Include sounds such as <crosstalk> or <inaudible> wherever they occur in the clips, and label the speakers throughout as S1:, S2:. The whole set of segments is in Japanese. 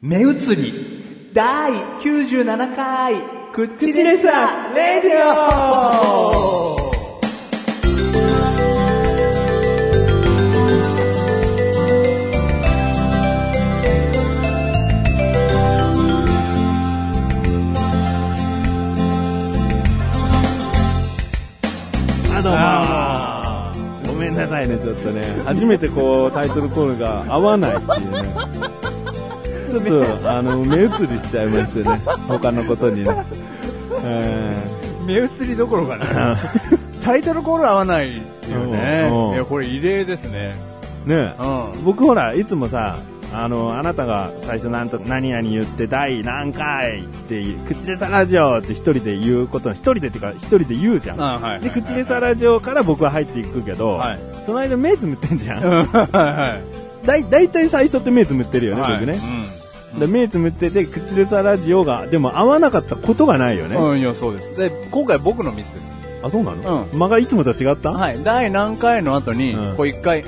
S1: 目移り第97回くっちレサーレディオ
S2: あどうもごめんなさいね、ちょっとね。初めてこう、タイトルコールが合わないっていうね。ちょっと、あの、目移りしちゃいましてね。他のことにね。え
S1: 目移りどころか <laughs> なタイトルコール合わないっていう
S2: うんう
S1: ね
S2: ん
S1: いやこれ異例ですね
S2: ーね
S1: うん
S2: 僕ほら、いつもさ、あの、あなたが最初なんと、何々言って、第何回って言う、口でさラジオって一人で言うこと、一人でっていうか、一人で言うじゃん。
S1: あはい
S2: で、口でさラジオから僕は入っていくけど、
S1: はい
S2: その間目つむってんじゃ。
S1: うんん <laughs> はいはい
S2: だい、だいたい最初って目つむってるよね、
S1: はい
S2: 僕ね。で目つむってて、口でさラジオが、でも合わなかったことがないよね。
S1: うんうんいやそうですで今回僕のミスです
S2: あ、そうなの、
S1: う
S2: 間がいつもとは違った、
S1: はい第何回の後に
S2: うん
S1: こう一回っ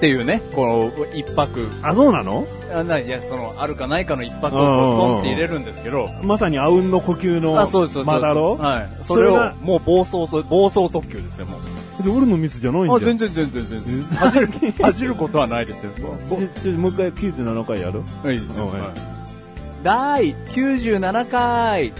S1: ていうねこの一泊
S2: あ、そうなの
S1: あないいやそのあるかないかの一泊を
S2: うんうんうん
S1: ポンって入れるんですけど
S2: まさにあうんの呼吸の、
S1: あ、そうです、そうです。
S2: 間だろ
S1: はい。そ
S2: そ
S1: れ
S2: れ
S1: を
S2: が、
S1: もう暴走と、暴走特急ですよ、もう。
S2: で俺のミスじゃないんじゃん。
S1: あ、全然全然全然。恥じる、恥じることはないです <laughs> よ。
S2: ちょちょもう一回97回やる
S1: はい、いいですよ。
S2: うんうん
S1: はい第97回、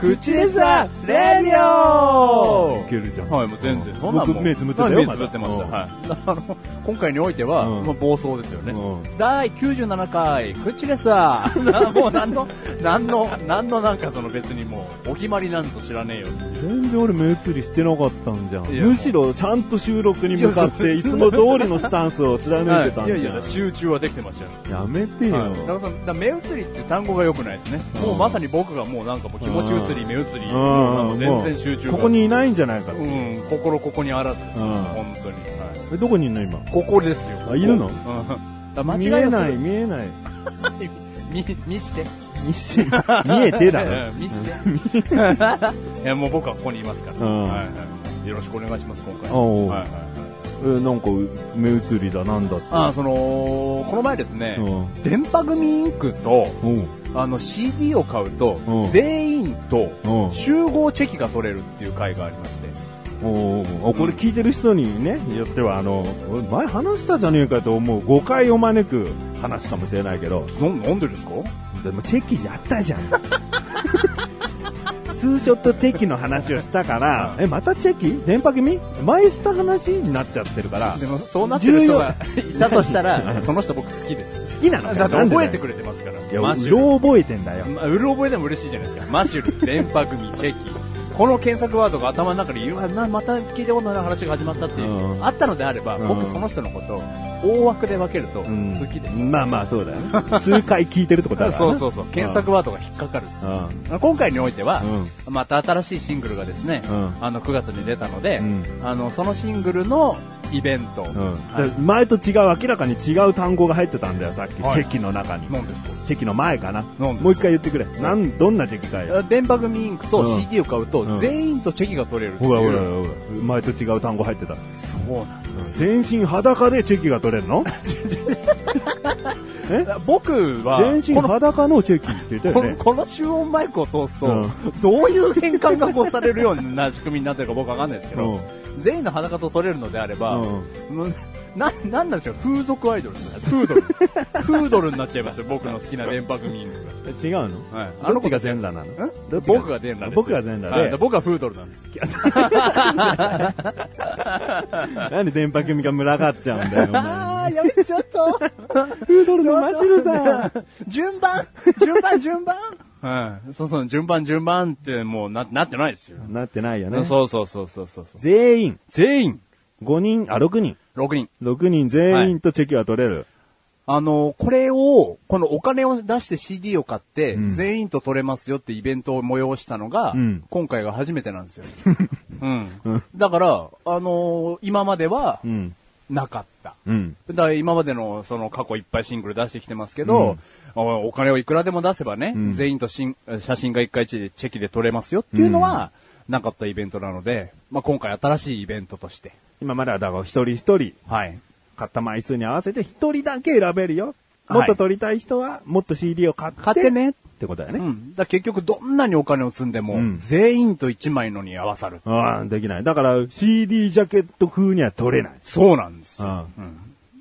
S1: 口でさ、レディオ
S2: いけるじゃん。
S1: はい、もう全然。そんなんもう
S2: 僕目つぶってたよ
S1: 目つぶってました。
S2: ま
S1: はい。あ <laughs> の、今回においては、
S2: うん
S1: もう暴走ですよね。
S2: うん
S1: 第97回、口でさ、な <laughs> もう何の、何の、何のなんかその別にもう、お決まりなんと知らねえよっていう
S2: 全然俺目移りしてなかったんじゃん。
S1: いや
S2: むしろちゃんと収録に向かっ
S1: いや
S2: て、
S1: そう
S2: いつも通りのスタンスを貫いてたんじゃん。
S1: はいいやいや、集中はできてましたよ。
S2: やめてよ。
S1: はい、だからそのだから目移りって単語が良くないですね、
S2: うん
S1: もうまさに僕がもうなんかもう気持ち移り、目移り、
S2: うん
S1: もう全然集中が
S2: ここ、にいないんじゃないかって。
S1: うん、心ここにあらずです、
S2: うん
S1: 本当に、はい、
S2: えどこにいんの今。
S1: ここですよ、ここ
S2: あいるの
S1: うん、だから間
S2: 見
S1: 違
S2: え
S1: い
S2: ないい、見えない。
S1: 見見して、
S2: 見せ見え <laughs> てだろ。
S1: うん見して、<laughs>
S2: <laughs>
S1: いやもう僕はここにいますから、
S2: うん
S1: はいはい、よろしくお願いします、今回。
S2: おう
S1: はいはいはい、
S2: えなんか目移りだなんだって。
S1: あそのこの前ですね、
S2: うん
S1: 電波組インクと
S2: うん
S1: あの CD を買うと、
S2: うん
S1: 全員と
S2: うん
S1: 集合チェキが取れるっていう会がありまして、
S2: おうおうこれ聞いてる人にね、よってはあの、おい前話したじゃねえかと思う誤解を招く話かもしれないけど、
S1: ななんでですか
S2: でもチェキやったじゃん。 <laughs> ツーショットチェキの話をしたから、え、またチェキ電波組前した話になっちゃってるから、
S1: でもそうな
S2: な
S1: っ
S2: ってて
S1: る
S2: る
S1: 人
S2: 人
S1: が
S2: が
S1: いたとした
S2: <laughs>
S1: ら、その人僕好きです。
S2: 好きなの
S1: だっ
S2: か
S1: て
S2: よ
S1: 覚えて
S2: なんで
S1: くれてますから。
S2: だよいや、
S1: マ
S2: う
S1: シュル。
S2: ろ覚えてんだよ。
S1: まうる覚えでも嬉しいじゃないですか。マシュル、電波組、チェキ。 <laughs> この検索ワードが頭の中で、いやなまた聞いたことない話が始まったっていう、
S2: うん
S1: あったのであれば、
S2: うん
S1: 僕その人のこと、大枠で分けると、好
S2: うん
S1: きです。
S2: まあまあ、そうだよね。数回聞いてるってことだから
S1: そ
S2: ね。
S1: うそうそう。検索ワードが引っかかる。
S2: うん。
S1: 今回においては、
S2: うん。
S1: また新しいシングルがですね、
S2: うん
S1: あの9月に出たので、
S2: うん
S1: あのそのシングルのイベント、
S2: だから前と違う、明らかに違う単語が入ってたんだよ、さっき。
S1: はい
S2: チェキの中に。
S1: なんですか
S2: チェキの前かな。
S1: なんです
S2: もう一回言ってくれ。なん、どんなチェキかよ。
S1: 電波組インク
S2: う
S1: と
S2: ん
S1: CD を買うと、
S2: うん
S1: 全員とチェキが取れるっていう。
S2: ほらほらほら。前と違う単語入ってた。
S1: そうなんで
S2: 全身裸でチェキが取れるのえ
S1: す僕は、
S2: 全身
S1: この
S2: 裸のチェキって言ったよ
S1: この
S2: ね。
S1: この集音マイクを通すと、
S2: う
S1: どういう変換がこうされるような仕組みになってるか僕わかんないですけ
S2: う
S1: ど、
S2: ん
S1: 全員の裸と取れるのであれば、
S2: うん
S1: もうな、なんなんでしょう、風俗アイドルですね。フード
S2: <laughs>
S1: ル。フードルになっちゃいますよ、僕の好きな電波組インクが。
S2: 違うの
S1: はいあ
S2: ど
S1: の
S2: っ
S1: 子た
S2: ちが
S1: ち
S2: 全裸なのどっち
S1: 僕が全裸です。
S2: 僕が全裸
S1: はい
S2: で。
S1: 僕はフードルなんです。
S2: なんで電波組が群がっちゃうんだよお前。
S1: ああ、やめちゃった。
S2: フードルのマシルさん。
S1: 順番順番順番はい。そうそう、順番順番ってもうな、なってないですよ。
S2: <laughs> なってないよね。
S1: そうそうそうそうそうそう。
S2: 全員、
S1: 全員
S2: 5人、あ、6人。
S1: !6 人。
S2: 6人全員とチェキは取れる。
S1: あの、これを、このお金を出して CD を買って、
S2: うん
S1: 全員と取れますよってイベントを催したのが、
S2: うん
S1: 今回が初めてなんですよ。 <laughs> うん。だから、あの今までは
S2: う、ん。
S1: なかった。
S2: うん。
S1: だから今までのその過去いっぱいシングル出してきてますけど、おお金をいくらでも出せばね、
S2: ん
S1: 全員としん写真が一回チェチェキで撮れますよっていうのは、なかったイベントなので、まあ、今回新しいイベントとして、
S2: 今まではだから一人一人、
S1: はい。
S2: 買った枚数に合わせて一人だけ選べるよっもっと撮りたい人は、もっと CD を買って。
S1: 買ってね
S2: ってことだよ
S1: う
S2: ね。
S1: ん。だから結局どんなにお金を積んでも、
S2: うん
S1: 全員と一枚のに合わさる。
S2: ああ、できない。だから CD ジャケット風には撮れない。
S1: そうなんです
S2: う
S1: よ。
S2: ん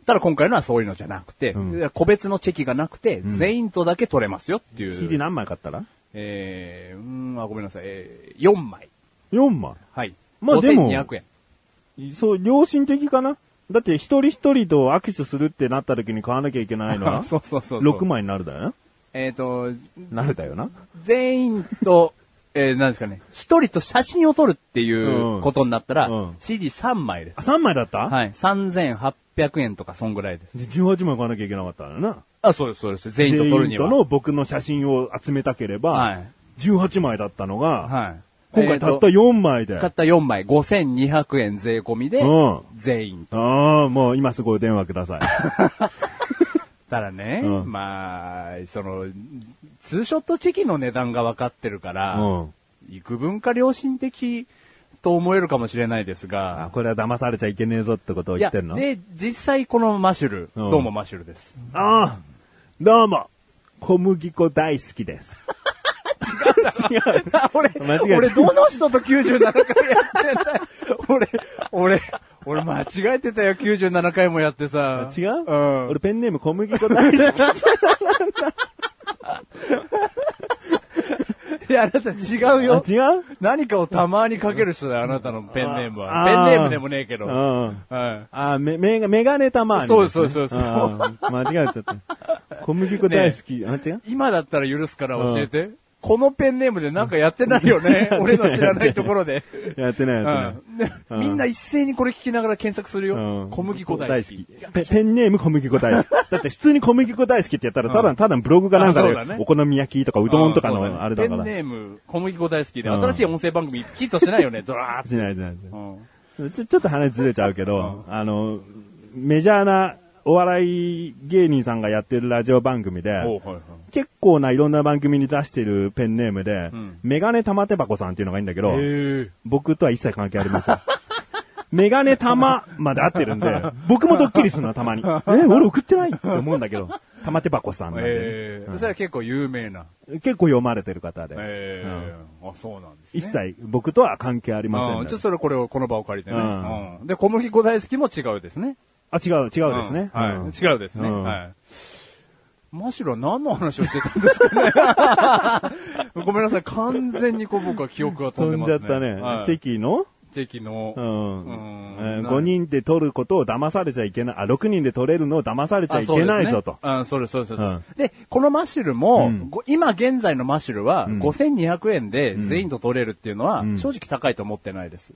S1: ただ今回のはそういうのじゃなくて、
S2: うん
S1: いや個別のチェキがなくて、全員とだけ取れますよっていう。
S2: CD 何枚買ったら
S1: えー、うーんあ、ごめんなさい。えー、4枚。
S2: ?4 枚。
S1: はい。
S2: まあでも
S1: 5200円。
S2: そう、良心的かなだって一人一人と握手するってなった時に買わなきゃいけないのは、
S1: <laughs> そうそうそうそう。
S2: 6。枚になるだよな。
S1: えっ、と、
S2: なるだよな。
S1: 全員と、 <laughs> えー、なんですかね、一人と写真を撮るっていうことになったら、
S2: うんうん
S1: CD3 枚です
S2: あ、。3枚だった
S1: はい。3800円とか、そんぐらいです。
S2: で18枚買わなきゃいけなかったんだよな。
S1: あ、そうです、そうです。全員と撮るに
S2: 全
S1: は。
S2: 員との僕の写真を集めたければ、
S1: はい
S2: 18枚だったのが、
S1: はい。
S2: 今回たった
S1: えー
S2: 4枚で。
S1: とたった4枚、5200円税込みで
S2: うん、
S1: 全員。
S2: ああ、もう今すぐお電話ください。 <laughs>
S1: ただね、
S2: うん
S1: まあ、その、ツーショットチェキの値段が分かってるから、
S2: うん
S1: 幾分か良心的と思えるかもしれないです
S2: あ
S1: が、
S2: これは騙されちゃいけねえぞってことを
S1: い
S2: 言
S1: や、
S2: ってんの
S1: で、実際このマシュル、
S2: うん
S1: どうもマシュルです。 <laughs>
S2: ああ、どうも、小麦粉大好きです。 <laughs> 違う違う。
S1: 俺、
S2: 間違えた
S1: 俺、どの人と97回やってんだよ <laughs> 俺、俺、俺間違えてたよ、97回もやってさ。
S2: 違う、
S1: うん。
S2: <laughs> 俺ペンネーム小麦粉大好き。
S1: いや、あなた違う
S2: <laughs>
S1: よ。
S2: あ違う
S1: 何かをたまにかける人だよ、あなたのペンネームは。
S2: あ
S1: ペン
S2: あ
S1: ネームでもねえけど。
S2: う
S1: は
S2: ん。
S1: い。
S2: ああ、め、めが、メガネたまに、
S1: そうそうそうそう
S2: うん間違えちゃった。小麦粉大好き。あ、違う
S1: 今だったら許すから教えて。このペンネームでなんかやってないよ
S2: <laughs>
S1: ね。俺の知らないところで。
S2: やってな
S1: う
S2: いやって
S1: ん。で
S2: うん
S1: みんな一斉にこれ聞きながら検索する
S2: ない。う
S1: よ
S2: ん。
S1: 小麦粉大好き。
S2: ペペンネーム小麦粉大好
S1: <laughs>
S2: き。だって普通に小麦粉大好きってやったら、た
S1: う
S2: だ、ただブログかなんか
S1: あそうだ
S2: で
S1: ね、
S2: お好み焼きとかうどんとか
S1: そうね
S2: のあれだか
S1: ペン
S2: ら。
S1: ネーム、小麦粉大好きで、
S2: うん
S1: 新しい音声番組ヒットしないよ
S2: <laughs>
S1: ね、ドラーっ。
S2: してないしないし
S1: う
S2: なんいちょ、ちょっと話ずれちゃうけど、あの、メジャーなお笑い芸人さんがやってるラジオ番組で、
S1: おうはいはい
S2: 結構ないろんな番組に出してるペンネームで、
S1: ん
S2: メガネ玉手箱さんっていうのがいいんだけど、
S1: へえ。
S2: 僕とは一切関係ありません。メガネ玉まで合ってるんで、僕もドッキリするのはたまに。え、俺送ってないって思うんだけど、玉手箱さんなんでね、
S1: ええ。それは結構有名な。
S2: 結構読まれてる方で、
S1: え
S2: うん
S1: え。あ、そうなんですね。
S2: 一切僕とは関係ありませんの
S1: う
S2: で、
S1: ん、ちょっとそれこれを、この場を借りてね、
S2: う
S1: うんんで、小麦粉大好きも違うですね。
S2: あ、違う、違うですね。
S1: うんはい、
S2: うん
S1: 違うですね。
S2: うん
S1: はい。マシュルは何の話をしてたんですかね <laughs> ごめんなさい。完全にこう僕は記憶が飛ん
S2: 飛
S1: でま
S2: んじ
S1: す
S2: ゃ
S1: ね。
S2: ったね。
S1: はい
S2: チェキの、
S1: チェキの、
S2: うん
S1: うん
S2: えー
S1: な
S2: 5人で取ることを騙されちゃいけない。あ、6人で取れるのを騙されちゃいけないぞと。
S1: あ、そうですねあそうです、そうです。
S2: うん
S1: で、このマッシュルも、
S2: うん
S1: ご今現在のマッシュルは、
S2: ん
S1: 5200円で全員と取れるっていうのは、
S2: ん
S1: 正直高いと思ってないです。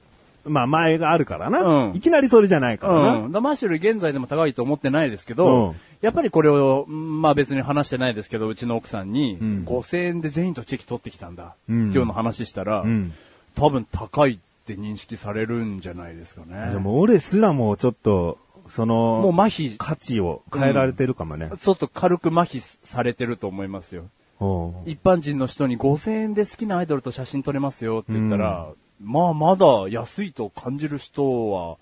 S2: まあ前があるからな、
S1: うん
S2: いきなりそれじゃないからな。
S1: うん。だマッシュル現在でも高いと思ってないですけど、
S2: うん
S1: やっぱりこれを、うんまあ別に話してないですけど、うちの奥さんに、
S2: ん
S1: 5000円で全員とチェキ取ってきたんだ。
S2: うん
S1: 今日の話したら、
S2: うん
S1: 多分高いって認識されるんじゃないですかね。
S2: でも俺すらもうちょっと、そ
S1: もう
S2: の、
S1: 麻痺、
S2: 価値を変えられてるかもね。
S1: ちょっと軽く麻痺されてると思いますよ。
S2: おう
S1: 一般人の人に5000円で好きなアイドルと写真撮れますよって言ったら、まあまだ安いと感じる人は、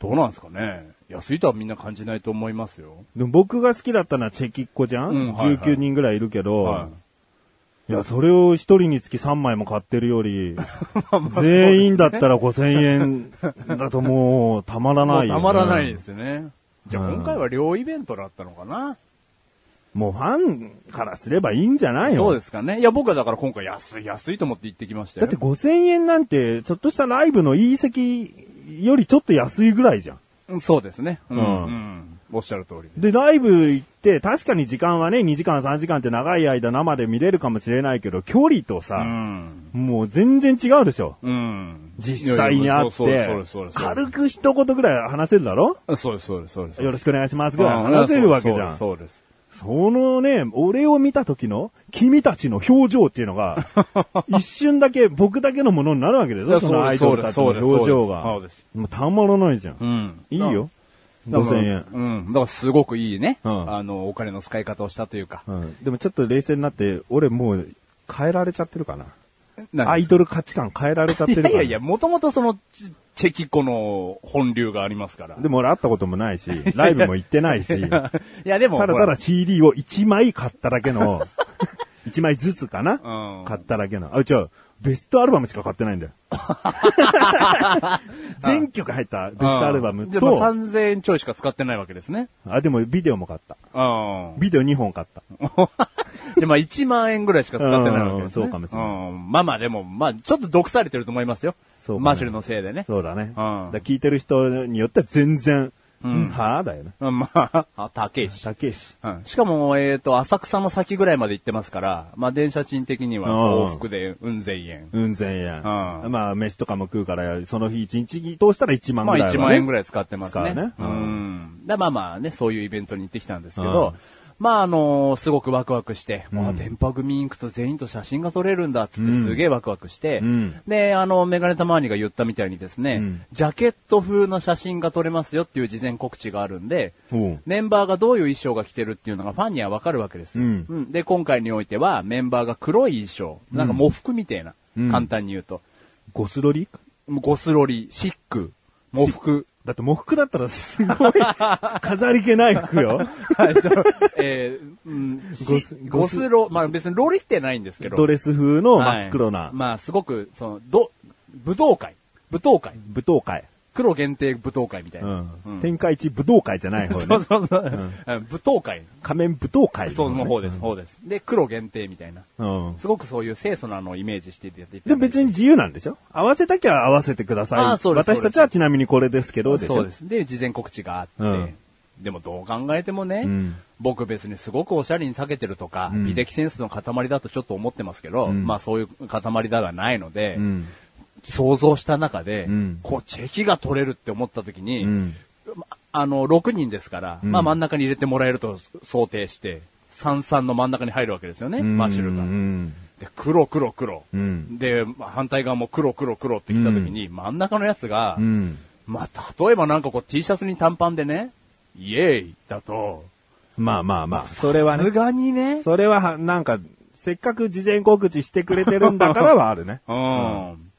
S1: どうなんですかね。安いとはみんな感じないと思いますよ。
S2: でも僕が好きだったのはチェキっ子じゃん、
S1: うんはいはい
S2: ?19 人ぐらいいるけど、
S1: はい
S2: いや、それを一人につき3枚も買ってる
S1: <laughs>
S2: より、全員だったら5000円だともうたまら
S1: も
S2: な
S1: う
S2: いよ
S1: た
S2: ね
S1: まらないですね。じゃあ
S2: うん
S1: 今回は両イベントだったのかな、
S2: もうファンからすればいいんじゃないの
S1: そうですかね。いや、僕はだから今回安い、安いと思って行ってきました
S2: だ
S1: よ。
S2: って5000円なんて、ちょっとしたライブのいい席よりちょっと安いぐらいじゃん。
S1: うんそうですね。うん、
S2: う
S1: うんん。おっしゃる通りで。
S2: で、ライブ行って、確かに時間はね、2時間3時間って長い間生で見れるかもしれないけど、距離と
S1: う
S2: さ、
S1: ん。
S2: もう全然違うでしょ。
S1: うん。
S2: 実際に会っ
S1: いやいや
S2: て
S1: そうですそうです、そうです
S2: 軽く一言ぐらい話せるだろ
S1: そうです、そうです、そうです。
S2: よろしくお願いします
S1: う
S2: ぐ
S1: ん
S2: らい話せるわけじゃん。
S1: そうですそうです。
S2: そのね、俺を見た時の君たちの表情っていう
S1: <laughs>
S2: のが、一瞬だけ僕だけのものになるわけです
S1: い
S2: よ、
S1: や
S2: そのアイドルたちの
S1: そうですそうです
S2: 表情が。
S1: そうです
S2: もうたまらないじゃん。
S1: うん。
S2: いいよ。
S1: だから。
S2: 5000円。
S1: うん。だからすごくいいね。
S2: うん
S1: あの、お金の使い方をしたというか。
S2: うん。でもちょっと冷静になって、俺もう変えられちゃってるかな。
S1: 何
S2: アイドル価値観変えられちゃってる
S1: い
S2: か
S1: や
S2: ら。
S1: いやいや、もともとその、チチェキコの本流がありますから。
S2: でも俺会ったこともないし、ライブも行っ
S1: <laughs>
S2: てないし、ただ
S1: いや、でも、
S2: た
S1: ほ
S2: だ
S1: ら
S2: CD を1枚買っただ
S1: <laughs>
S2: けの、1枚ずつか
S1: う
S2: なん買っただけの。あ、違う。ベストアルバムしか買ってない
S1: <laughs>
S2: んだよ。全曲入ったベストアルバム
S1: うんじゃあまあ
S2: と、
S1: 3000円ちょいしか使ってないわけですね。
S2: あ、でもビデオも買った。
S1: うん。
S2: ビデオ2本買った。
S1: <laughs> で、まあ1万円ぐらいしか使ってないわけですね。
S2: うんそうかもしれない
S1: うん。まあまあでも、まあちょっと毒されてると思いますよ。
S2: そうかね
S1: マシュルのせいでね。
S2: そうだね。だ
S1: うん
S2: から聞いてる人によっては全然、
S1: う
S2: うんん、はぁだよね。
S1: うんまあ、あ高いし。
S2: たけし。
S1: うん、しかも、えっ、と、浅草の先ぐらいまで行ってますから、まあ、電車賃的には
S2: うん
S1: 往復でうん千円。
S2: うん、千円。
S1: うん
S2: まあ、飯とかも食うから、その日一日通したら1万
S1: ま
S2: ぐ
S1: あ、
S2: らいはね、
S1: 1万円ぐらい使ってます
S2: 使
S1: ね。
S2: うね
S1: う。
S2: うん
S1: で、まあまあね、そういうイベントに行ってきたんですけど
S2: うん、
S1: まあ、あのーすごくワクワクして、あ、電波組インクと全員と写真が撮れるんだっつってすげえワクワクして、
S2: うん
S1: で、あの、メガネたまわりが言ったみたいにですね、
S2: うん
S1: ジャケット風の写真が撮れますよっていう事前告知があるんで、
S2: うん
S1: メンバーがどういう衣装が着てるっていうのがファンにはわかるわけですよ、
S2: うん
S1: で、今回においてはメンバーが黒い衣装、なんか喪服みたいな、
S2: うん
S1: 簡単に言うと。
S2: ゴスロリ
S1: ゴスロリ、シック、喪服、
S2: だって、喪服だったらすごい、
S1: <laughs>
S2: 飾り気ない服よ。
S1: はいそうえーうんし
S2: ゴス
S1: ゴ
S2: ゴス
S1: スロ、まあ別にロリってないんですけど。
S2: ドレス風の真っ黒
S1: は、
S2: ない
S1: まあすごく、その、ど、武道会。舞踏会。
S2: 舞踏会。
S1: 黒限定舞踏会みたいうな。
S2: ん。
S1: うん
S2: 天下一武道会じゃない方ね。
S1: そうそうそう。うん舞踏会。
S2: 仮面武道会、
S1: その方です、方です。で、黒限定みたいな。
S2: うん。
S1: すごくそういう清楚なのをイメージしていただいて。
S2: で、別に自由なんでしょ合わせたきゃ合わせてください。
S1: あーそうです
S2: 私たちはちなみにこれですけど、でしょ
S1: そうです。で、事前告知があって、
S2: うん
S1: でもどう考えてもね、
S2: うん
S1: 僕別にすごくおしゃれに避けてるとか、
S2: ん
S1: 美的センスの塊だとちょっと思ってますけど、
S2: ん
S1: まあそういう塊だがないので、
S2: うん。
S1: 想像した中で、
S2: うん
S1: こうチェキが取れるって思った時に、
S2: うん。
S1: まあの、6人ですから、
S2: うん
S1: まあ真ん中に入れてもらえると想定して、33の真ん中に入るわけですよね、マシュルが。
S2: うん。
S1: で、黒黒黒。
S2: うん
S1: で、まあ反対側も黒黒黒って来た時に、真ん中のやつが、
S2: うん。
S1: まあ、例えばなんかこう T シャツに短パンでね、イエーイだと、
S2: まあまあまあ。それは
S1: さ
S2: ね
S1: す。がにね、。
S2: それはは、なんか、せっかく事前告知してくれてるんだからはあるね
S1: <laughs> うん。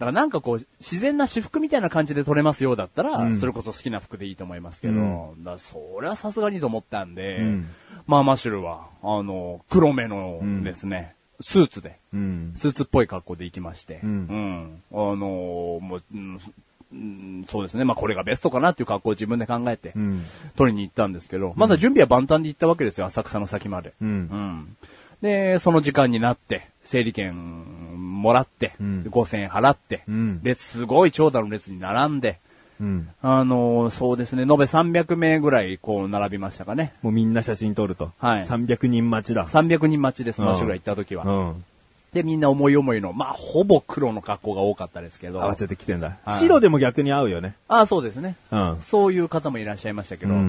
S1: だからなんかこう、自然な私服みたいな感じで撮れますよだったら、
S2: うん
S1: それこそ好きな服でいいと思いますけど、
S2: う
S1: だからそれはさすがにと思ったんで、
S2: うん
S1: まあマシュルは、あの、黒目のですね、スーツで、
S2: うん。
S1: スーツっぽい格好で行きまして、
S2: うん
S1: うんあのーもう、うんうんそうですね、まあこれがベストかなっていう格好を自分で考えて、
S2: うん。
S1: 取りに行ったんですけど、まだ準備は万端で行ったわけですよ、浅草の先まで。
S2: うん
S1: んで、その時間になって、整理券もらって、
S2: うん
S1: 5000円払って、
S2: うん
S1: 列、すごい長蛇の列に並んで、
S2: うん。
S1: あのーそうですね、延べ300名ぐらい、こう、並びましたかね。
S2: もうみんな写真撮ると。
S1: はい
S2: 300人待ちだ。
S1: 300人待ちです、
S2: うん
S1: マッシュが行った時は。
S2: うん。
S1: で、みんな思い思いの、まあ、ほぼ黒の格好が多かったですけど。
S2: 合わせてきてんだ
S1: は。い
S2: 白でも逆に合うよね。
S1: ああ、そうですね。
S2: うん
S1: そういう方もいらっしゃいましたけど、う。
S2: うん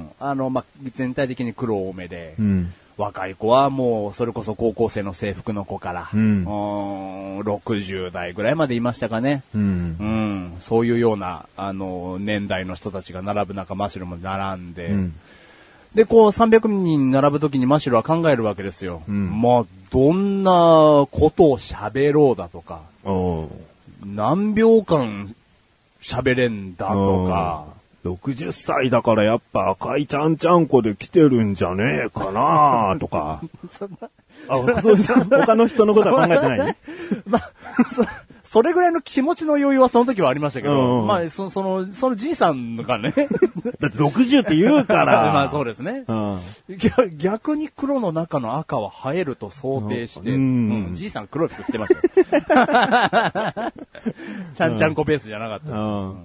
S2: ん
S1: あの、まあ、全体的に黒多めで、
S2: うん。
S1: 若い子はもう、それこそ高校生の制服の子から、
S2: うん
S1: ーん60代ぐらいまでいましたかね。
S2: う。
S1: うんん、そういうような、あの、年代の人たちが並ぶ中、マシュルも並んで、
S2: うん
S1: で、こう、300人並ぶときにマシュルは考えるわけですよ。
S2: ん
S1: まあ、どんなことを喋ろうだとか、
S2: おー
S1: 何秒間喋れんだとか、
S2: うん60歳だからやっぱ赤いちゃんちゃんこで来てるんじゃねえかなとか。 <laughs> あ、そう他の人のことは考えてない
S1: <laughs> まあ、そ、それぐらいの気持ちの余裕はその時はありましたけ
S2: うん
S1: ど、
S2: うん
S1: まあ、そその、そのじいさんが
S2: <laughs>
S1: ね、
S2: だって60って言うか <laughs> ら。
S1: <laughs> まあそうですね
S2: う。ん。
S1: 逆逆に黒の中の赤は映えると想定して、う
S2: うん
S1: んじいさん黒い服着てましたよ。
S2: <laughs>
S1: ちゃんちゃんこベースじゃなかった
S2: うん。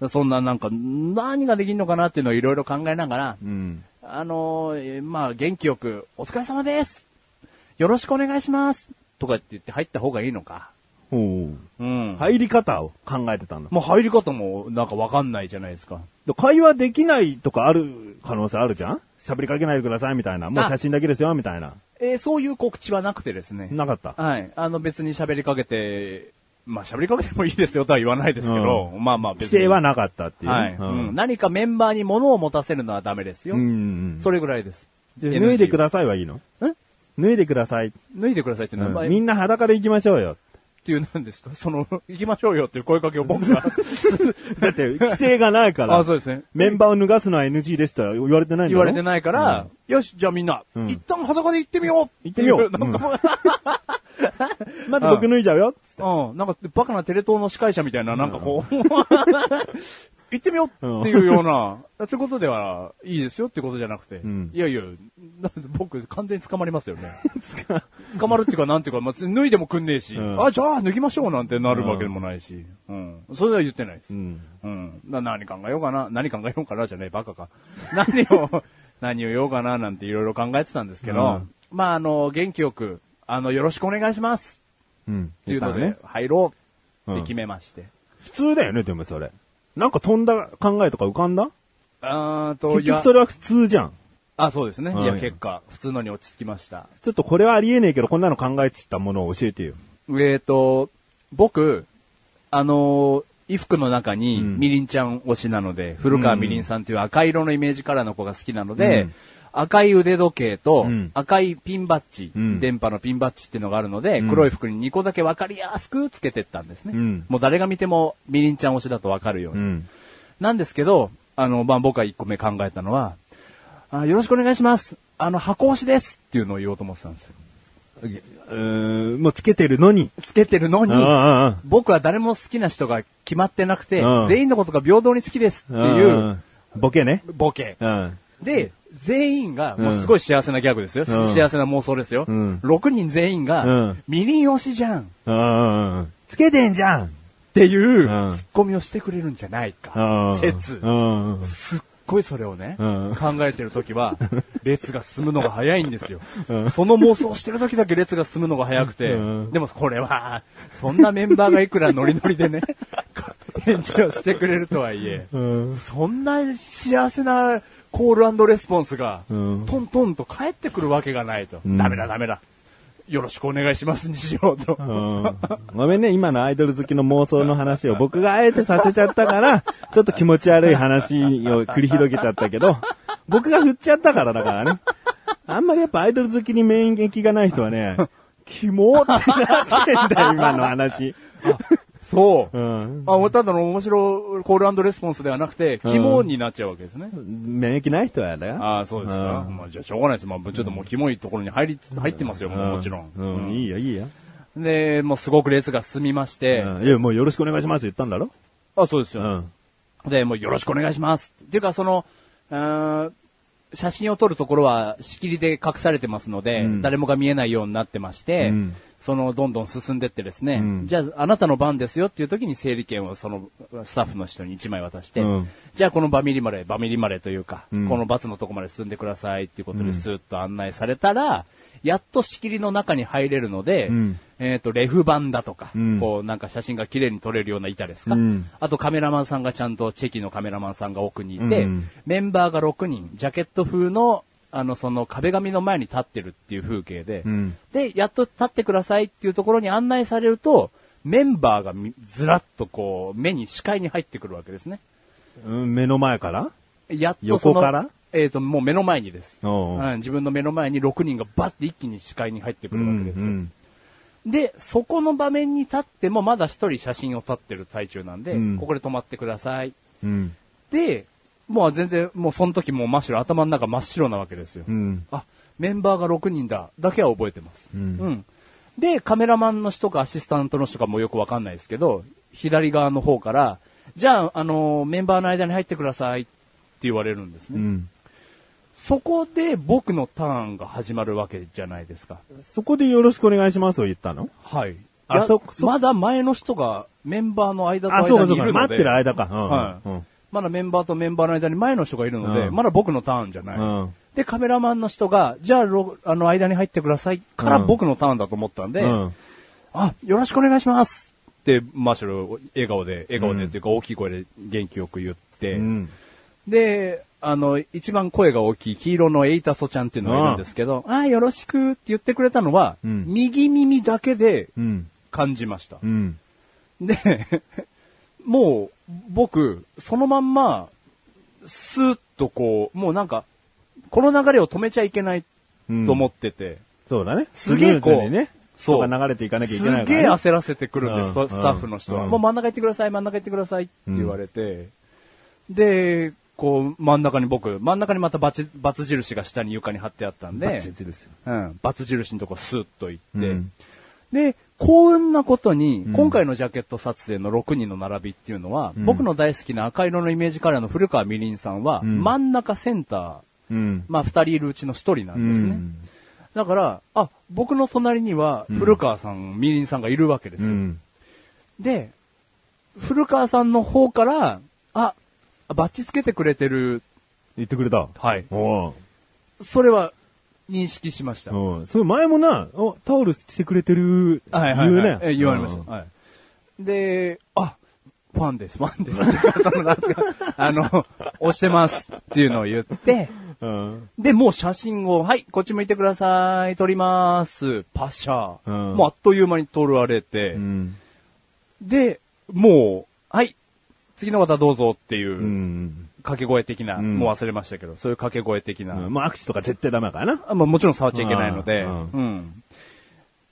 S1: です。そんななんか、何ができるのかなっていうのをいろいろ考えながら、
S2: うん。
S1: あのーえーまあ、元気よく、お疲れ様ですよろしくお願いしますとかって言って入った方がいいのか。
S2: おー
S1: うん。
S2: 入り方を考えてたんだ。
S1: もう入り方もなんかわかんないじゃないですか。
S2: で会話できないとかある可能性あるじゃん喋りかけないでくださいみたいな。もう写真だけですよみたいな。
S1: えーそういう告知はなくてですね。
S2: なかった。
S1: はい。あの別に喋りかけて、まあ喋りかけてもいいですよとは言わないですけど、まあまあ別に。
S2: 規制はなかったっていう。
S1: はい、
S2: う
S1: うん
S2: ん。
S1: 何かメンバーに物を持たせるのはダメですよ。
S2: うん。
S1: それぐらいです。
S2: じゃあ脱いでく
S1: だ
S2: ださいはいいの
S1: え
S2: 脱いでください。
S1: 脱いでくださいって名
S2: う
S1: 前、
S2: んみんな裸で行きましょうよ。
S1: っていうなんですかその、 <laughs> 行きましょうよっていう声かけを僕
S2: <laughs>
S1: が。
S2: だって、規制がないから。
S1: あ、そうですね。
S2: メンバーを脱がすのは NG ですとは言われてないんだ
S1: 言われて
S2: い。
S1: ないから、よし、じゃあみんな、
S2: うん
S1: 一旦裸で行ってみよう
S2: 行ってみよう
S1: っていなんかもう、
S2: まず僕脱いじゃうよ。
S1: うん、なんか、バカなテレ東の司会者みたいな、なんかこ <laughs> う、行ってみようっていうような、そういうことでは、いいですよってことじゃなくて、
S2: ん
S1: いやいや、だって僕、完全に捕まりますよね。 <laughs> 捕まるっていうか、なんていうか、まあ、脱いでもくんねえし、
S2: うん
S1: あ、じゃあ脱ぎましょうなんてなるわけでもないし、うん。それは言ってないです。
S2: うん。
S1: うん。な、何考えようかな、何考えようかな、じゃねえ、バカか。 <laughs> 何を、何を言おうかな、なんていろいろ考えてたんですけど、
S2: うん
S1: まあ、あの、元気よく、あの、よろしくお願いします。
S2: うん。っ
S1: っていうので、入ろうって決めまして。
S2: 普通だよね、でもそれ。なんか飛んだ考えとか浮かんだ
S1: あーと、
S2: 結
S1: いや
S2: 局、それは普通じゃん。
S1: あ、そうですね。
S2: うん
S1: いや、結果、普通のに落ち着きました。
S2: ちょっとこれはありえねえけど、こんなの考えつったものを教えてよ。
S1: えーと、僕、あのー衣服の中に、
S2: うん
S1: みりんちゃん推しなので、古川みりんさんという赤色のイメージカラーの子が好きなので、
S2: うん
S1: 赤い腕時計と
S2: うん
S1: 赤いピンバッジ、
S2: うん
S1: 電波のピンバッジっていうのがあるので、
S2: うん
S1: 黒い服に2個だけ分かりやすくつけてったんですね。
S2: うん
S1: もう誰が見てもみりんちゃん推しだと分かるように。
S2: ん。
S1: なんですけど、あの、まあ、僕が1個目考えたのは、あよろしくお願いします。あの、箱押しですっていうのを言おうと思ってたんですよ。
S2: うーん、もうつけてるのに。
S1: つけてるの
S2: う
S1: に
S2: ん、うんうん。
S1: 僕は誰も好きな人が決まってなくて
S2: うん、
S1: 全員のことが平等に好きですっていう
S2: ボケね。
S1: ボケ。
S2: うん。
S1: で、全員が、もうすごい幸せなギャグですよ。
S2: うん
S1: 幸せな妄想ですよ。
S2: うん
S1: 6人全員
S2: う
S1: が
S2: ん、
S1: みりん推しじゃんっ
S2: うんうん。つけてんじゃん
S1: ていう、ツ
S2: うん
S1: ッコミをしてくれるんじゃないか。説。
S2: うんうん。
S1: すっごいそれをね、
S2: うん
S1: 考えてる時
S2: <laughs>
S1: は、列が進むのが早いんですよ。その妄想してる時だけ列が進むのが早くて、
S2: うん
S1: でもこれは、そんなメンバーがいくらノリノリでね、 <laughs> 返事をしてくれるとはいえ、
S2: うん。
S1: そんな幸せなコールレスポンスが、
S2: うん
S1: トントンと返ってくるわけがないと。
S2: うん
S1: ダメだダメだ。よろしくお願いしますにしようと。
S2: うんごめんね、今のアイドル好きの妄想の話を僕があえてさせちゃったから、ちょっと気持ち悪い話を繰り広げちゃったけど、僕が振っちゃったからだからね。あんまりやっぱアイドル好きに免疫がない人はね、キモってなってんだよ、今の話。
S1: そう。
S2: うん。
S1: あ、ただの面白いコールレスポンスではなくて、
S2: うん
S1: キモになっちゃうわけですね。
S2: 免疫ない人はだよ。
S1: ああ、そうですか。
S2: うん
S1: まあ、じゃあ、しょうがないです。まあ、ちょっともう、キモいところに入り、入ってますよ、もうもちろん。
S2: うん、うんいいよ、いいよ。
S1: で、もう、すごく列が進みまして、
S2: うんいや、もうよろしくお願いしますって言ったんだろ
S1: あ、そうです
S2: う
S1: よ、
S2: ん。
S1: で、もう、よろしくお願いします。っていうか、その、うーん写真を撮るところは、仕切りで隠されてますので、
S2: うん
S1: 誰もが見えないようになってまして、
S2: うん
S1: その、どんどん進んでってですね、
S2: うん
S1: じゃあ、あなたの番ですよっていう時に、整理券を、その、スタッフの人に1枚渡して、
S2: うん
S1: じゃあ、このバミリまで、バミリまでというか、
S2: うん
S1: このバツのとこまで進んでくださいっていうことでスーッと案内されたら、やっと仕切りの中に入れるので、
S2: うん
S1: えっ、と、レフ板だとか、
S2: うん
S1: こう、なんか写真が綺麗に撮れるような板ですか、
S2: うん
S1: あとカメラマンさんがちゃんとチェキのカメラマンさんが奥にいて、
S2: うん
S1: メンバーが6人、ジャケット風の、あの、その壁紙の前に立ってるっていう風景で、
S2: うん
S1: で、やっと立ってくださいっていうところに案内されると、メンバーがみずらっとこう、目に視界に入ってくるわけですね。
S2: うん。目の前から
S1: やっとその
S2: 横から
S1: えっ、と、もう目の前にです。
S2: おうおう
S1: うん自分の目の前に6人がバッて一気に視界に入ってくるわけですよ。で、そこの場面に立ってもまだ一人写真を撮ってる最中なんで、
S2: うん
S1: ここで止まってください。
S2: うん。
S1: で、もう全然、もうその時もう真っ白、頭の中真っ白なわけですよ。
S2: うん。
S1: あ、メンバーが6人だ、だけは覚えてます。
S2: うん
S1: で、カメラマンの人かアシスタントの人かもよくわかんないですけど、左側の方から、じゃあ、あのーメンバーの間に入ってくださいって言われるんです
S2: う
S1: ね。
S2: ん。
S1: そこで僕のターンが始まるわけじゃないですか。
S2: そこでよろしくお願いしますを言ったの
S1: はい。
S2: あ
S1: いや
S2: そそ
S1: まだ前の人がメンバーの間と
S2: あ、そう
S1: 間
S2: か
S1: に
S2: そ
S1: いうるので
S2: か。。待ってる間か。
S1: はい、
S2: うん。うん
S1: まだメンバーとメンバーの間に前の人がいるので、
S2: うん
S1: まだ僕のターンじゃない。
S2: うん
S1: で、カメラマンの人が、じゃあ、ろあの、間に入ってくださいから
S2: うん
S1: 僕のターンだと思ったんで、
S2: うん
S1: あ、よろしくお願いしますって、マーシャル、笑顔で、笑顔でっていうか、大きい声で元気よく言って、
S2: うん。
S1: で、あの、一番声が大きい黄色のエイタソちゃんっていうのがいるんですけど、あ、よろしくって言ってくれたのは、
S2: うん
S1: 右耳だけで
S2: うん。
S1: 感じました。
S2: うん。
S1: で、もう、僕、そのまんま、スーッとこう、もうなんか、この流れを止めちゃいけないと思ってて、
S2: そうだね。
S1: すげえこう
S2: スムーズにね。
S1: そう
S2: 人が流れていかなきゃいけない
S1: す
S2: から、ね。
S1: げえ焦らせてくるんです、
S2: うん
S1: スタッフの人は、
S2: うん
S1: もう真ん中行ってください、真ん中行ってくださいって言われて、で、こう、真ん中に僕、真ん中にまたバチバツ印が下に床に貼ってあったんで、
S2: バツ印ですよ
S1: うん、バツ印のとこスッと行って、
S2: うん
S1: で、幸運なことに、
S2: ん
S1: 今回のジャケット撮影の6人の並びっていうのは、
S2: うん
S1: 僕の大好きな赤色のイメージカラーの古川みりんさんは、
S2: ん
S1: 真ん中センター、
S2: うん。
S1: まあ2人いるうちの1人なんですね。
S2: うん
S1: だから、あ、僕の隣には古川さん、みりんさんがいるわけです
S2: う
S1: よ。
S2: ん。
S1: で、古川さんの方から、あ、バッチつけてくれてる。
S2: 言ってくれた。
S1: はい。
S2: お
S1: それは認識しました。
S2: う
S1: はい
S2: おうそれ前もな、お、タオルしてくれてる、
S1: はいはい。
S2: 言うね。
S1: え言われました。はい。で、あ、ファンです、ファンです。古川さんのなんかあの、押してますっていうのを言って、
S2: た。うん。
S1: で、もう写真を、はい、こっち向いてください、撮ります、パシャ、
S2: うん
S1: もうあっという間に撮られて、
S2: うん。
S1: で、もう、はい、次の方どうぞっていう、
S2: うん。
S1: 掛け声的な、
S2: ん
S1: もう忘れましたけど、そういう掛け声的な、
S2: うんまあ、握手とか絶対ダメだからな。
S1: あまあ、もちろん触っちゃいけないので、
S2: うん
S1: うん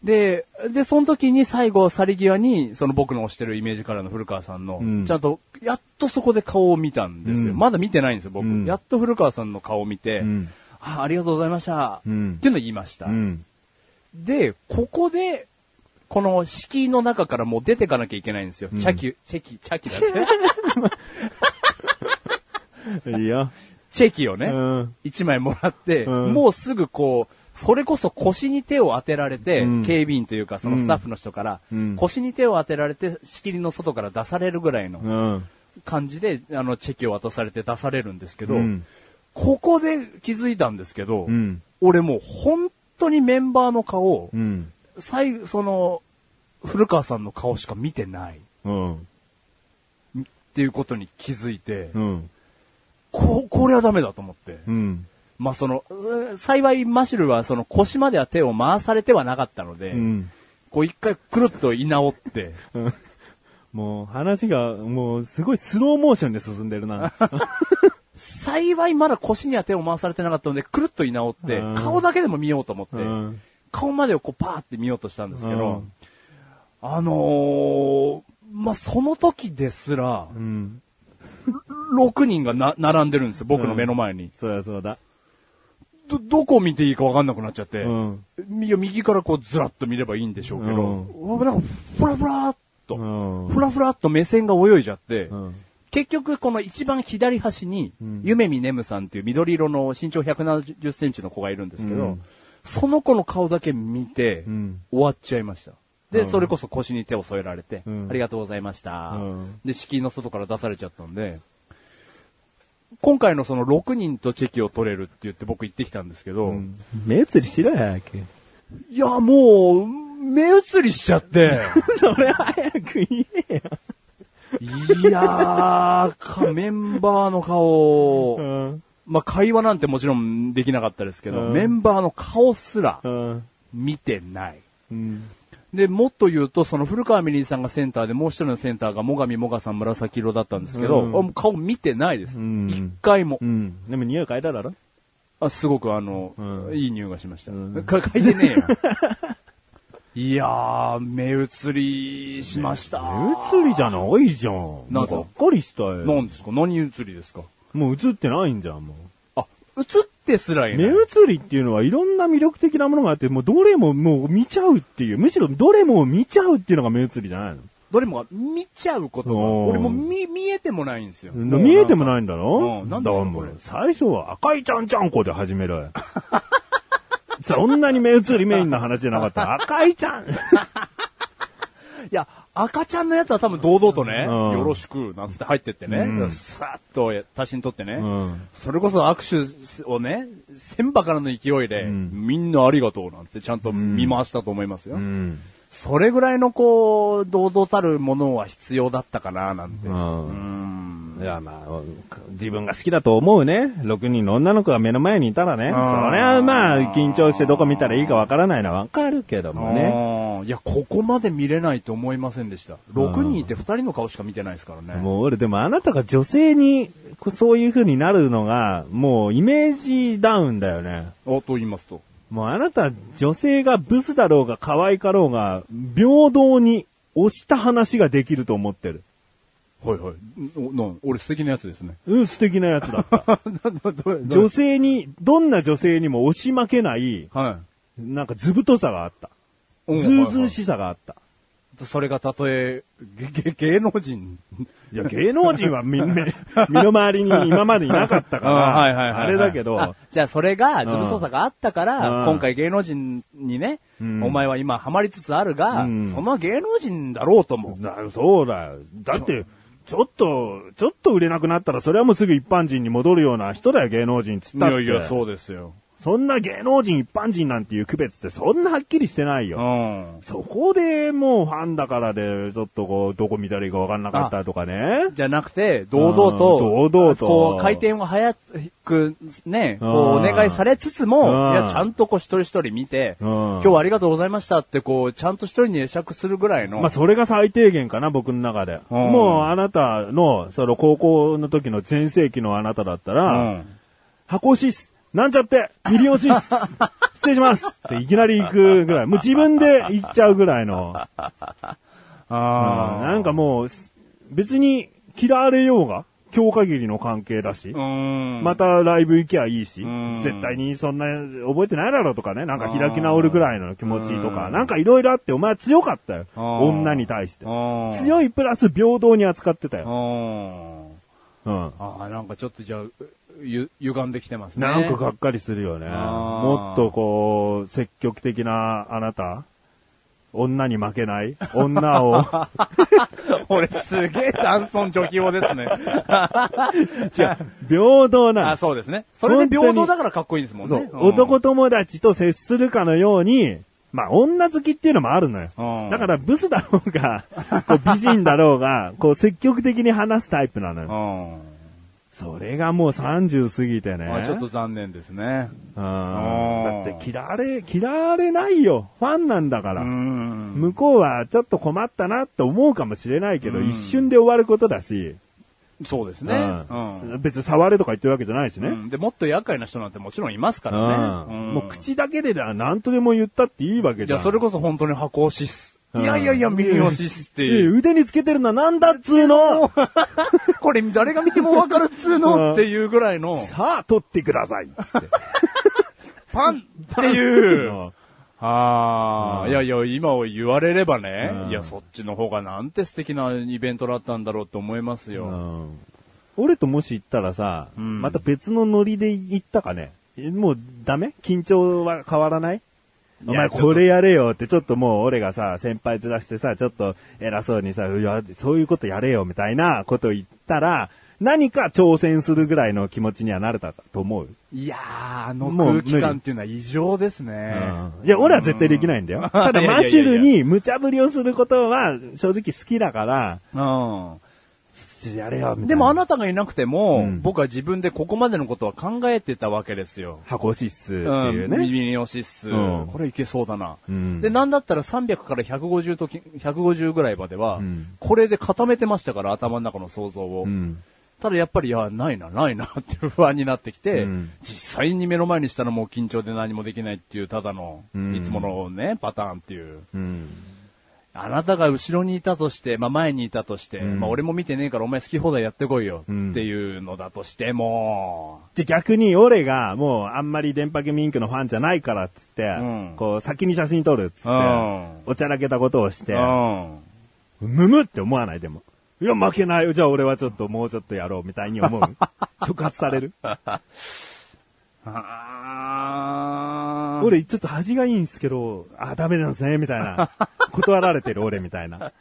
S1: で、で、その時に最後、去り際に、その僕の推してるイメージカラーの古川さんの、
S2: うん
S1: ちゃんと、やっとそこで顔を見たんですよ。
S2: うん
S1: まだ見てないんですよ、僕。
S2: うん
S1: やっと古川さんの顔を見て、
S2: うん
S1: あありがとうございました、
S2: うん
S1: っていうのを言いました。
S2: うん。
S1: で、ここで、この敷居の中からもう出てかなきゃいけないんですよ。チャキ、チェキ、チャキだ
S2: <laughs>
S1: って。
S2: いいよ。
S1: チェキをね、
S2: うん
S1: 一枚もらって、
S2: うん
S1: もうすぐこう、それこそ腰に手を当てられて、
S2: うん
S1: 警備員というかそのスタッフの人から、
S2: うん
S1: 腰に手を当てられて、仕切りの外から出されるぐらいの
S2: うん。
S1: 感じで、あの、チェキを渡されて出されるんですけど、
S2: うん
S1: ここで気づいたんですけど、
S2: うん
S1: 俺もう本当にメンバーの顔を、
S2: うん。
S1: 最後、その、古川さんの顔しか見てない
S2: うん。
S1: っていうことに気づいて、
S2: うん。
S1: こ、これはダメだと思って。
S2: うん。
S1: まあ、その、うー幸いマシュルはその腰までは手を回されてはなかったので、
S2: うん。
S1: こう一回くるっと居直って、
S2: もう話が、もうすごいスローモーションで進んでる <laughs> な。
S1: 幸いまだ腰には手を回されてなかったので、くるっと居直って
S2: うん、
S1: 顔だけでも見ようと思って
S2: うん、
S1: 顔までをこうパーって見ようとしたんですけ
S2: う
S1: ど
S2: ん、
S1: あのー、まあ、その時ですら、
S2: うん。
S1: 6人がな、並んでるんですよ、僕の目の前に。
S2: そうだそうだ。
S1: ど、どこを見ていいかわかんなくなっちゃって、
S2: うん。
S1: いや右からこうずらっと見ればいいんでしょうけど、
S2: う
S1: なんか、ふらふらーっと、
S2: うん
S1: ふらふらっと目線が泳いじゃって、
S2: うん。
S1: 結局この一番左端に、
S2: ん
S1: 夢見ねむさんっていう緑色の身長170センチの子がいるんですけど、
S2: うん
S1: その子の顔だけ見て、
S2: うん
S1: 終わっちゃいました。で、
S2: うん
S1: それこそ腰に手を添えられて、
S2: うん
S1: ありがとうございました、
S2: うん
S1: で、敷居の外から出されちゃったんで、今回のその6人とチェキを取れるって言って僕行ってきたんですけど、
S2: 目移りしろよ、早く。
S1: いや、もう、目移りしちゃって。
S2: <laughs> <laughs> それ早く言えよ。
S1: いやー、か、メンバーの
S2: う
S1: 顔、
S2: ん。
S1: まあ、会話なんてもちろんできなかったですけど、
S2: うん
S1: メンバーの顔すら
S2: うん。
S1: 見てない。
S2: うん。
S1: で、もっと言うと、その古川みりんさんがセンターで、もう一人のセンターが、もがみもがさん紫色だったんですけど、
S2: うん
S1: あもう顔見てないです。一、
S2: うん
S1: 回も、
S2: うん。でも匂い変えただろ
S1: あ。すごくあの、
S2: うん
S1: いい匂いがしました。
S2: うん
S1: か、書いて
S2: <laughs>
S1: ねえよ。いやー、目移りしました。
S2: 目移りじゃないじゃん。
S1: なんすか
S2: かっかりしたよ。
S1: 何ですか何映りですか
S2: もう映ってないんじゃん、もう。
S1: あ、映ってすらいな
S2: 目
S1: い。
S2: 移りっていうのはいろんな魅力的なものがあって、もうどれももう見ちゃうっていう、むしろどれも見ちゃうっていうのが目移りじゃないの。
S1: どれもが見ちゃうことが、
S2: おー
S1: 俺も見、見えてもないんですよ。
S2: 見えてもない
S1: ん
S2: んだろ
S1: うんなんですか
S2: だからもう
S1: これ
S2: 最初は赤いちゃんちゃんこで始めろよ。 <laughs> そんなに目移りメインの話じゃなか
S1: <laughs>
S2: った。赤いちゃん。
S1: いや、赤ちゃんのやつは多分堂々とね、
S2: うん
S1: よろしく、なんつって入ってってね、
S2: うん
S1: さっと写真撮ってね、
S2: うん
S1: それこそ握手をね、千ばからの勢いで、
S2: ん
S1: みんなありがとうなんてちゃんと見回したと思いますよ。
S2: うん。
S1: それぐらいのこう、堂々たるものは必要だったかな、なんて。うん
S2: いや、まあ、自分が好きだと思うね。6人の女の子が目の前にいたらね。それはまあ、緊張してどこ見たらいいかわからないのはわかるけどもね。
S1: ね。いや、ここまで見れないと思いませんでした。6人いて2人の顔しか見てないですからね。
S2: もう俺、でもあなたが女性に、こそういう風になるのが、もうイメージダウンだよね。
S1: あと言いますと。
S2: もうあなた、女性がブスだろうが可愛かろうが、平等に押した話ができると思ってる。
S1: はいはい。んな俺素敵なやつです <laughs> ね。
S2: うん、素敵なやつだ
S1: <laughs>
S2: った。女性に、どんな女性にも押し負けない、
S1: は
S2: なんかずぶとさがあった。
S1: い。
S2: ずうずう
S1: い
S2: しさがあった。
S1: はい。それがたとえ、げげ芸能人。
S2: いや、芸能人は
S1: <laughs>
S2: み、め身の回りに今までいなかったから、
S1: はいはいはいはい
S2: あれだけど、
S1: あじゃあそれが、ズブ操作があったから、
S2: うん
S1: 今回芸能人にね、
S2: うん
S1: お前は今ハマりつつあるが、
S2: うん
S1: その芸能人だろうとも。
S2: だそうだよ。だって、ちょっと、ちょっと売れなくなったら、それはもうすぐ一般人に戻るような人だよ、芸能人っつったって。
S1: そうですよ。
S2: そんな芸能人一般人なんていう区別ってそんなはっきりしてないうよ。
S1: ん。
S2: そこでもうファンだからで、ちょっとこう、どこ見たらいいかわかんなかったとかね。
S1: じゃなくて、堂々と、
S2: うん堂々と
S1: こう、回転を早く、ね、
S2: う
S1: こ
S2: ん
S1: う、お願いされつつ
S2: う
S1: も、
S2: ん
S1: いや、ちゃんとこう、一人一人見て、
S2: うん
S1: 今日はありがとうございましたって、こう、ちゃんと一人に会釈するぐらいの。
S2: まあそれが最低限かな、僕の中で。
S1: うん
S2: もうあなたの、その高校の時の全盛期のあなただった
S1: う
S2: ら、
S1: ん。
S2: 箱押しっす。なんちゃって、ミリオ
S1: <laughs>
S2: シっす。失礼します。っていきなり行くぐらい。もう自分で行っちゃうぐらいの。
S1: ああ。
S2: なんかもう、別に嫌われようが、今日限りの関係だし。
S1: うん。
S2: またライブ行きゃいいし、
S1: うん
S2: 絶対にそんな覚えてないだろうとかね、なんか開き直るぐらいの気持ちとか、なんかいろいろあってお前は強かったよ。
S1: うん
S2: 女に対して。
S1: うん、
S2: 強いプラス平等に扱ってた
S1: う
S2: よ。
S1: ん。
S2: うん。
S1: ああ、なんかちょっとじゃあ、ゆ、歪んできてますね。
S2: なんかがっかりするよね。
S1: あー
S2: もっとこう、積極的なあなた。女に負けない女
S1: <laughs>
S2: を。
S1: <laughs> 俺すげえ男尊女卑王です
S2: <laughs>
S1: ね。
S2: 違う。平等な
S1: あそうですね。それで平等だからかっこいいですもんね。
S2: そう、
S1: ん
S2: 男友達と接するかのように、まあ、女好きっていうのもあるのよ。
S1: うん
S2: だから、ブスだろう
S1: <laughs>
S2: が、こう美人だろうが、こう、積極的に話すタイプなの
S1: う
S2: よ。
S1: ん。
S2: それがもう30過ぎてね。
S1: あちょっと残念ですね。
S2: うん
S1: ん
S2: だって、嫌われ、嫌われないよ。ファンなんだか
S1: う
S2: ら。
S1: ん。
S2: 向こうはちょっと困ったなって思うかもしれないけど、
S1: うん
S2: 一瞬で終わることだし、
S1: そうですね。
S2: うん
S1: うん
S2: 別に触れとか言ってるわけじゃないしね。
S1: うんで、もっと厄介な人なんてもちろんいますからね。ん
S2: もう口だけでな何とでも言ったっていいわけ
S1: じ
S2: じゃ
S1: ゃあ
S2: ん。
S1: それこそ本当に箱押しっす。
S2: うん
S1: いやいやいや、右押しっすって
S2: ええ
S1: いう。
S2: 腕につけてるのはなんだっつうの
S1: これ誰が見てもわかるっつう
S2: うん
S1: のっていうぐらいの、
S2: さあ、取ってくださいっつって。
S1: パンって <laughs> いう。
S2: うん
S1: ああ、
S2: うん
S1: いやいや、今を言われればね、
S2: うん
S1: いや、そっちの方がなんて素敵なイベントだったんだろうと思いますよ。
S2: 俺ともし行ったらさ、
S1: うん
S2: また別のノリで行ったかね。えもうダメ緊張は変わらない
S1: い
S2: お
S1: や
S2: 前これやれよってちょっともう俺がさ、先輩ずらしてさ、ちょっと偉そうにさ、いやそういうことやれよみたいなこと言ったら、何か挑戦するぐらいの気持ちにはなれたと思う
S1: いやー、あの
S2: もう
S1: 空気感っていうのは異常ですね。
S2: いや、俺は絶対できないんだよ。た
S1: <laughs>
S2: だ、
S1: いやい
S2: マ
S1: やいやいや
S2: シュルに無茶ぶりをすることは、正直好きだから、
S1: うん。
S2: やれよ、みたいな。
S1: でもあなたがいなくても、
S2: うん
S1: 僕は自分でここまでのことは考えてたわけですよ。
S2: 箱シスって
S1: う、
S2: いうんね。
S1: 耳に押しっす、
S2: うん
S1: これいけそうだな。
S2: うん
S1: で、なんだったら300から150とき、150ぐらいまでは、
S2: うん
S1: これで固めてましたから、頭の中の想像を。
S2: うん
S1: ただやっぱり、いや、ないな、ないなって不安になってきて、
S2: うん
S1: 実際に目の前にしたらもう緊張で何もできないっていう、ただの、
S2: うん
S1: いつものね、パターンっていう。
S2: うん。
S1: あなたが後ろにいたとして、まあ前にいたとして、
S2: ん
S1: まあ俺も見てねえからお前好き放題やってこいよって
S2: うん
S1: いうのだとしても、
S2: で、逆に俺が、もう、あんまり電波ゲミンクのファンじゃないから、っつって
S1: ん、
S2: こう、先に写真撮る、っつって
S1: うん、
S2: おちゃらけたことをし
S1: う
S2: て、
S1: ん。
S2: むむって思わない、でも。いや、負けないよ。じゃあ俺はちょっと、もうちょっとやろう、みたいに
S1: <laughs>
S2: 思う。触発される。
S1: あー
S2: 俺、ちょっと恥がいいんですけど、あ、ダメなんですね、みたいな。断られてる俺、みたいな。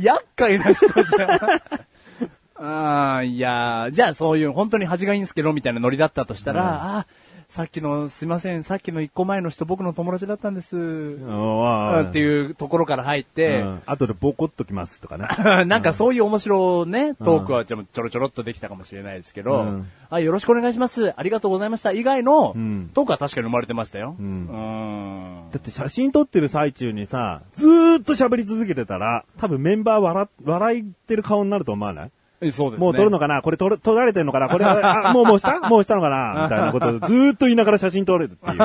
S1: 厄介な人じゃん。 <laughs> ああ、いやー、じゃあそういう、本当に恥がいいんですけど、みたいなノリだったとしたら、ああ、さっきの、すいません、さっきの一個前の人、僕の友達だったんです。
S2: あ
S1: っていうところから入って、
S2: 後でボコっときますとかね。 <laughs>
S1: <laughs> なんかそういう面白いね、トークはちょちょろちょろっとできたかもしれないですけど、
S2: うん
S1: あよろしくお願いします、ありがとうございました、以外の、
S2: うん
S1: トークは確かに生まれてましたよ。
S2: う
S1: うんん。
S2: だって写真撮ってる最中にさ、ずーっと喋り続けてたら、多分メンバー笑っ、笑ってる顔になると思わない
S1: えそうですね。
S2: もう撮るのかなこれ撮る撮られてんのかなこれは、あ、もうもう
S1: <laughs>
S2: したもうしたのかなみたいなことをずーっと言いながら写真撮れるっていう。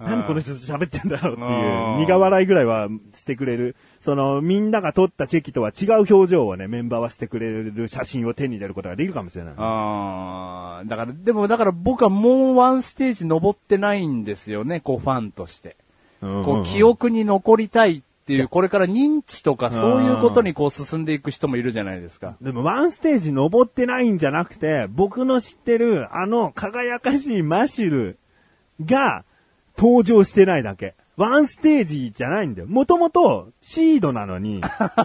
S2: 何この人喋ってんだろうって
S1: あー
S2: いう、苦笑いぐらいはしてくれる。その、みんなが撮ったチェキとは違う表情をね、メンバーはしてくれる写真を手に入れることができるかもしれない。
S1: ああ、だから、でもだから僕はもうワンステージ登ってないんですよね、こうファンとして。こう記
S2: を
S1: 憶に残りたいっていう、これから認知とかそういうことにこう進んでいく人もいるじゃないですか。
S2: でもワンステージ登ってないんじゃなくて、僕の知ってるあの輝かしいマシュルが登場してないだけ。ワンステージじゃないんだよ。もともとシードなのに。
S1: <laughs>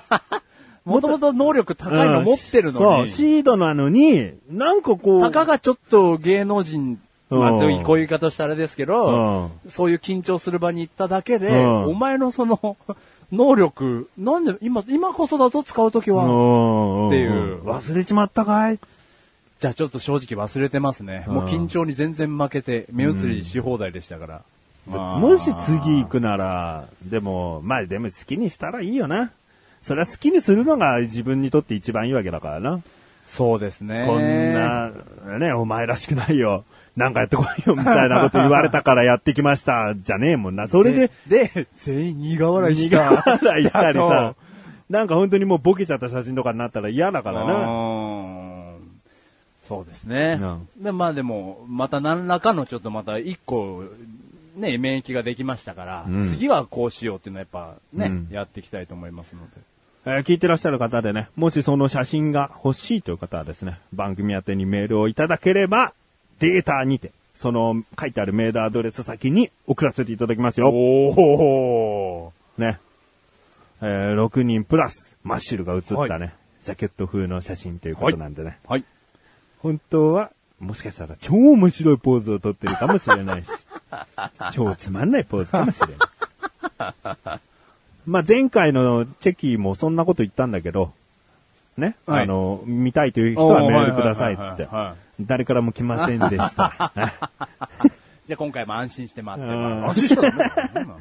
S1: もともと能力高いの持ってるの
S2: そう、
S1: に、
S2: シードなのに、なんかこう。
S1: たかがちょっと芸能人、まあ、
S2: うん
S1: こういう言い方したらあれですけど、そういう緊張する場に行っただけで、
S2: うん
S1: お前のその、 <laughs> 能力、なんで、今、今こそだぞ使うときは、
S2: っ
S1: っていう
S2: 忘れちまったかい
S1: じゃあちょっと正直忘れてますね。
S2: うん
S1: もう緊張に全然負けて、目移りし放題でしたから。まあ
S2: もし次行くなら、でも、まあでも好きにしたらいいよな。それは好きにするのが自分にとって一番いいわけだからな。
S1: そうですね。
S2: こん。な、ね、お前らしくないよ。なんかやってこいよ、みたいなこと言われたからやってきました、じゃねえもんな。それで、
S1: で、で、全員苦笑いし
S2: 苦
S1: た。
S2: 笑いしたり
S1: だと、
S2: さなんか本当にもうボケちゃった写真とかになったら嫌だからな。
S1: うんそうですね。
S2: う
S1: でまあでも、また何らかのちょっとまた一個、ね、免疫ができましたから、
S2: うん
S1: 次はこうしようっていうのはやっぱね、
S2: うん
S1: やっていきたいと思いますので。
S2: えー聞いてらっしゃる方でね、もしその写真が欲しいという方はですね、番組宛てにメールをいただければ、データにて、その書いてあるメールアドレス先に送らせていただきますよ。
S1: お
S2: ね。えー6人プラス、マッシュルが写ったね、
S1: は
S2: ジャケット風の写真ということなんでね。
S1: はい。
S2: 本当は、もしかしたら超面白いポーズを撮ってるかもしれ
S1: <laughs>
S2: ないし、超つまんないポーズかもしれない。まあ前回のチェキもそんなこと言ったんだけど、ね、
S1: はい
S2: あの、見たいという人はメールくださいっつっ
S1: おーはいはいはい
S2: て
S1: はいはい、
S2: 誰からも来ません
S1: <laughs>
S2: でした。
S1: じゃあ今回も安心して待って
S2: う
S1: ま
S2: ん
S1: す。安心したらね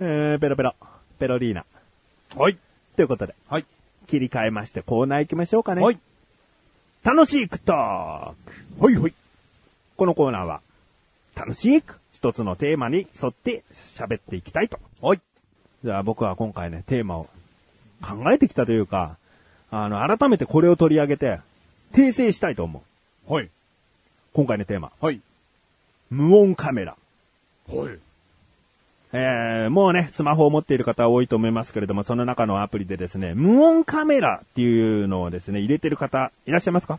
S2: えー、ペロペロ、ペロリーナ。
S1: はい。
S2: ということで、
S1: はい。
S2: 切り替えましてコーナー行きましょうかね。
S1: はい。
S2: 楽しいクトーク
S1: ほいほい。
S2: このコーナーは、楽しく一つのテーマに沿って喋っていきたいと
S1: はい。
S2: じゃあ僕は今回ね、テーマを考えてきたというか、あの、改めてこれを取り上げて、訂正したいと思う。
S1: はい。
S2: 今回のテーマ。
S1: はい。
S2: 無音カメラ。
S1: はい。
S2: えー、もうね、スマホを持っている方は多いと思いますけれども、その中のアプリでですね、無音カメラっていうのをですね、入れてる方、いらっしゃいますか、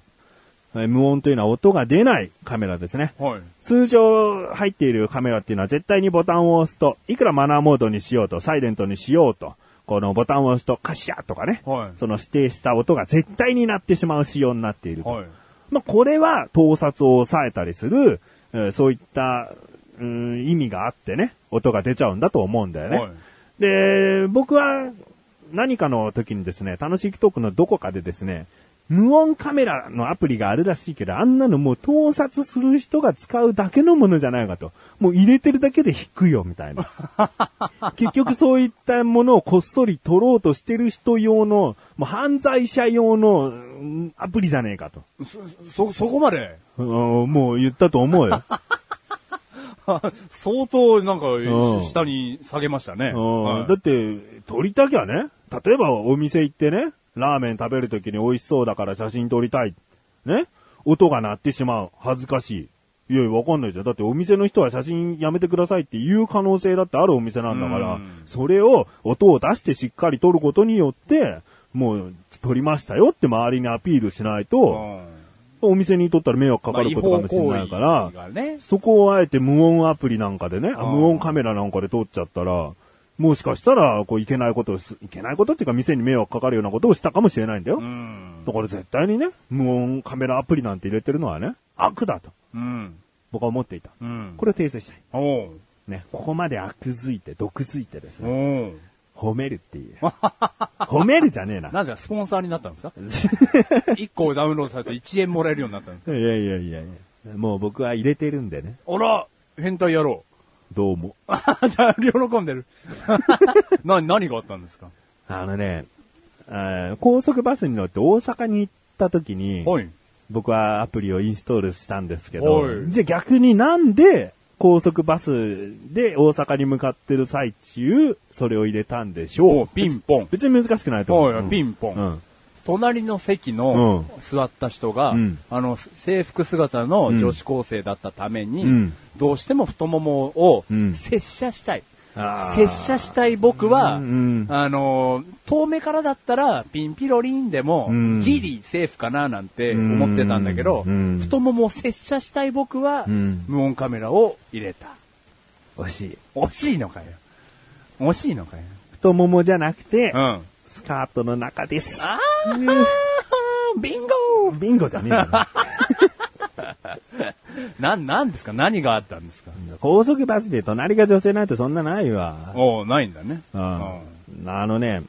S2: えー無音というのは音が出ないカメラですね。
S1: はい。
S2: 通常入っているカメラっていうのは絶対にボタンを押すと、いくらマナーモードにしようと、サイレントにしようと、このボタンを押すとカシャーとかね、
S1: はい
S2: その指定した音が絶対になってしまう仕様になっていると。
S1: はい。
S2: まあ、これは盗撮を抑えたりする、えーそういった、うん意味があってね、音が出ちゃうんだと思うんだよね。
S1: はい
S2: で、僕は何かの時にですね、楽しいトークのどこかでですね、無音カメラのアプリがあるらしいけど、あんなのもう盗撮する人が使うだけのものじゃないかと。もう入れてるだけで引くよ、みたいな。
S1: <laughs>
S2: 結局そういったものをこっそり取ろうとしてる人用の、もう犯罪者用のうんアプリじゃねえかと。
S1: そ、そこまで
S2: うんもう言ったと思
S1: <laughs>
S2: うよ。
S1: 相当なんか
S2: うん
S1: し下に下げましたね。
S2: う
S1: は
S2: ん
S1: い
S2: だって、撮りたきゃね、例えばお店行ってね、ラーメン食べるときに美味しそうだから写真撮りたい。ね音が鳴ってしまう。恥ずかしい。いやいや、わかんないじゃん。だってお店の人は写真やめてくださいっていう可能性だってあるお店なんだか
S1: う
S2: ら
S1: ん、
S2: それを音を出してしっかり撮ることによって、もう撮りましたよって周りにアピールしないと、
S1: うん
S2: お店に撮ったら迷惑か
S1: ま
S2: か
S1: あ
S2: る
S1: 違
S2: ことか
S1: 法行
S2: もしれない
S1: 為
S2: か
S1: が
S2: ら、
S1: ね。
S2: そこをあえて無音アプリなんかでね、あ
S1: うん
S2: 無音カメラなんかで撮っちゃったら、もしかしたら、こう、いけないことをす、いけないことっていうか、店に迷惑かかるようなことをしたかもしれないんだよ。
S1: うん。
S2: だから絶対にね、無音カメラアプリなんて入れてるのはね、悪だと、
S1: うん。
S2: 僕は思っていた。
S1: うん。
S2: これを訂正したい。
S1: れ。おう。
S2: ね、ここまで悪づいて、毒づいてですね、
S1: おう。
S2: 褒めるっていう。褒めるじゃねえな。
S1: なぜスポンサーになったんですか
S2: <laughs>
S1: 一個ダウンロードされて1円もらえるようになったんですか
S2: いやいやいやいや。もう僕は入れてるんでね、
S1: あら変態野 <laughs> 郎。
S2: どうも。 <laughs>
S1: あ、じゃあ、喜んでる。な、何があったんですか
S2: あのね、あー高速バスに乗って大阪に行った時に、
S1: はい。
S2: 僕はアプリをインストールしたんですけ
S1: は
S2: ど、
S1: い
S2: じゃあ逆になんで高速バスで大阪に向かってる最中、それを入れたんでしょ
S1: お
S2: う
S1: うピンポン。
S2: 別に難しくないと思う。
S1: は
S2: う
S1: い、
S2: ん
S1: ピンポ
S2: う
S1: ン。
S2: ん。
S1: 隣の席の座った人が、
S2: うん
S1: あの、制服姿の女子高生だったために、
S2: うん
S1: どうしても太ももを
S2: うん
S1: 接射したい。
S2: あ
S1: 接
S2: ー
S1: 射したい僕は、
S2: うんうん
S1: あのー、遠目からだったら、ピンピロリンでも、
S2: うん
S1: ギリセーフかななんて思ってたんだけど、
S2: うん
S1: 太ももを接射したい僕は、
S2: うん
S1: 無音カメラを入れた。
S2: 惜しい。
S1: 惜しいのかよ。惜しいのかよ。
S2: 太ももじゃなくて、
S1: ん。
S2: スカートの中です。
S1: あ
S2: うん
S1: ー、ビンゴ
S2: ビンゴじゃね
S1: <laughs>
S2: えな
S1: な、なんですか何があったんですか
S2: 高速バスで隣が女性なんてそんなないわ。
S1: おうないんだね。
S2: うん
S1: うん
S2: あのね、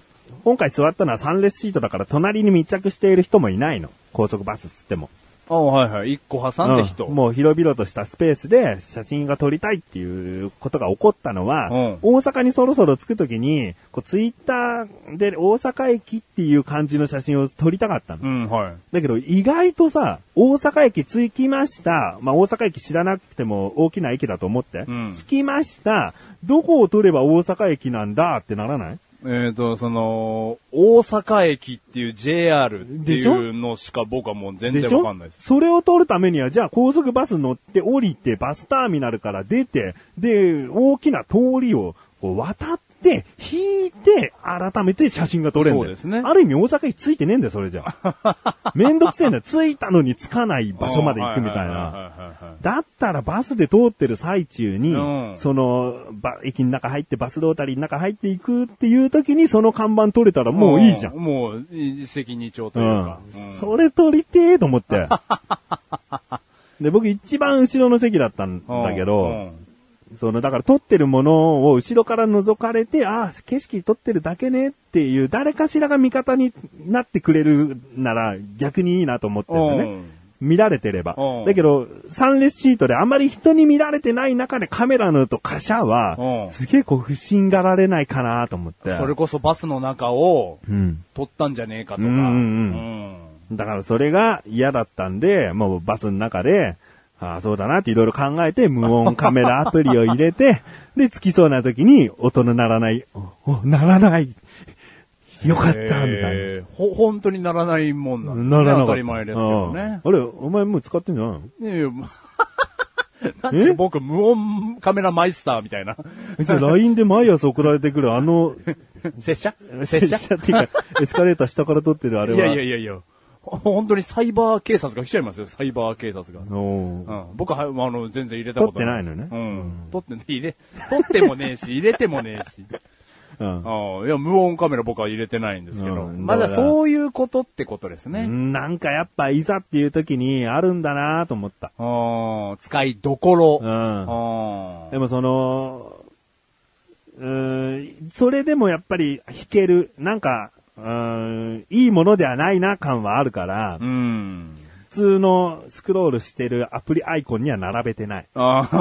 S2: 今回座ったのは3列シートだから隣に密着している人もいないの。高速バスっつっても。
S1: あはいはい。一個挟んで人。
S2: うんもう広々としたスペースで写真が撮りたいっていうことが起こったのは、
S1: うん
S2: 大阪にそろそろ着くときに、こうツイッターで大阪駅っていう感じの写真を撮りたかったの。
S1: うん、はい。
S2: だけど意外とさ、大阪駅着きました。まあ、大阪駅知らなくても大きな駅だと思って。
S1: うん
S2: 着きました。どこを撮れば大阪駅なんだってならない
S1: えっ、と、その、大阪駅っていう JR って
S2: で
S1: い
S2: しょ
S1: うのしか僕はもう全
S2: で
S1: 然
S2: し
S1: わか
S2: ょ
S1: んないです。
S2: それを撮るためには、じゃあ高速バス乗って降りて、バスターミナルから出て、で、大きな通りをこう渡って、引いて、改めて写真が撮れるんだよ。
S1: そうですね
S2: ある意味大阪駅ついてねえんだよ、それ
S1: <laughs>
S2: じゃあ。めんどくせえんだよ。着いたのに着かない場所まで行くみたい
S1: は
S2: な。
S1: ははいはい
S2: だったらバスで通ってる最中に、
S1: うん
S2: その、ば、駅の中入って、バスロータリーの中入っていくっていう時に、その看板撮れたらもういいじゃん。
S1: もう、一石二鳥と
S2: う
S1: いうんか。うん
S2: それ撮りてえと
S1: <laughs>
S2: 思って。で、僕一番後ろの席だったんだけ
S1: う
S2: ど、
S1: ん
S2: その、だから撮ってるものを後ろから覗かれて、ああ、景色撮ってるだけねっていう、誰かしらが味方になってくれるなら逆にいいなと思ってるんだ
S1: う
S2: ね
S1: ん。
S2: 見られてれば
S1: う。ん
S2: だけど、3列シートであまり人に見られてない中でカメラのとカシャ
S1: う
S2: は、
S1: ん
S2: すげえこう不審がられないかなと思って。
S1: それこそバスの中を
S2: うん。
S1: 撮ったんじゃねえかとか。
S2: うんうんうだからそれが嫌だったんで、もうバスの中で、ああ、そうだなっていろいろ考えて、無音カメラアプリを入れて、 <laughs> で、つきそうな時に音の鳴らない、お、お鳴らない、よかった、みたいな。
S1: えーほ、本当にならないもんなんですね
S2: 鳴らなかった。
S1: 当たり前ですけどね。
S2: うんあれ、お前もう使ってんじゃないの
S1: いやいや <laughs> なんで僕、無音カメラマイスターみたいな。
S2: うち LINE で毎朝送られてくるあの、
S1: 拙者拙者
S2: っ
S1: <laughs>
S2: ていうか、エスカレーター下から撮ってるあれは。
S1: いやいやいやいや。ほ本当にサイバー警察が来ちゃいますよ、サイバー警察が。
S2: おー
S1: うん、僕は、あの、全然入れたことない。
S2: 撮ってないのね
S1: うん。撮って、入れ、撮ってもねえし、入れてもねえし。
S2: うん
S1: ああ、いや、無音カメラ僕は入れてないんですけど。
S2: うん
S1: まだ
S2: だから
S1: そういうことってことです
S2: う
S1: ね。
S2: んなんかやっぱいざっていう時にあるんだなと思った。
S1: ああ、使いどころ。
S2: うん。
S1: ああ
S2: でもその、うーん、それでもやっぱり弾ける、なんか、うーん、いいものではないな感はあるから
S1: う、ん。
S2: 普通のスクロールしてるアプリアイコンには並べてない。
S1: あ
S2: う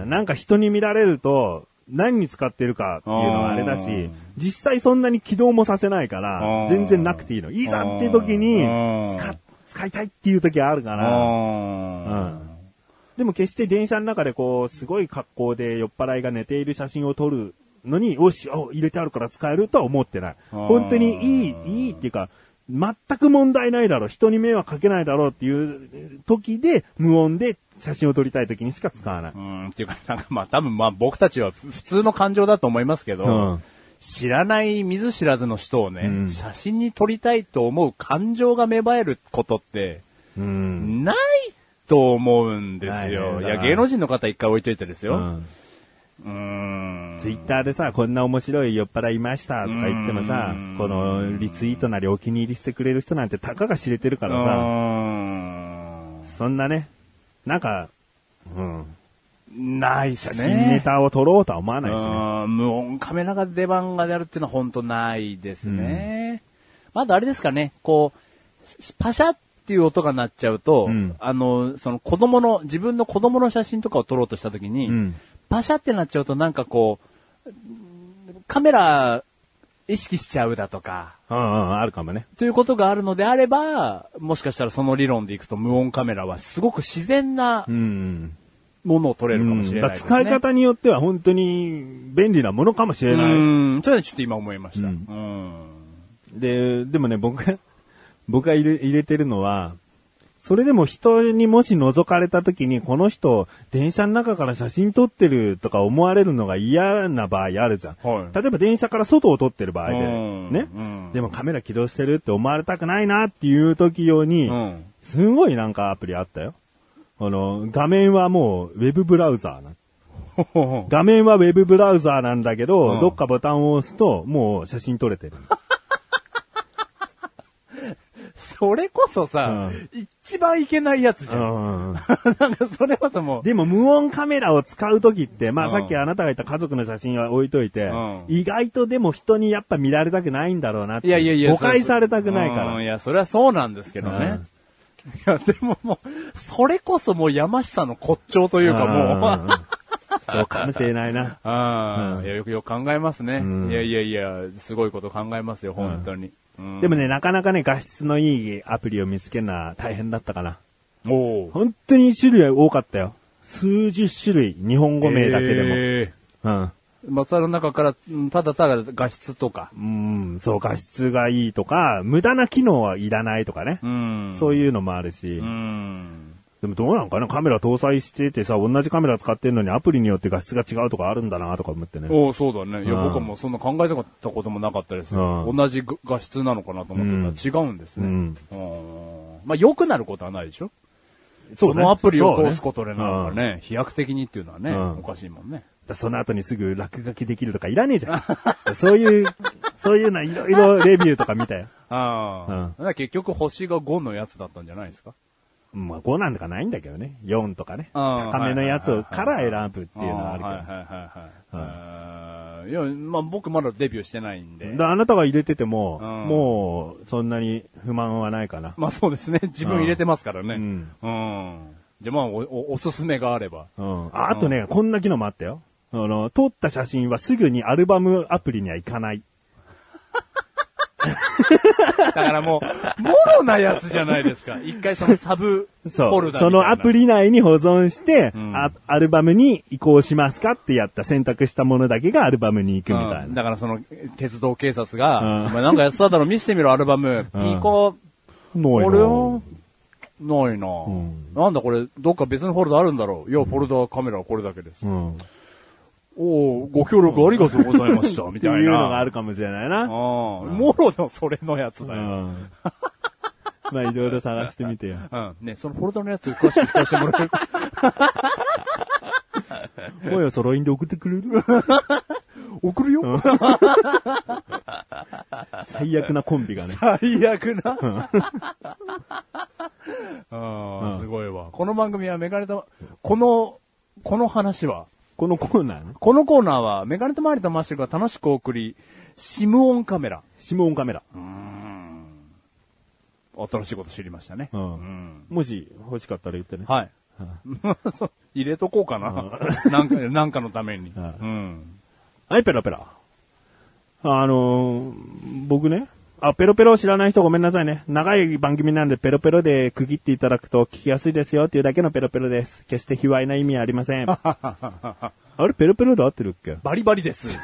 S1: あ、
S2: ん、なんか人に見られると、何に使ってるかっていうのはあれだ
S1: あ
S2: し
S1: ー、
S2: 実際そんなに起動もさせないか
S1: あ
S2: ら、
S1: ー
S2: 全然なくていいの。いざって時に
S1: あー
S2: 使っ、使いたいっていう時はあるか
S1: あ
S2: ら、
S1: あ
S2: うんでも決して電車の中でこう、すごい格好で酔っ払いが寝ている写真を撮るのに、よし、あ入れてあるから使えるとは思ってない。
S1: あー
S2: 本当にいい、いいっていうか、全く問題ないだろう、人に迷惑かけないだろうっていう時で、無音で写真を撮りたい時にしか使わない。
S1: うん、っていうか、なんかまあ多分まあ僕たちはふ普通の感情だと思いますけど、
S2: うん
S1: 知らない見ず知らずの人をね、
S2: うん
S1: 写真に撮りたいと思う感情が芽生えることって、
S2: うん。
S1: ないと思うんです
S2: ない
S1: よ。
S2: ね
S1: い
S2: だから
S1: や、芸能人の方一回置いといてです
S2: う
S1: よ。
S2: ん
S1: うーん。
S2: ツイッターでさ、こんな面白い酔っ払いいましたとか言ってもさ
S1: う、ん
S2: このリツイートなりお気に入りしてくれる人なんてたかが知れてるか
S1: う
S2: らさ、
S1: ー
S2: そんなね、なんか、うん、
S1: ん。ないっす
S2: 写
S1: ね。
S2: 真ネタを撮ろうとは思わないし
S1: う
S2: ね。
S1: ーん無音カメラが出番が出るっていうのは本当ないですね。まだあれですかね、こう、しパシャっていう音が鳴っちゃうと、
S2: うん
S1: あの、その子供の、自分の子供の写真とかを撮ろうとした時に、
S2: うん
S1: パシャってなっちゃうとなんかこう、カメラ意識しちゃうだとか、
S2: あうんうん、あるかもね。
S1: ということがあるのであれば、もしかしたらその理論でいくと無音カメラはすごく自然な
S2: うん。
S1: ものを撮れるかもしれない
S2: うんだ
S1: で
S2: か
S1: す
S2: ら
S1: ね。
S2: 使い方によっては本当に便利なものかもしれない。
S1: うん、それはちょっと今思いました。う。
S2: うんで、でもね、僕が、僕が入れ入れてるのは、それでも人にもし覗かれた時に、この人、電車の中から写真撮ってるとか思われるのが嫌な場合あるじゃん。
S1: はい
S2: 例えば電車から外を撮ってる場合で、
S1: うん
S2: ね、
S1: うん
S2: でもカメラ起動してるって思われたくないなっていう時用に、
S1: うん。 <laughs>
S2: すごいなんかアプリあったよ。あの、画面はもうウェブブラウザーな。
S1: ほほほ
S2: 画面はウェブブラウザーなんだけど、
S1: うん
S2: どっかボタンを押すと、もう写真撮れてる。
S1: それこそさ、一番いけないやつじゃん。
S2: う
S1: <laughs>
S2: ん
S1: なんかそれこそもう、
S2: でも無音カメラを使うときって、ま
S1: う
S2: あ
S1: ん
S2: さっきあなたが言った家族の写真は置いといて
S1: うん、
S2: 意外とでも人にやっぱ見られたくないんだろうなって。
S1: いやいやいや、
S2: 誤解されたくないか
S1: うんい
S2: ら。
S1: や、それはそうなんですけどね。いや、でももう、それこそもう山下の骨頂というかもう、
S2: う。そうかもしれないな。
S1: ああ、
S2: うん
S1: いや、よくよく考えますね。
S2: うん
S1: いやいやいや、すごいこと考えますよ、本当に。うん
S2: でも、ね、なかなかね、画質のいいアプリを見つけるのは大変だったかな。
S1: おー
S2: 本当に種類多かったよ。数十種類、日本語名だけで
S1: え
S2: も。
S1: ーまあその中から、うんただただ画質とか。
S2: うん。うん、そう、画質がいいとか、無駄な機能はいらないとかね
S1: う。ん。
S2: そう
S1: う。
S2: いうのもあるし。
S1: うん。
S2: でもどうなんかなカメラ搭載しててさ、同じカメラ使ってんのにアプリによって画質が違うとかあるんだなとか思ってね。
S1: おおそうだね。いや、
S2: うん
S1: 僕はもうそんな考えたこともなかったですよ。
S2: うん
S1: 同じ画質なのかなと思ってたら違うんですね。
S2: うん
S1: うんまあ、良くなることはないでしょ
S2: そ
S1: そう
S2: ね
S1: のアプリを
S2: そうね
S1: 通すことでなんかね、飛躍的にっていうのはね、
S2: うん
S1: おかしいもんね。
S2: だその後にすぐ落書きできるとかいらねえじゃん。そういう、そういうのいろいろレビューとか見たよ。
S1: ああ
S2: うん、
S1: だから結局星が5のやつだったんじゃないですか
S2: まあ5なんかないんだけどね。4とかね。
S1: うん
S2: 高めのやつをから選ぶっていうのはあるけど。
S1: はいはいはいはい。いや、まあ僕まだデビューしてないんで。
S2: だあなたが入れてても、
S1: うん
S2: もうそんなに不満はないかな。
S1: まあそうですね。自分入れてますからね。う
S2: うんん。
S1: じゃあまあお、お、おすすめがあれば。
S2: うん。ああとね、こんな機能もあったよ。あの、撮った写真はすぐにアルバムアプリには行かない。
S1: だからもう、もろなやつじゃないですか。一回そのサブフ
S2: そ
S1: ォ
S2: う。
S1: ルダ
S2: そのアプ
S1: リ。
S2: リ内に保存して、
S1: うん
S2: あアルバムに移行しますかってやった選択したものだけがアルバムに行くみた
S1: うん
S2: いな。
S1: だからその、鉄道警察が、
S2: うん
S1: お前なんかやってただろ、見せてみろ、アルバム。
S2: うん
S1: いい子、
S2: の
S1: あれ
S2: よ
S1: よ。ないな、
S2: ん
S1: なんだこれ、どっか別のフォルダあるんだろう。いや、フォルダカメラはこれだけです。
S2: うん。っ
S1: おおご協力ありがとうございました、み
S2: てい
S1: たいな。
S2: うのがあ
S1: る。
S2: るかもしれない
S1: うん。
S2: な。
S1: もろのそれのやつ
S2: うん。
S1: だよ。
S2: まあいろいろ探してみてよ。
S1: うん。ね、そのフォルダのやつ詳しく聞
S2: <laughs>
S1: かせてもらえる。
S2: おいお揃いんで送ってくれる <laughs>
S1: 送るよ。
S2: 最悪なコンビがね。
S1: 最悪な。あ
S2: う
S1: あ、
S2: ん
S1: すごいわ。この番組はメガネと、この、この話は、
S2: このコーナーね。
S1: このコーナーはメガネと周りとマッシュルが楽しくお送り、シムオンカメラ。
S2: 指紋カメラ。
S1: 新しいこと知りましたね。
S2: う。
S1: うんん
S2: もし欲しかったら言ってね。
S1: はい。そう <laughs> 入れとこうかな。なんか、なんかのために。う
S2: うん
S1: ん。
S2: はい、ペロペロ。あのー僕ね、あ、ペロペロを知らない人ごめんなさいね。長い番組なんでペロペロで区切っていただくと聞きやすいですよっていうだけのペロペロです。決して卑猥な意味はありま
S1: <laughs>
S2: せん。あれ、ペロペロで合ってるっけ
S1: バリバリです。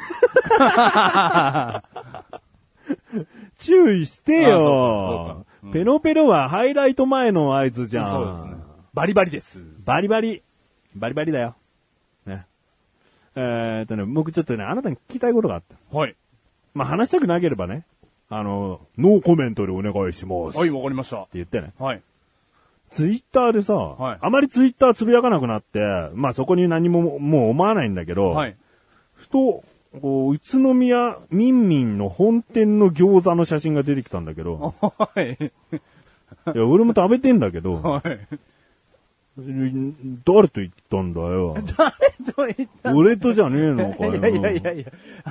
S2: 注意して
S1: あそうかそうか
S2: よ
S1: うん
S2: ペロペロはハイライト前の合図じゃん。
S1: そうですね。バリバリです。
S2: バリバリ。バリバリだよ。ね。えーっとね、僕ちょっとね、あなたに聞きたいことがあった。
S1: はい。
S2: まあ、話したくなければね、あの、ノーコメントでお願いします。
S1: はい、
S2: って
S1: わかりました。
S2: 言ってね。
S1: はい。
S2: ツイッターでさ、
S1: い
S2: あまりツイッターつぶやかなくなって、まあそこに何ももう思わないんだけど、
S1: はい。
S2: ふと、こう、宇都宮みんみんの本店の餃子の写真が出てきたんだけど、
S1: はい。
S2: いや、俺も食べてんだけど、
S1: <laughs> はい。
S2: <laughs> うん誰と行ったん
S1: <laughs>
S2: だよ。
S1: と言った
S2: 俺とじゃねえのかよ。
S1: いやいやいやいや、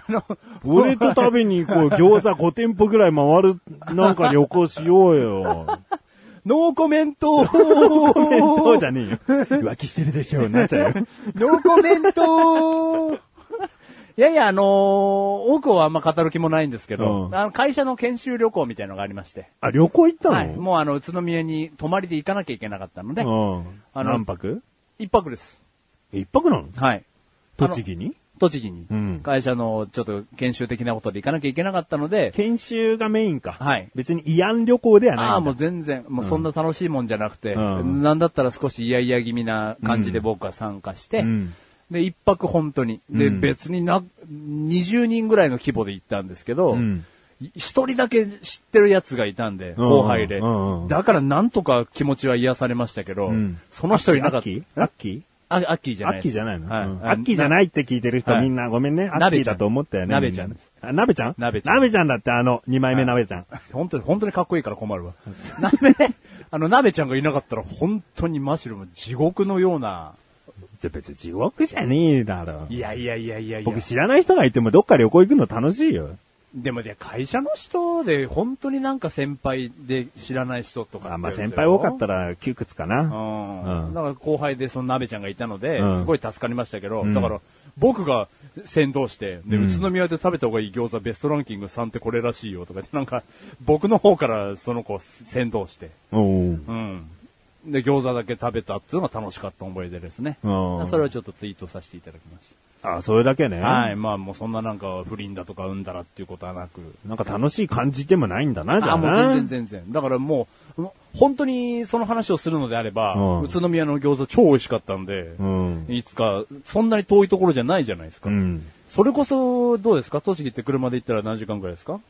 S1: あの、
S2: 俺と食べに行こう。餃子5店舗ぐらい回る、なんか旅行しよ
S1: <laughs>
S2: うよ。
S1: ノーコメント
S2: コメントじゃ
S1: <laughs>
S2: ねえよ。浮気してるでしょ、なっちゃうよ。
S1: ノーコメントいやいや、あのー多くはあんま語る気もないんですけど、
S2: うん
S1: あの会社の研修旅行みたいなのがありまして、
S2: あ、旅行行ったの、
S1: はい、もうあの、宇都宮に泊まりで行かなきゃいけなかったので、
S2: うん。
S1: あの
S2: 何泊
S1: 一泊です。
S2: え一泊なの
S1: はい。
S2: 栃木に
S1: 栃木に
S2: うん、
S1: 会社のちょっと研修的なことで行かなきゃいけなかったので、
S2: 研修がメインか。
S1: はい
S2: 別に慰安旅行ではないんだ。
S1: ああ、もう全然、もうそんな楽しいもんじゃなくて、
S2: うん
S1: なんだったら少し嫌々気味な感じで僕は参加して、
S2: うん
S1: で、一泊本当に。で、
S2: うん
S1: 別にな、20人ぐらいの規模で行ったんですけど、
S2: うん
S1: い一人だけ知ってるやつがいたんで、
S2: うん
S1: 後輩で
S2: うん。
S1: だからなんとか気持ちは癒されましたけど、
S2: うん
S1: その人いなか
S2: ア
S1: っ
S2: ッキー
S1: た。
S2: アッキー
S1: あアッキーじゃ
S2: ア
S1: ない
S2: ッ
S1: です
S2: キーじゃないの、
S1: はい
S2: うんアッキーじゃないって聞いてる人
S1: はい
S2: みんなごめんね。アッキ
S1: 鍋
S2: ー
S1: ちゃん
S2: だと思ったよね。
S1: 鍋ちゃんです
S2: あ、鍋ちゃん
S1: 鍋ちゃん
S2: 鍋ちゃんだってあの、二枚目鍋ちゃん。
S1: 本当に、本当にかっこいいから困る
S2: <laughs>
S1: わ。鍋、あの、鍋ちゃんがいなかったら本当にマシュルも地獄のような。
S2: じゃ別に地獄じゃねえだろ。
S1: いやいやいやいやいや
S2: 僕。知らない人がいてもどっか旅行行くの楽しいよ。
S1: でもね、会社の人で本当になんか先輩で知らない人とかって
S2: あまあ先輩多かった
S1: ら。
S2: ら窮屈
S1: う
S2: か
S1: ん。
S2: な。うん
S1: だから後輩でその鍋ちゃんがいたので、
S2: うん
S1: すごい助かりましたけど、
S2: ん
S1: だから僕が先導して、で、
S2: うん
S1: 宇都宮で食べた方がいい餃子ベストランキング3ってこれらしいよとかって、なんか僕の方からその子を先導して。
S2: おう
S1: うん。で、餃子だけ食べたっていうのが楽しかった思い出ですね。
S2: うん
S1: それをちょっとツイートさせていただきまし
S2: あ、それだけね。
S1: た。はい。まあもうそんななんか不倫だとか産んだらっていうことはなく。
S2: なんか楽しい感じでもないんだな、じゃ
S1: あ、
S2: あ
S1: もう
S2: な。
S1: 全然全然。だからもう、本当にその話をするのであれば、
S2: うん
S1: 宇都宮の餃子超美味しかったんで、
S2: うん。
S1: いつか、そんなに遠いところじゃないじゃないですか。
S2: うん。
S1: それこそ、どうですか栃木って車で行ったら何時間くらいですか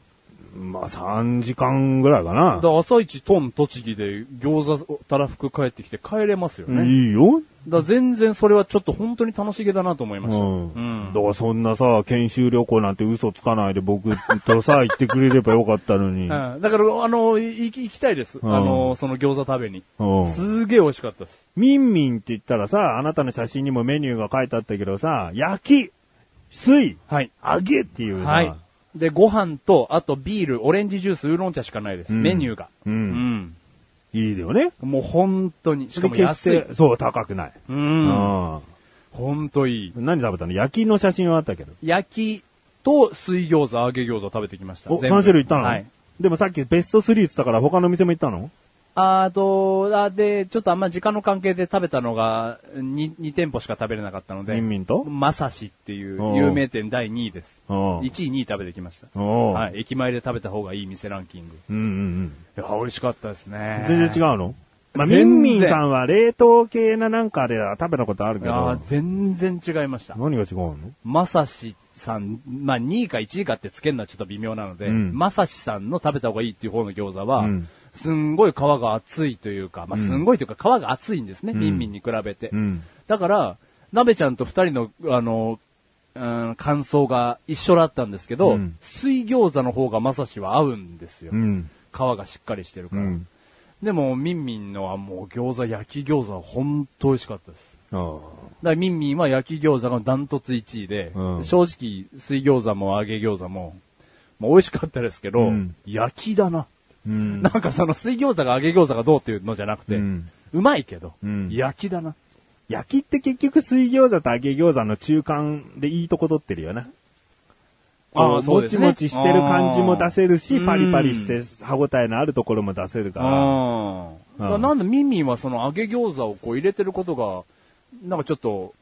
S2: まあ3時間ぐらいかな。
S1: だから朝一トン栃木で餃子たらふく帰ってきて帰れますよね。
S2: いいよ。
S1: だから全然それはちょっと本当に楽しげだなと思いま
S2: う。
S1: した。うんん。
S2: だからそんなさ、研修旅行なんて嘘つかないで僕とさ、行ってくれればよかったのに。
S1: <laughs>
S2: う
S1: うんだから、あの、い行き行きたいです。
S2: うん
S1: あの、その餃子食べに。
S2: ん。
S1: すげえ美味しかったです。
S2: ミンミンって言ったらさ、あなたの写真にもメニューが書いてあったけどさ、焼き、水、
S1: はい。
S2: 揚げっていうさ、
S1: はい。で、ご飯と、あとビール、オレンジジュース、ウーロン茶しかないです。
S2: うん
S1: メニューが。
S2: う、
S1: うんん。
S2: いいよね。
S1: もう本当に。しかも
S2: で決し
S1: 安い
S2: て。、そう、高くない。
S1: うん。本当いい。
S2: うん何食べたの焼きの写真はあったけど。
S1: 焼きと水餃子、揚げ餃子食べてきました。
S2: お、
S1: 全部
S2: 3種類いったの、
S1: はい。
S2: でもさっきベスト3って言ったから他の店も行ったの
S1: あと、あで、ちょっとあんま時間の関係で食べたのが、2、二店舗しか食べれなかったので。
S2: ミンミンと
S1: まさしっていう有名店第2位です。
S2: うん。
S1: 1位、2位食べてきました。
S2: おう
S1: はい。駅前で食べた方がいい店ランキング。
S2: うんうんうん。
S1: いや、美味しかったですね。
S2: 全然
S1: う。
S2: 違うのまあ、ミ
S1: 全然
S2: ンミンさんは冷凍系ななんかでは食べたことある
S1: い
S2: け
S1: や
S2: ど
S1: ー、全然違いました。
S2: 何が違うの
S1: まさしさん、まあ2位か1位かってつけるのはちょっと微妙なので、
S2: うん
S1: まさしさんの食べた方がいいっていう方の餃子は、
S2: うん
S1: すんごい皮が厚いというか、まあすんごいというか皮が厚いんですね、みんみんに比べて。
S2: うん。
S1: だから、鍋ちゃんと二人の、あの、うん、感想が一緒だったんですけど、
S2: うん
S1: 水餃子の方がまさしは合うんですよ。
S2: うん。
S1: 皮がしっかりしてる
S2: う
S1: から。
S2: ん。
S1: でも、みんみんのはもう餃子、焼き餃子は本当美味しかったです。
S2: ああ。
S1: だからみんみんは焼き餃子がダントツ1位で、
S2: うん
S1: 正直、水餃子も揚げ餃子も、まあ、美味しかったですけど、
S2: うん
S1: 焼きだな。
S2: うん。
S1: なんかその水餃子が揚げ餃子がどうっていうのじゃなくて、う
S2: う
S1: んまいけど、
S2: うん
S1: 焼きだな。
S2: 焼きって結局水餃子と揚げ餃子の中間でいいとこ取ってるよな。
S1: ああ
S2: こ
S1: そうですね
S2: もちもちしてる感じも出せるし
S1: あ、ー
S2: パリパリして歯応えのあるところも出せるから。
S1: あ
S2: うん
S1: あ。なんでミンミンはその揚げ餃子をこう入れてることが、なんかちょっと、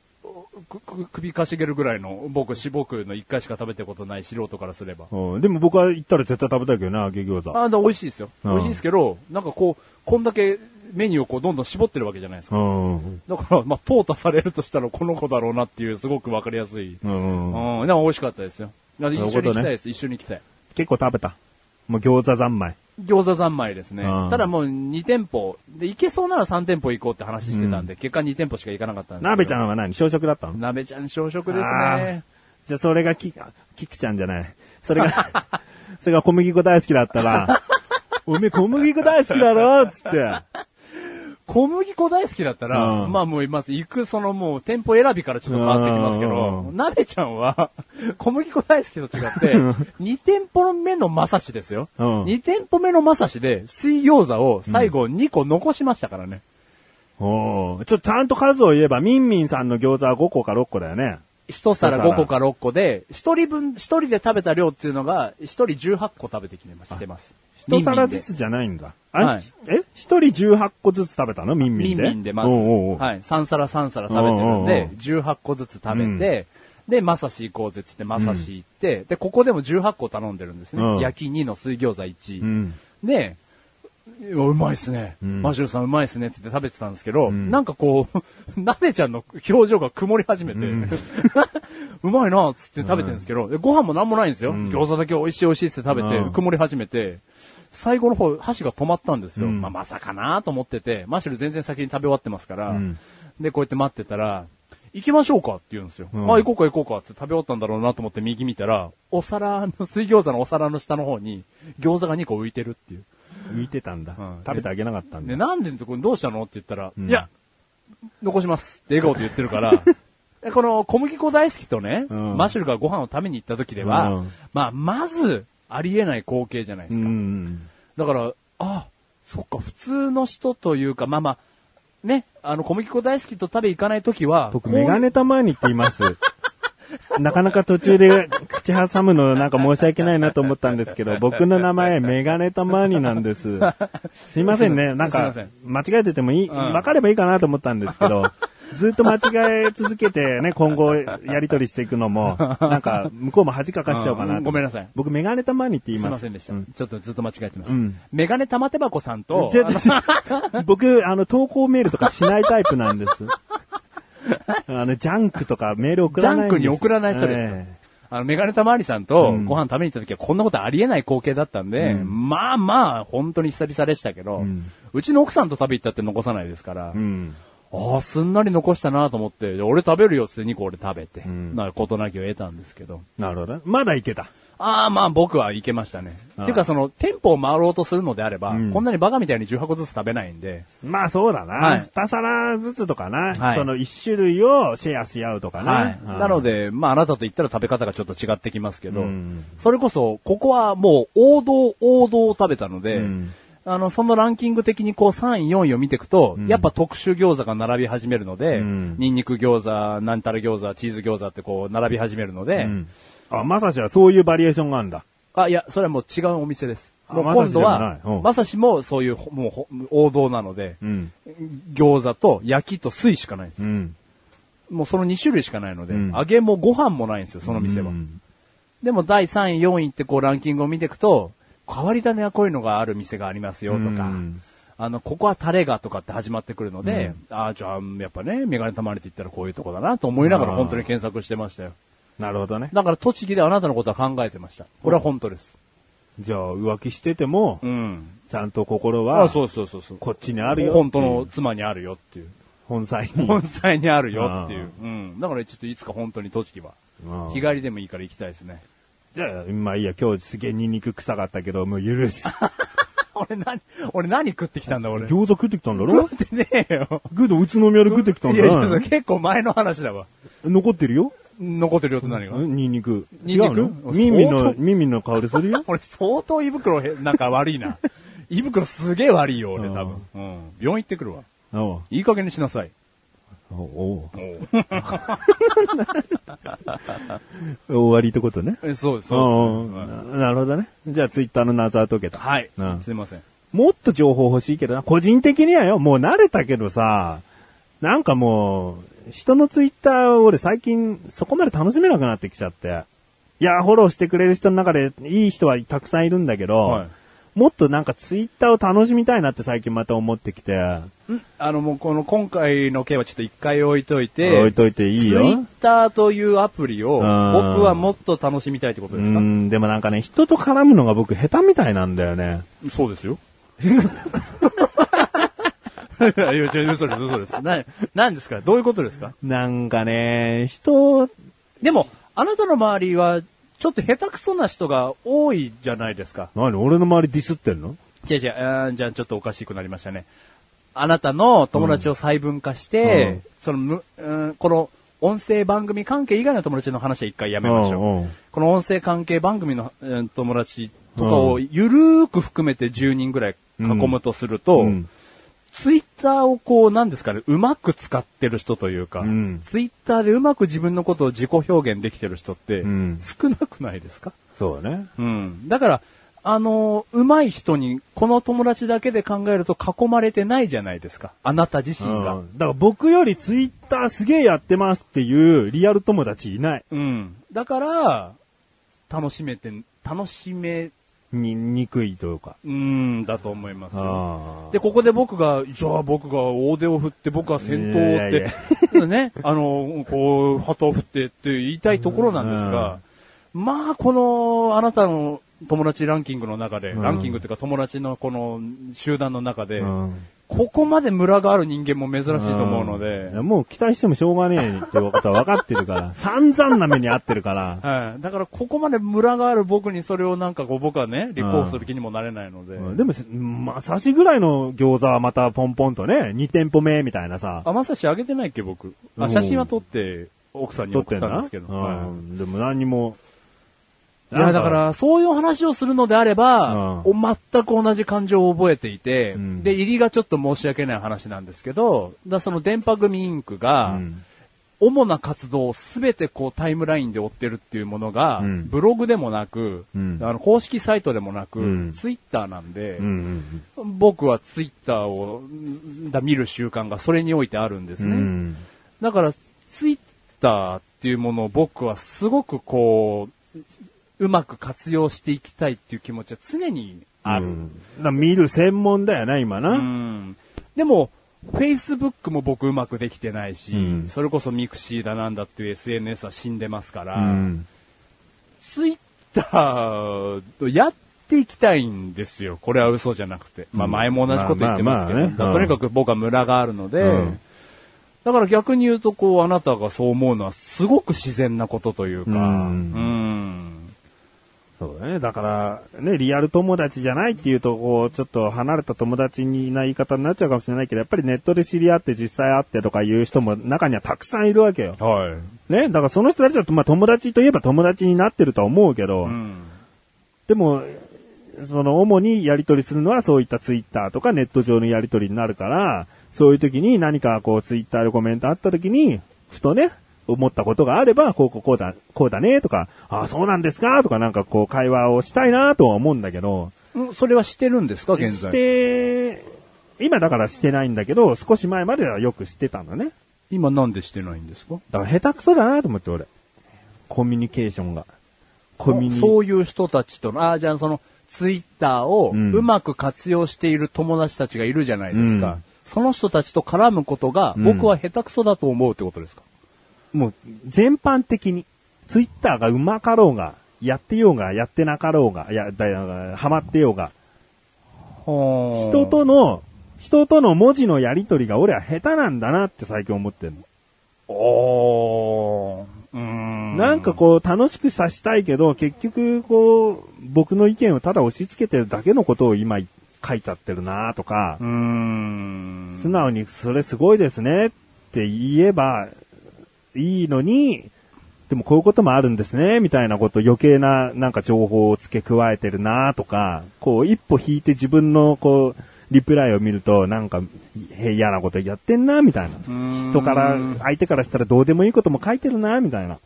S1: くく首かしげるぐらいの、僕、しぼくの一回しか食べたことない素人からすれば。
S2: うん、でも僕は行ったら絶対食べたいけどな、揚げ餃子。
S1: ああ、だから美味しいですよ。
S2: う
S1: 美
S2: ん
S1: 味しいですけど、なんかこう、こんだけメニューをこうどんどん絞ってるわけじゃないですか。
S2: うん。
S1: だから、まあ、淘汰されるとしたらこの子だろうなっていう、すごくわかりやすい。
S2: う
S1: うん
S2: うん。
S1: ん、でも美味しかったですよ。だから一緒に行きたいです、一緒に行きたい。
S2: 結構食べた。もう餃子三昧。
S1: 餃子三昧ですね
S2: うん。
S1: ただもう2店舗、で、行けそうなら3店舗行こうって話してたんで、結果2店舗しか行かなかったんですけど
S2: 鍋ちゃんは何小食だったの
S1: 鍋ちゃん小食です
S2: あー
S1: ね。
S2: じゃあそれがき、あキクちゃんじ
S1: <laughs>
S2: ゃない。それが、それが小麦粉大好きだっ
S1: <laughs>
S2: たら、おめえ小麦粉大好きだろっつって。
S1: 小麦粉大好きだったら、
S2: うん
S1: まあもう今、行くそのもう店舗選びからちょっと変わってきますけ
S2: うんうん
S1: ど
S2: う、
S1: 鍋ちゃんは <laughs> 小麦粉大好きと違って、2店舗目のまさしですよ。
S2: うん
S1: 2店舗目のまさしで水餃子を最後2個残しましたからね。
S2: おーちょ、ちゃんと数を言えば、ミンミンさんの餃子は5個か6個だよね。
S1: 一皿
S2: 一皿
S1: 5個か6個で、一人分、一人で食べた量っていうのが、一人18個食べてきてます。してます
S2: 一皿ず
S1: つ
S2: つじゃないんだ。
S1: は
S2: あ
S1: い
S2: え一人18個ずつ食べたのミン
S1: ミ
S2: ミン
S1: ン
S2: で
S1: ミンでまず、
S2: おうおうおう
S1: はい、3皿3皿食べてるん
S2: おうおうおう
S1: で、18個ずつ食べて、で、まさし行こうぜってって、まさし行って、で、ここでも18個頼んでるんですね。
S2: うん
S1: 焼き2の水餃子1。
S2: うん。
S1: で、いやうまいっすね。
S2: ん
S1: マシュルさんうまいっすねって言って食べてたんですけど、
S2: ん
S1: なんかこう、 <laughs> なべちゃんの表情が曇り始めて、う <laughs> まいなっつって食べてるんですけど、でご飯もなんもないんですよ。
S2: ん
S1: 餃子だけ美味しい美味しいっつって食べて、
S2: うん
S1: 曇り始めて、最後の方、箸が止まったんですよ。
S2: うん
S1: まあ、まさかなと思ってて、マシュル全然先に食べ終わってますから、
S2: ん
S1: で、こうやって待ってたら、行きましょうかって言うんですよ。
S2: うん
S1: あ、行こうか行こうかって食べ終わったんだろうなと思って右見たら、お皿の、水餃子のお皿の下の方に、餃子が2個浮いてるっていう。
S2: 浮いてたんだ
S1: うん。
S2: 食べてあげなかったん
S1: ね、
S2: だ。
S1: なんでこれどうしたのって言ったら、
S2: うん
S1: いや、残しますって笑顔で言ってる
S2: <laughs>
S1: から、えこの小麦粉大好きとね、
S2: うん
S1: マッシュルがご飯を食べに行った時では、
S2: うん
S1: まあ、まず、ありえない光景じゃないで
S2: う
S1: すか。
S2: ん。
S1: だから、あ、そっか、普通の人というか、まあまあ、ね、あの、小麦粉大好きと食べ行かない時は、こ
S2: 僕、
S1: うい
S2: メ
S1: う
S2: ガネたまにって言います。
S1: <laughs>
S2: なかなか途中で口挟むのなんか申し訳ないなと思ったんですけど、僕の名前メガネたまになんです。すいませんね。なんか
S1: すいま、
S2: 間違えててもいい、
S1: ん
S2: わかればいいかなと思ったんですけど、ずっと間違え続けてね、今後やりとりしていくのも、なんか、向こうも恥かかしちゃおうかな
S1: う
S2: と。
S1: んごめんなさい
S2: 僕、メガネたまにって言い
S1: すい
S2: ま
S1: ま
S2: す。
S1: せんでした、
S2: う
S1: ちょっとずっと間違えてました。
S2: うん
S1: メガネ玉手箱さんと、
S2: 違う違う違う僕、あの、投稿メールとかしないタイプな
S1: <laughs>
S2: んです。あの、ジャンクとかメール送
S1: ジ
S2: らな
S1: ャ
S2: いんで
S1: ン
S2: す
S1: クに送らない人ですよ。
S2: え
S1: あの、メガネたまわりさんと
S2: うん
S1: ご飯食べに行った時はこんなことありえない光景だったんで、
S2: うん
S1: まあまあ、本当に久々でしたけど、う
S2: うん
S1: ちの奥さんと食べ行ったって残さないですから、
S2: えうん。
S1: ああ、すんなり残したなと思って、で俺食べるよっつって2個俺食べて、
S2: うん
S1: まあ、事なきを得たんですけど。
S2: なるほどね。まだいけた。
S1: ああ、まあ僕はいけましたね。
S2: ああ
S1: っていうかその、店舗を回ろうとするのであれば、
S2: うん
S1: こんなにバカみたいに10箱ずつ食べないんで、
S2: まあそうだな。
S1: はい
S2: 2皿ずつとかな。
S1: はい
S2: その1種類をシェアし合うとかな。
S1: はい。
S2: うん
S1: なの、で、まあ、あなたと言ったら食べ方がちょっと違ってきますけど、
S2: うん
S1: それこそ、ここはもう王道、王道を食べたので、
S2: うん
S1: あの、そのランキング的にこう3位、4位を見ていくと、
S2: ん
S1: やっぱ特殊餃子が並び始めるので、
S2: うん
S1: ニンニク餃子、なんたら餃子、チーズ餃子ってこう並び始めるので、
S2: うんあ、まさしはそういうバリエーションがあるんだ。
S1: あ、いや、それはもう違うお店です。
S2: あ
S1: もう
S2: まさ
S1: 今
S2: し
S1: 度は
S2: でもないうん、
S1: まさしもそういうほ、もうほ王道なので、
S2: うん。
S1: 餃子と焼きと水しかないんです。
S2: うん。
S1: もうその2種類しかないので、
S2: うん
S1: 揚げもご飯もないんですよ、その店は。
S2: うん
S1: でも第3位、4位ってこうランキングを見ていくと、変わり種はこういうのがある店がありますよとか、
S2: うん
S1: あの、ここはタレがとかって始まってくるので、ああ、じゃあ、やっぱね、メガネたまりって言ったらこういうとこだなと思いながら
S2: あー
S1: 本当に検索してましたよ。
S2: なるほどね。
S1: だから栃木であなたのことは考えてました。これは本当です。
S2: じゃあ浮気してても、
S1: うん。
S2: ちゃんと心
S1: あ
S2: は、
S1: あ、そうそうそうそう。
S2: こっちにあるよ。
S1: 本当の。妻にあるよっていう。
S2: 本妻に。
S1: 本妻にあるよっていう。うん。だからちょっといつか本当に栃木は。
S2: うん
S1: 日帰りでもいいから行きたいですね。
S2: じゃあ、まあいいや、今日すげえニンニク臭かったけど、もう許す。
S1: <laughs> 俺何、俺何食ってきたんだ俺。
S2: <laughs> 餃子食ってきたんだろ
S1: 食ってねえよ。
S2: グード宇都宮で食ってきたん
S1: い
S2: だ
S1: やいや、それ
S2: ろ
S1: 結構前の話だわ。
S2: 残ってるよ
S1: 残ってるよって何が。
S2: んニンニク。
S1: ニ
S2: 違
S1: ンニ
S2: う
S1: ク
S2: の
S1: あ
S2: 耳
S1: 相
S2: の、
S1: 当。
S2: 耳の香りするよ
S1: 俺相当胃袋へ、なんか悪いな。 <laughs> 胃袋すげえ悪いよ、俺
S2: うん
S1: 多分。うん。病院行ってくるわ。
S2: お
S1: いい加減にしなさい。
S2: うお
S1: お
S2: う <laughs> 終わりってことね。
S1: うそうです、
S2: お
S1: そううです。うん
S2: ななるほどね。じゃあツイッターの謎は解けた。
S1: はい
S2: うん。
S1: すいません。
S2: もっと情報欲しいけどな。個人的にはよ、もう慣れたけどさ、なんかもう、人のツイッターを俺最近そこまで楽しめなくなってきちゃって。いや、フォローしてくれる人の中でいい人はたくさんいるんだけど、
S1: はい
S2: もっとなんかツイッターを楽しみたいなって最近また思ってきて。
S1: あのもうこの今回の件はちょっと一回置いといて。
S2: 置いといていい
S1: ツイ
S2: よ
S1: ッ。ターというアプリを、
S2: ん
S1: 僕はもっと楽しみたいってこと
S2: う
S1: ですか
S2: ん、でもなんかね、人と絡むのが僕下手みたいなんだよね。
S1: そうです
S2: <laughs>
S1: よ。いや、違う、嘘です、嘘です。な、なんですかどういうことですか
S2: なんかね、人、
S1: でも、あなたの周りは、ちょっと下手くそな人が多いじゃないですか。
S2: 何俺の周りディスってんの
S1: 違う違う、あーじゃあちょっとおかしくなりましたね。あなたの友達を細分化して、
S2: うん
S1: そのむ、うん、この音声番組関係以外の友達の話は一回やめましょう。
S2: うんうん
S1: この音声関係番組の、うん友達とかをゆるーく含めて10人ぐらい囲むとすると、
S2: うん
S1: ツイッターをこう、なんですかね、うまく使ってる人というか、
S2: うん
S1: ツイッターでうまく自分のことを自己表現できてる人って
S2: うん、
S1: 少なくないですか、
S2: そうだね。
S1: うん。だから、あのー、うまい人に、この友達だけで考えると囲まれてないじゃないですか。あなた自身が。
S2: うんだから僕よりツイッターすげえやってますっていうリアル友達いない。
S1: うん。だから、楽しめて、楽しめ、
S2: に、にくいというか。
S1: うん、だと思いますよ。
S2: あ
S1: で、ここで僕が、じゃあ僕が大手を振って、僕は先頭を追っ
S2: いやい
S1: て、 <laughs> ね、あの、こう、旗を振ってって言いたいところなんですが、まあ、この、あなたの友達ランキングの中で、
S2: うん
S1: ランキングというか友達のこの集団の中で、
S2: あうん
S1: ここまでムラがある人間も珍しいと思うので
S2: い、やもう期待してもしょうがねえってことは分かって
S1: <laughs>
S2: るから。散々な目に遭ってるから。
S1: はい。だから、ここまでムラがある僕にそれをなんかこう、僕はね、立候補する気にもなれないので。
S2: うんでも、まさしぐらいの餃子はまたポンポンとね、2店舗目みたいなさ、
S1: あ、まさしあげてないっけ、僕。
S2: う
S1: あ、
S2: ん
S1: 写真は撮って、奥さんに
S2: 撮っ
S1: 送
S2: て
S1: っ
S2: ん
S1: たん
S2: だ
S1: ですけど。
S2: う
S1: は
S2: んでも何にも。
S1: いいや、だか、ら、そういう話をするのであれば、
S2: う
S1: お全く同じ感情を覚えていて、
S2: うん
S1: で、入りがちょっと申し訳ない話なんですけど、だからその電波組インクが、
S2: うん
S1: 主な活動をすべてこうタイムラインで追ってるっていうものが、
S2: うん
S1: ブログでもなく、
S2: うん
S1: あの公式サイトでもなく、
S2: うん
S1: ツイッターなんで、
S2: うんうん
S1: 僕はツイッターをんだ見る習慣がそれにおいてあるんです
S2: う
S1: ね。
S2: ん。
S1: だからツイッターっていうものを僕はすごくこう、うまく活用していきたいっていう気持ちは常にある。
S2: う
S1: うん
S2: んだから見る専門だよな、今な。
S1: でも、Facebook も僕うまくできてないし、
S2: うん
S1: それこそミクシーだなんだっていう SNS は死んでますから、
S2: うん
S1: ツイッターとやっていきたいんですよ。これは嘘じゃなくて。まあ
S2: うん
S1: 前も同じこと言ってますけど。
S2: まあまあまあね
S1: だか
S2: う
S1: ら
S2: ん
S1: とにかく僕はムラがあるので、
S2: うん
S1: だから逆に言うと、こう、あなたがそう思うのはすごく自然なことというか、
S2: う
S1: うんん。
S2: そうだね。だから、ね、リアル友達じゃないっていうと、こう、ちょっと離れた友達にな言い方になっちゃうかもしれないけど、やっぱりネットで知り合って実際会ってとかいう人も中にはたくさんいるわけよ。
S1: はい。
S2: ね。だからその人たちだと、まあ友達といえば友達になってるとは思うけど、
S1: うん。
S2: でも、その主にやり取りするのはそういったツイッターとかネット上のやり取りになるから、そういう時に何かこうツイッターでコメントあった時に、ふとね、思ったことがあれば、こうこうこうだ、こうだねとか、ああそうなんですかとかなんかこう会話をしたいなとは思うんだけど、
S1: うんそれはしてるんですか、現
S2: し
S1: 在。
S2: て、今だからしてないんだけど、少し前まではよくしてたんだね。
S1: 今なんでしてないんですか
S2: だから下手くそだなと思って俺。コミュニケーションが。コミュニ、
S1: そういう人たちとの、ああ、じゃあその、ツイッターを
S2: うん
S1: うまく活用している友達たちがいるじゃないですか。
S2: うん
S1: その人たちと絡むことが、
S2: うん
S1: 僕は下手くそだと思うってことですか、
S2: もう全般的に、ツイッターがうまかろうが、やってようが、やってなかろうが、いや、だハマってようが、人
S1: 人
S2: との、人との文字のやりとりが俺は下手なんだなって最近思ってるの。
S1: おうん
S2: なんかこう楽しくさしたいけど、結局こう、僕の意見をただ押し付けてるだけのことを今書いちゃってるなとか
S1: う、ん
S2: 素直にそれすごいですねって言えばいいのに、でもこういうこともあるんですね、みたいなこと、余計ななんか情報を付け加えてるなとか、こう一歩引いて自分のこう、リプライを見るとなんかへ嫌なことやってんな、みたいな。
S1: ん
S2: 人から、相手からしたらどうでもいいことも書いてるな、みたいな。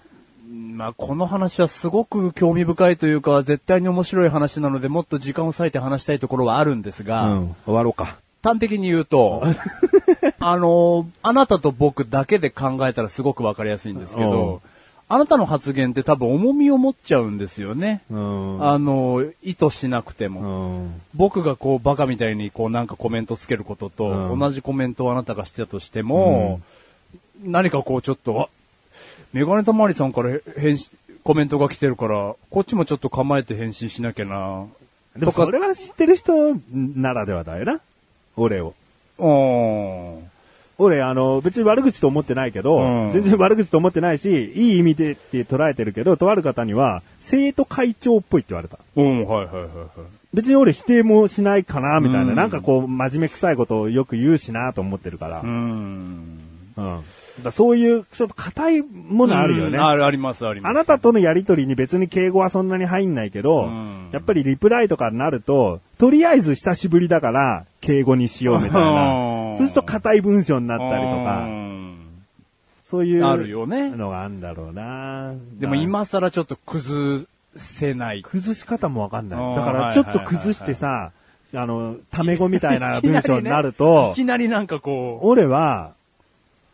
S1: まあ、この話はすごく興味深いというか、絶対に面白い話なので、もっと時間を割いて話したいところはあるんです
S2: う
S1: が、
S2: ん、終わろうか。
S1: 端的に言う <laughs> と、あの、あなたと僕だけで考えたらすごくわかりやすいんですけど、あなたの発言って多分重みを持っちゃうんですよね。
S2: うん。
S1: あの、意図しなくても。
S2: うん。
S1: 僕がこうバカみたいにこうなんかコメントつけること
S2: う
S1: と
S2: ん
S1: 同じコメントをあなたがしてたとしても、何かこうちょっと、あメガネたまりさんから返信、コメントが来てるから、こっちもちょっと構えて返信しなきゃな。
S2: で
S1: と
S2: も
S1: か
S2: それは知ってる人ならではだよな。俺を。
S1: うん。
S2: 俺、あの、別に悪口と思ってないけど、
S1: うん
S2: 全然悪口と思ってないし、いい意味でって捉えてるけど、とある方には、生徒会長っぽいって言われた。
S1: うん、はいはいはいはい。
S2: 別に俺否定もしないかな、みたいな、
S1: うん
S2: なんかこう、真面目臭いことをよく言うしな、と思ってるから。
S1: う
S2: うん。
S1: ん。
S2: だからそういう、ちょっと硬いものあるよね。
S1: うんある、あります、あります。
S2: あなたとのやりとりに別に敬語はそんなに入んないけど、
S1: うん
S2: やっぱりリプライとかになると、とりあえず久しぶりだから、敬語にしようみたいな。そうすると硬い文章になったりと
S1: う
S2: か、
S1: ん
S2: そういう
S1: あるよね
S2: のがあるんだろうな。
S1: でも、今更ちょっと崩せない。
S2: 崩し方もわかん
S1: う
S2: なんい。だからちょっと崩してさ、あの、タメ語みたいない
S1: きりね
S2: 文章になると
S1: <laughs> い、きなりなんかこ
S2: 俺は、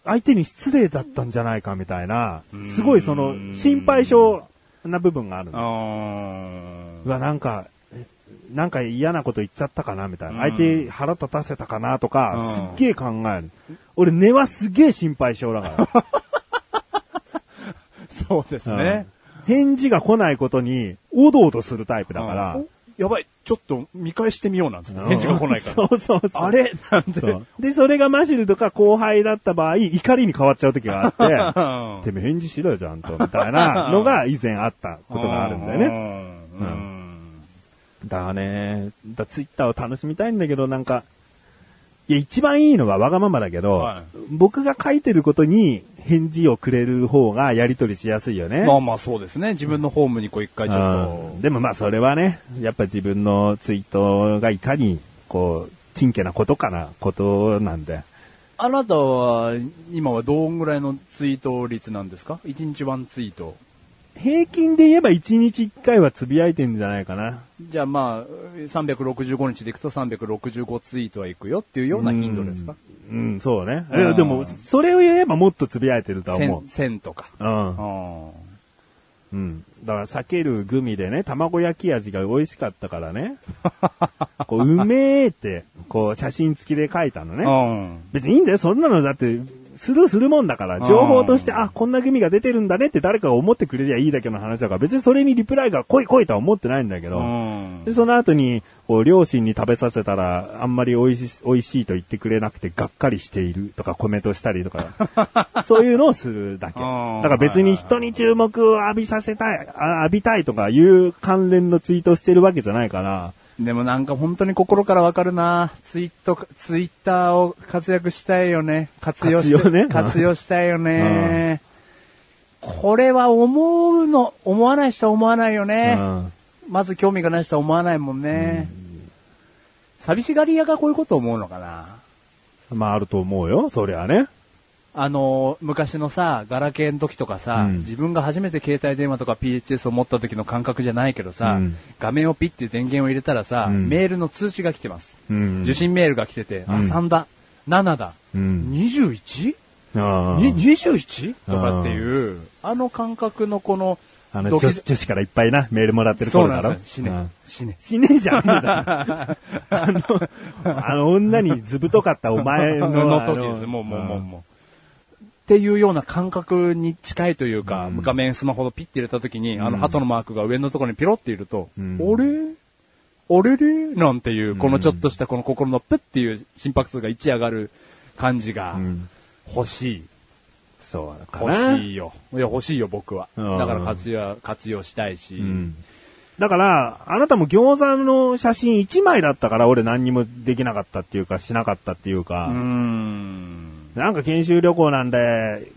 S2: 相手に失礼だったんじゃないかみたいな
S1: う、ん
S2: すごいその、心配性な部分がある
S1: う。う
S2: の。
S1: ん
S2: うわ、なんか、えなんか嫌なこと言っちゃったかなみたいな。
S1: うん
S2: 相手腹立たせたかなと
S1: う
S2: か
S1: ん、
S2: すっげえ考える。俺、根はすげえ心配性だから。
S1: <laughs> そうですね。
S2: うん返事が来ないことに、おどおどするタイプだから。
S1: うん。おやばい、ちょっと見返してみようなんつって
S2: うん
S1: 返事が来ないか
S2: <laughs> そ
S1: ら。
S2: うそうそう。
S1: あれなんて。
S2: そうで、それがマシルとか後輩だった場合、怒りに変わっちゃう時があって、てめえ返事しろよ、ちゃんと。みたいなのが以前あったことがあるんだよね。
S1: ね。うん
S2: だね。だツイッターを楽しみたいんだけど、なんか、いや、一番いいのはわがままだけど、
S1: はい
S2: 僕が書いてることに返事をくれる方がやり取りしやすいよね。
S1: まあまあそうですね。自分のホームにこう一回ちょっと
S2: うん。でもまあそれはね、やっぱ自分のツイートがいかに、こう、ちんけなことかな、ことなんで。
S1: あなたは、今はどんぐらいのツイート率なんですか ?1 日1ツイート。
S2: 平均で言えば1日1回はつぶやいてんじゃないかな。
S1: じゃあまあ、365日でいくと365ツイートはいくよっていうような頻度ですか
S2: うん、うんそうね。
S1: うん
S2: いやでも、それを言えばもっとつぶやいてるとは思
S1: ?1000、1000とか。
S2: う。うん。
S1: う
S2: うん。だから、避けるグミでね、卵焼き味が美味しかったか
S1: <laughs>
S2: らね。こう、うめーって、こう、写真付きで書いたのね。
S1: ん。うん。
S2: 別にいいんだよ。そんなのだって、スルーするもんだから、情報として、あ、こんなグミが出てるんだねって誰かが思ってくれりゃいいだけの話だから、別にそれにリプライが来い来いとは思ってないんだけ
S1: う
S2: ど、
S1: ん
S2: で、その後に、こう、両親に食べさせたら、あんまり美味し、美味しいと言ってくれなくて、がっかりしているとか、コメントしたり
S1: <laughs>
S2: とか、そういうのをするだけ。だ
S1: うん
S2: から別に人に注目を浴びさせたい、あ浴びたいとかいう関連のツイートをしてるわけじゃないから、
S1: でもなんか本当に心からわかるなツイート、ツイッターを活躍したいよね。活用し
S2: 活用ね
S1: 活用したいよね。これは思うの、思わない人は思わないよね。
S2: うん
S1: まず興味がない人は思わないもんね。寂しがり屋がこういうこと思うのかな
S2: まああると思うよ、そりゃね。
S1: あのー、昔のさ、ガラケーの時とかさ、
S2: うん
S1: 自分が初めて携帯電話とか PHS を持った時の感覚じゃないけどさ、
S2: うん
S1: 画面をピッて電源を入れたらさ、
S2: うん
S1: メールの通知が来てます。
S2: うん
S1: 受信メールが来てて、あ、
S2: うん
S1: 3だ、7だ、
S2: うん。
S1: 21?21
S2: ああ
S1: とかっていう、あの感覚のこの、
S2: あの
S1: ドキ
S2: 女子、女子からいっぱいな、メールもらってる
S1: そう
S2: 頃
S1: な
S2: だ
S1: んで
S2: ろ
S1: すよ。死ね、
S2: うん
S1: 死ね。
S2: 死ねえじゃん。あ
S1: <laughs>
S2: の、あの女にずぶとかったお <laughs> 前の。
S1: の
S2: あ
S1: 時
S2: の
S1: です。もう、もう、もう、
S2: ん
S1: もう。っていうような感覚に近いというか、
S2: うん
S1: 画面スマホをピッて入れた時に、あの鳩のマークが上のところにピロっていると、
S2: うん
S1: あれあれれなんていう、このちょっとしたこの心のプッっていう心拍数が一上がる感じが
S2: うん
S1: 欲しい。
S2: そうか
S1: 欲
S2: な。
S1: しいよ。いや、欲しいよ、僕は。
S2: うん
S1: だから活用、活用したいし。
S2: うんだから、あなたも餃子の写真1枚だったから、俺何にもできなかったっていうか、しなかったっていう
S1: うー
S2: か、
S1: ん。
S2: なんか研修旅行なんで、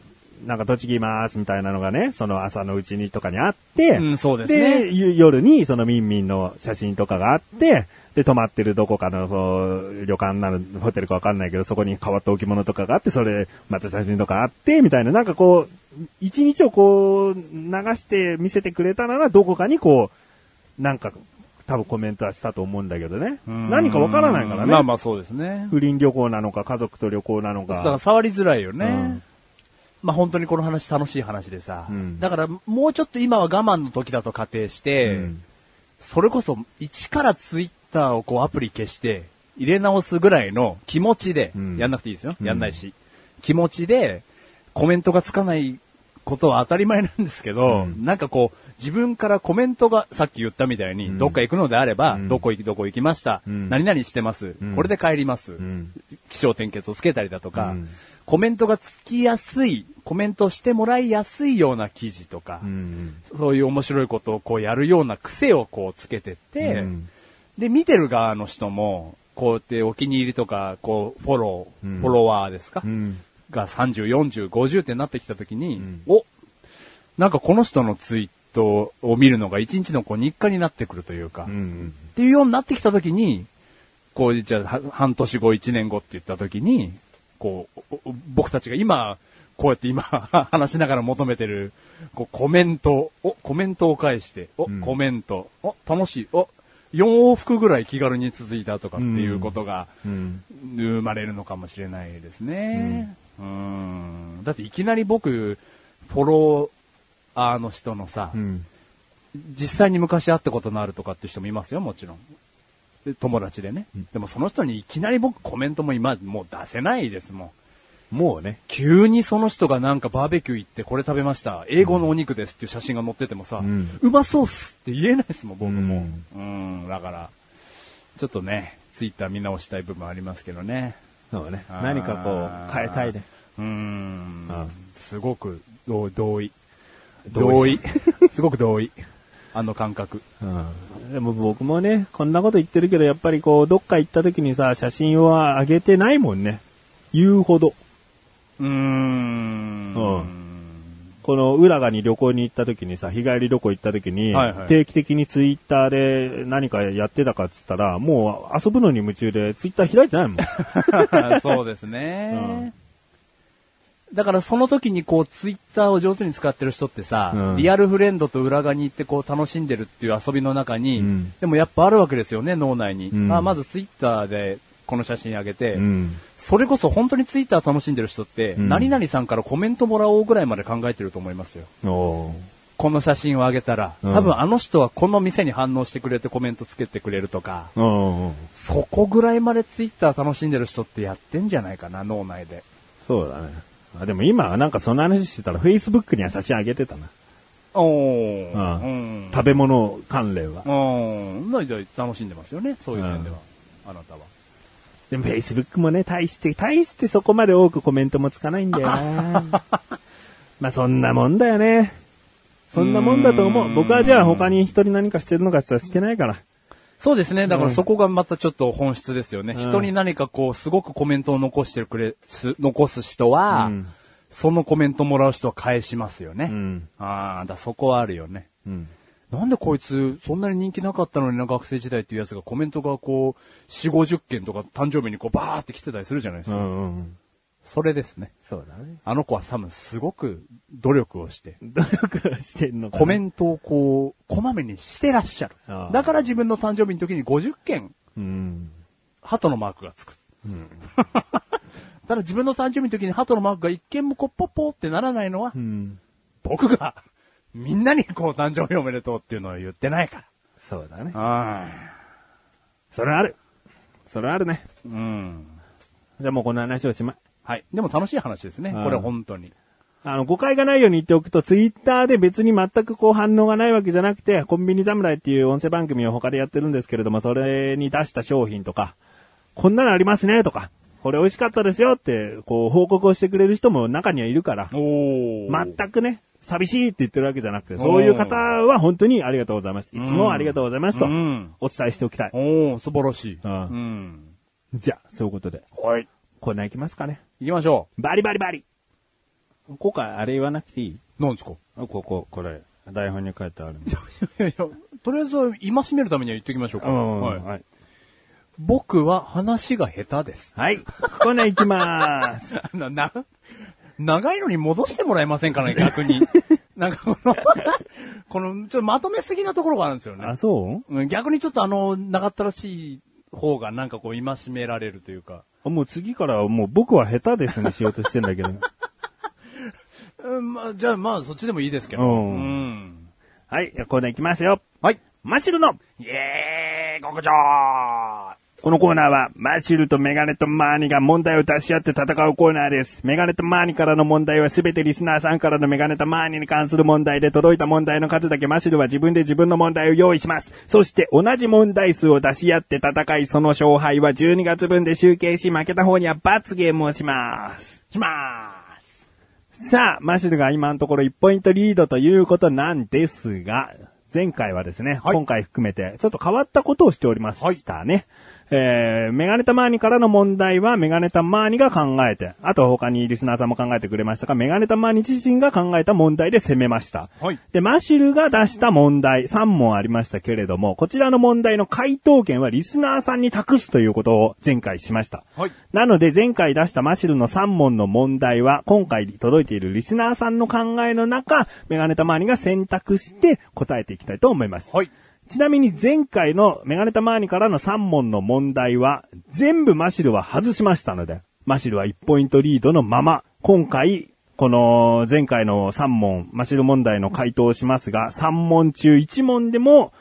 S2: なんか栃木行きますみたいなのがね、その朝のうちにとかにあって、
S1: うん、そうです
S2: で
S1: ね。
S2: ゆ夜にそのミンミンの写真とかがあって、で、泊まってるどこかの、そう、旅館なの、ホテルかわかんないけど、そこに変わった置物とかがあって、それ、また写真とかあって、みたいな、なんかこう、一日をこう、流して見せてくれたなら、どこかにこう、なんか、多分コメントはしたと思うんだけどね。
S1: うん
S2: 何かわからないからね。
S1: まあまあそうですね。
S2: 不倫旅行なのか、家族と旅行なの
S1: だから
S2: か。
S1: 触りづらいよね。
S2: うん
S1: まあ本当にこの話楽しい話でさ、
S2: うん
S1: だからもうちょっと今は我慢の時だと仮定して、
S2: うん
S1: それこそ一からツイッターをこうアプリ消して入れ直すぐらいの気持ちで、
S2: うん
S1: やんなくていいですよ。
S2: うん
S1: やんないし、気持ちでコメントがつかないことは当たり前なんですけど、
S2: うん
S1: なんかこう自分からコメントがさっき言ったみたいに、
S2: うん
S1: どっか行くのであれば、
S2: うん
S1: どこ行きどこ行きました、
S2: うん
S1: 何々してます、
S2: うん
S1: これで帰ります、
S2: うん
S1: 気象点結をつけたりだとか、
S2: うん
S1: コメントがつきやすい、コメントしてもらいやすいような記事とか、
S2: うん
S1: そういう面白いことをこうやるような癖をこうつけてって、
S2: うん
S1: で、見てる側の人も、こうやってお気に入りとか、こう、フォロー、
S2: うん
S1: フォロワーですか、
S2: うん
S1: が30、40、50ってなってきたときに、
S2: ん
S1: おなんかこの人のツイートを見るのが1日のこう日課になってくるというか、
S2: うん
S1: っていうようになってきたときに、こう、じゃあ、は半年後、一年後って言った時に、こう、おお僕たちが今、こうやって今、話しながら求めてる、こう、コメント、お、コメントを返して、お、
S2: うん
S1: コメント、お、楽しい、お、4往復ぐらい気軽に続いたとかっていうことが、
S2: うん。
S1: 生まれるのかもしれないですね。うん。だっていきなり僕、フォロワーの人のさ、
S2: うん。
S1: 実際に昔会ったことのあるとかって人もいますよ、もちろん。で友達でね。
S2: うん
S1: でもその人にいきなり僕コメントも今もう出せないですもん。
S2: もうね。
S1: 急にその人がなんかバーベキュー行ってこれ食べました。英語のお肉ですっていう写真が載っててもさ、う
S2: うん
S1: まそうっすって言えないですもん、僕も。
S2: ん。
S1: うん、だから、ちょっとね、ツイッター見直したい部分ありますけどね。
S2: そうね。
S1: あー
S2: 何かこう、変えたいね。
S1: うーん
S2: うん
S1: すごく同同意。
S2: 同
S1: 同
S2: 意
S1: 意。 <laughs> すごく同意。あの感覚。
S2: うん。でも僕もね、こんなこと言ってるけど、やっぱりこう、どっか行った時にさ、写真は上げてないもんね。言うほど。
S1: うーん。
S2: <laughs> うこの、浦賀に旅行に行った時にさ、日帰り旅行行った時に、
S1: はいはい
S2: 定期的にツイッターで何かやってたかっつったら、もう遊ぶのに夢中でツイッター開いてない
S1: <laughs>
S2: もん。
S1: そうですね。だからその時にこうツイッターを上手に使ってる人ってさ、
S2: うん
S1: リアルフレンドと裏側に行ってこう楽しんでるっていう遊びの中に、
S2: うん
S1: でもやっぱあるわけですよね、脳内に。
S2: うん
S1: あまずツイッターでこの写真上げて、
S2: うん。
S1: それこそ本当にツイッター楽しんでる人って、
S2: うん
S1: 何々さんからコメントもらおうぐらいまで考えてると思いますよ。
S2: おー
S1: この写真を上げたら、
S2: うん
S1: 多分あの人はこの店に反応してくれてコメントつけてくれるとか、
S2: うん。
S1: そこぐらいまでツイッター楽しんでる人ってやってんじゃないかな、脳内で。
S2: そうだね。あでも今はなんかその話してたら、Facebook には写真上げてたな。
S1: お
S2: ああ
S1: ー。うん。
S2: 食べ物関連は。
S1: うん。なで楽しんでますよね、そういう点では。あなたは。
S2: でも Facebook もね、大して、大してそこまで多くコメントもつかないんだよ <laughs> な。まあそんなもんだよね。そんなもんだと思
S1: うー
S2: う。
S1: ん
S2: 僕はじゃあ他に一人何かしてるのかって言ったらしてないから。
S1: そうですね。だか
S2: う
S1: ら
S2: ん
S1: そこがまたちょっと本質ですよね。
S2: うん
S1: 人に何かこう、すごくコメントを残してくれ、す残す人は、
S2: うん
S1: そのコメントもらう人は返しますよね。
S2: ん。
S1: ああ、だからそこはあるよね。
S2: うん。
S1: なんでこいつ、そんなに人気なかったのにな、学生時代っていうやつがコメントがこう、四五十件とか誕生日にこう、バーって来てたりするじゃないです
S2: う
S1: か。
S2: んうん。
S1: それですね。
S2: そうだね。
S1: あの子は多分すごく努力をして、
S2: 努力はしてんのかな。
S1: コメントをこう、こまめにしてらっしゃる
S2: あー。
S1: だから自分の誕生日の時に50件、
S2: うん。
S1: 鳩のマークがつく。
S2: うん。
S1: <laughs> ただ自分の誕生日の時に鳩のマークが一件もこう、ポッポーってならないのは
S2: う、ん。
S1: 僕が、みんなにこう、誕生日おめでとうっていうのを言ってないか
S2: そうだね
S1: ら。。あ
S2: それある。それあるね。
S1: あ。うん。
S2: じゃあもうこの話おしまい。
S1: はい。でも楽しい話ですね。
S2: うん
S1: これ本当に。
S2: あの、誤解がないように言っておくと、ツイッターで別に全くこう反応がないわけじゃなくて、コンビニ侍っていう音声番組を他でやってるんですけれども、それに出した商品とか、こんなのありますねとか、これ美味しかったですよって、こう報告をしてくれる人も中にはいるから、
S1: お
S2: 全くね、寂しいって言ってるわけじゃなくて、そういう方は本当にありがとうございます。いつもありがとうございますと
S1: う、ん。
S2: お伝えしておきたい。
S1: おお素晴らしい。
S2: うん
S1: ん。
S2: じゃあ、そういうことで。
S1: はい。
S2: コーナー行きますかね。
S1: 行きましょ。
S2: バリバリバリ今回あれ言わなくていいう
S1: なんですかい
S2: あここ、これ、台本に書いてあるんで
S1: や <laughs> いや、とりあえず、今しめるためには言っておきましょうか。はい。
S2: はい。
S1: 僕は話が下手です。
S2: はい。コーナー行きまーす。
S1: あの <laughs> な、長いのに戻してもらえませんかね、逆 <laughs> に。なんかこの、 <laughs> この、ちょっとまとめすぎなところがあるんですよね。
S2: <laughs> あ、そう
S1: うん逆にちょっとあの、長ったらしい方がなんかこう、今しめられるというか。
S2: あもう次からはもう僕は下手ですにしようとしてんだけど。
S1: うん、まあ、じゃあまあ、そっちでもいいですけど。
S2: うん
S1: うん。
S2: はい、コーナー行きますよ。
S1: はい。
S2: マシルの
S1: イエーイ極上
S2: このコーナーは、マシルとメガネとマーニが問題を出し合って戦うコーナーです。メガネとマーニからの問題はすべてリスナーさんからのメガネとマーニに関する問題で届いた問題の数だけマシルは自分で自分の問題を用意します。そして同じ問題数を出し合って戦い、その勝敗は12月分で集計し、負けた方には罰ゲームをします。
S1: しまーす
S2: さあ、マシルが今のところ1ポイントリードということなんですが、前回はですね、
S1: はい
S2: 今回含めて、ちょっと変わったことをしておりましたね。えー、メガネタマーニからの問題はメガネタマーニが考えて、あと他にリスナーさんも考えてくれましたが、メガネタマーニ自身が考えた問題で攻めました。
S1: はい
S2: で、マシルが出した問題、3問ありましたけれども、こちらの問題の回答権はリスナーさんに託すということを前回しました。
S1: はい
S2: なので前回出したマシルの3問の問題は、今回届いているリスナーさんの考えの中、メガネタマーニが選択して答えていきたいと思います。
S1: はい。
S2: ちなみに前回のメガネタマーニからの3問の問題は、全部マシルは外しましたので、マシルは1ポイントリードのまま、今回、この前回の3問、マシル問題の回答をしますが、3問中1問でも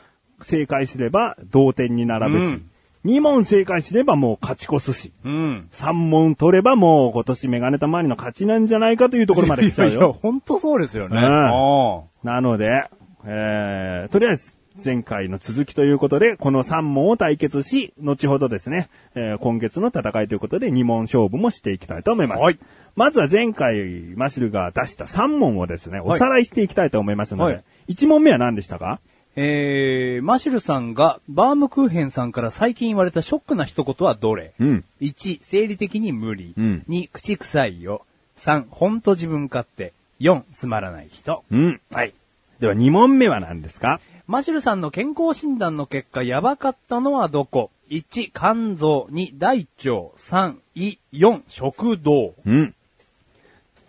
S2: 正解すれば同点に並ぶし、
S1: うん
S2: 2問正解すればもう勝ち越すし、
S1: うん。
S2: 3問取ればもう今年メガネタマーニの勝ちなんじゃないかというところまで来ちゃうよ。
S1: <laughs> いやいや、ほんとそうですよね。
S2: うん
S1: あ
S2: なので、えー、とりあえず、前回の続きということで、この3問を対決し、後ほどですね、えー今月の戦いということで2問勝負もしていきたいと思います。
S1: はい
S2: まずは前回、マシルが出した3問をですね、
S1: い
S2: おさらいしていきたいと思いますので、
S1: はい
S2: 1問目は何でしたか
S1: えー、マシュルさんがバームクーヘンさんから最近言われたショックな一言はどれ、
S3: うん。
S1: 1、生理的に無理。
S3: うん
S1: 2、口臭いよ。3、ほんと自分勝手。4、つまらない人。
S2: うん。はい。では2問目は何ですか
S1: マシュルさんの健康診断の結果、やばかったのはどこ ?1、肝臓。2、大腸。3、胃。4、食道。
S2: うん。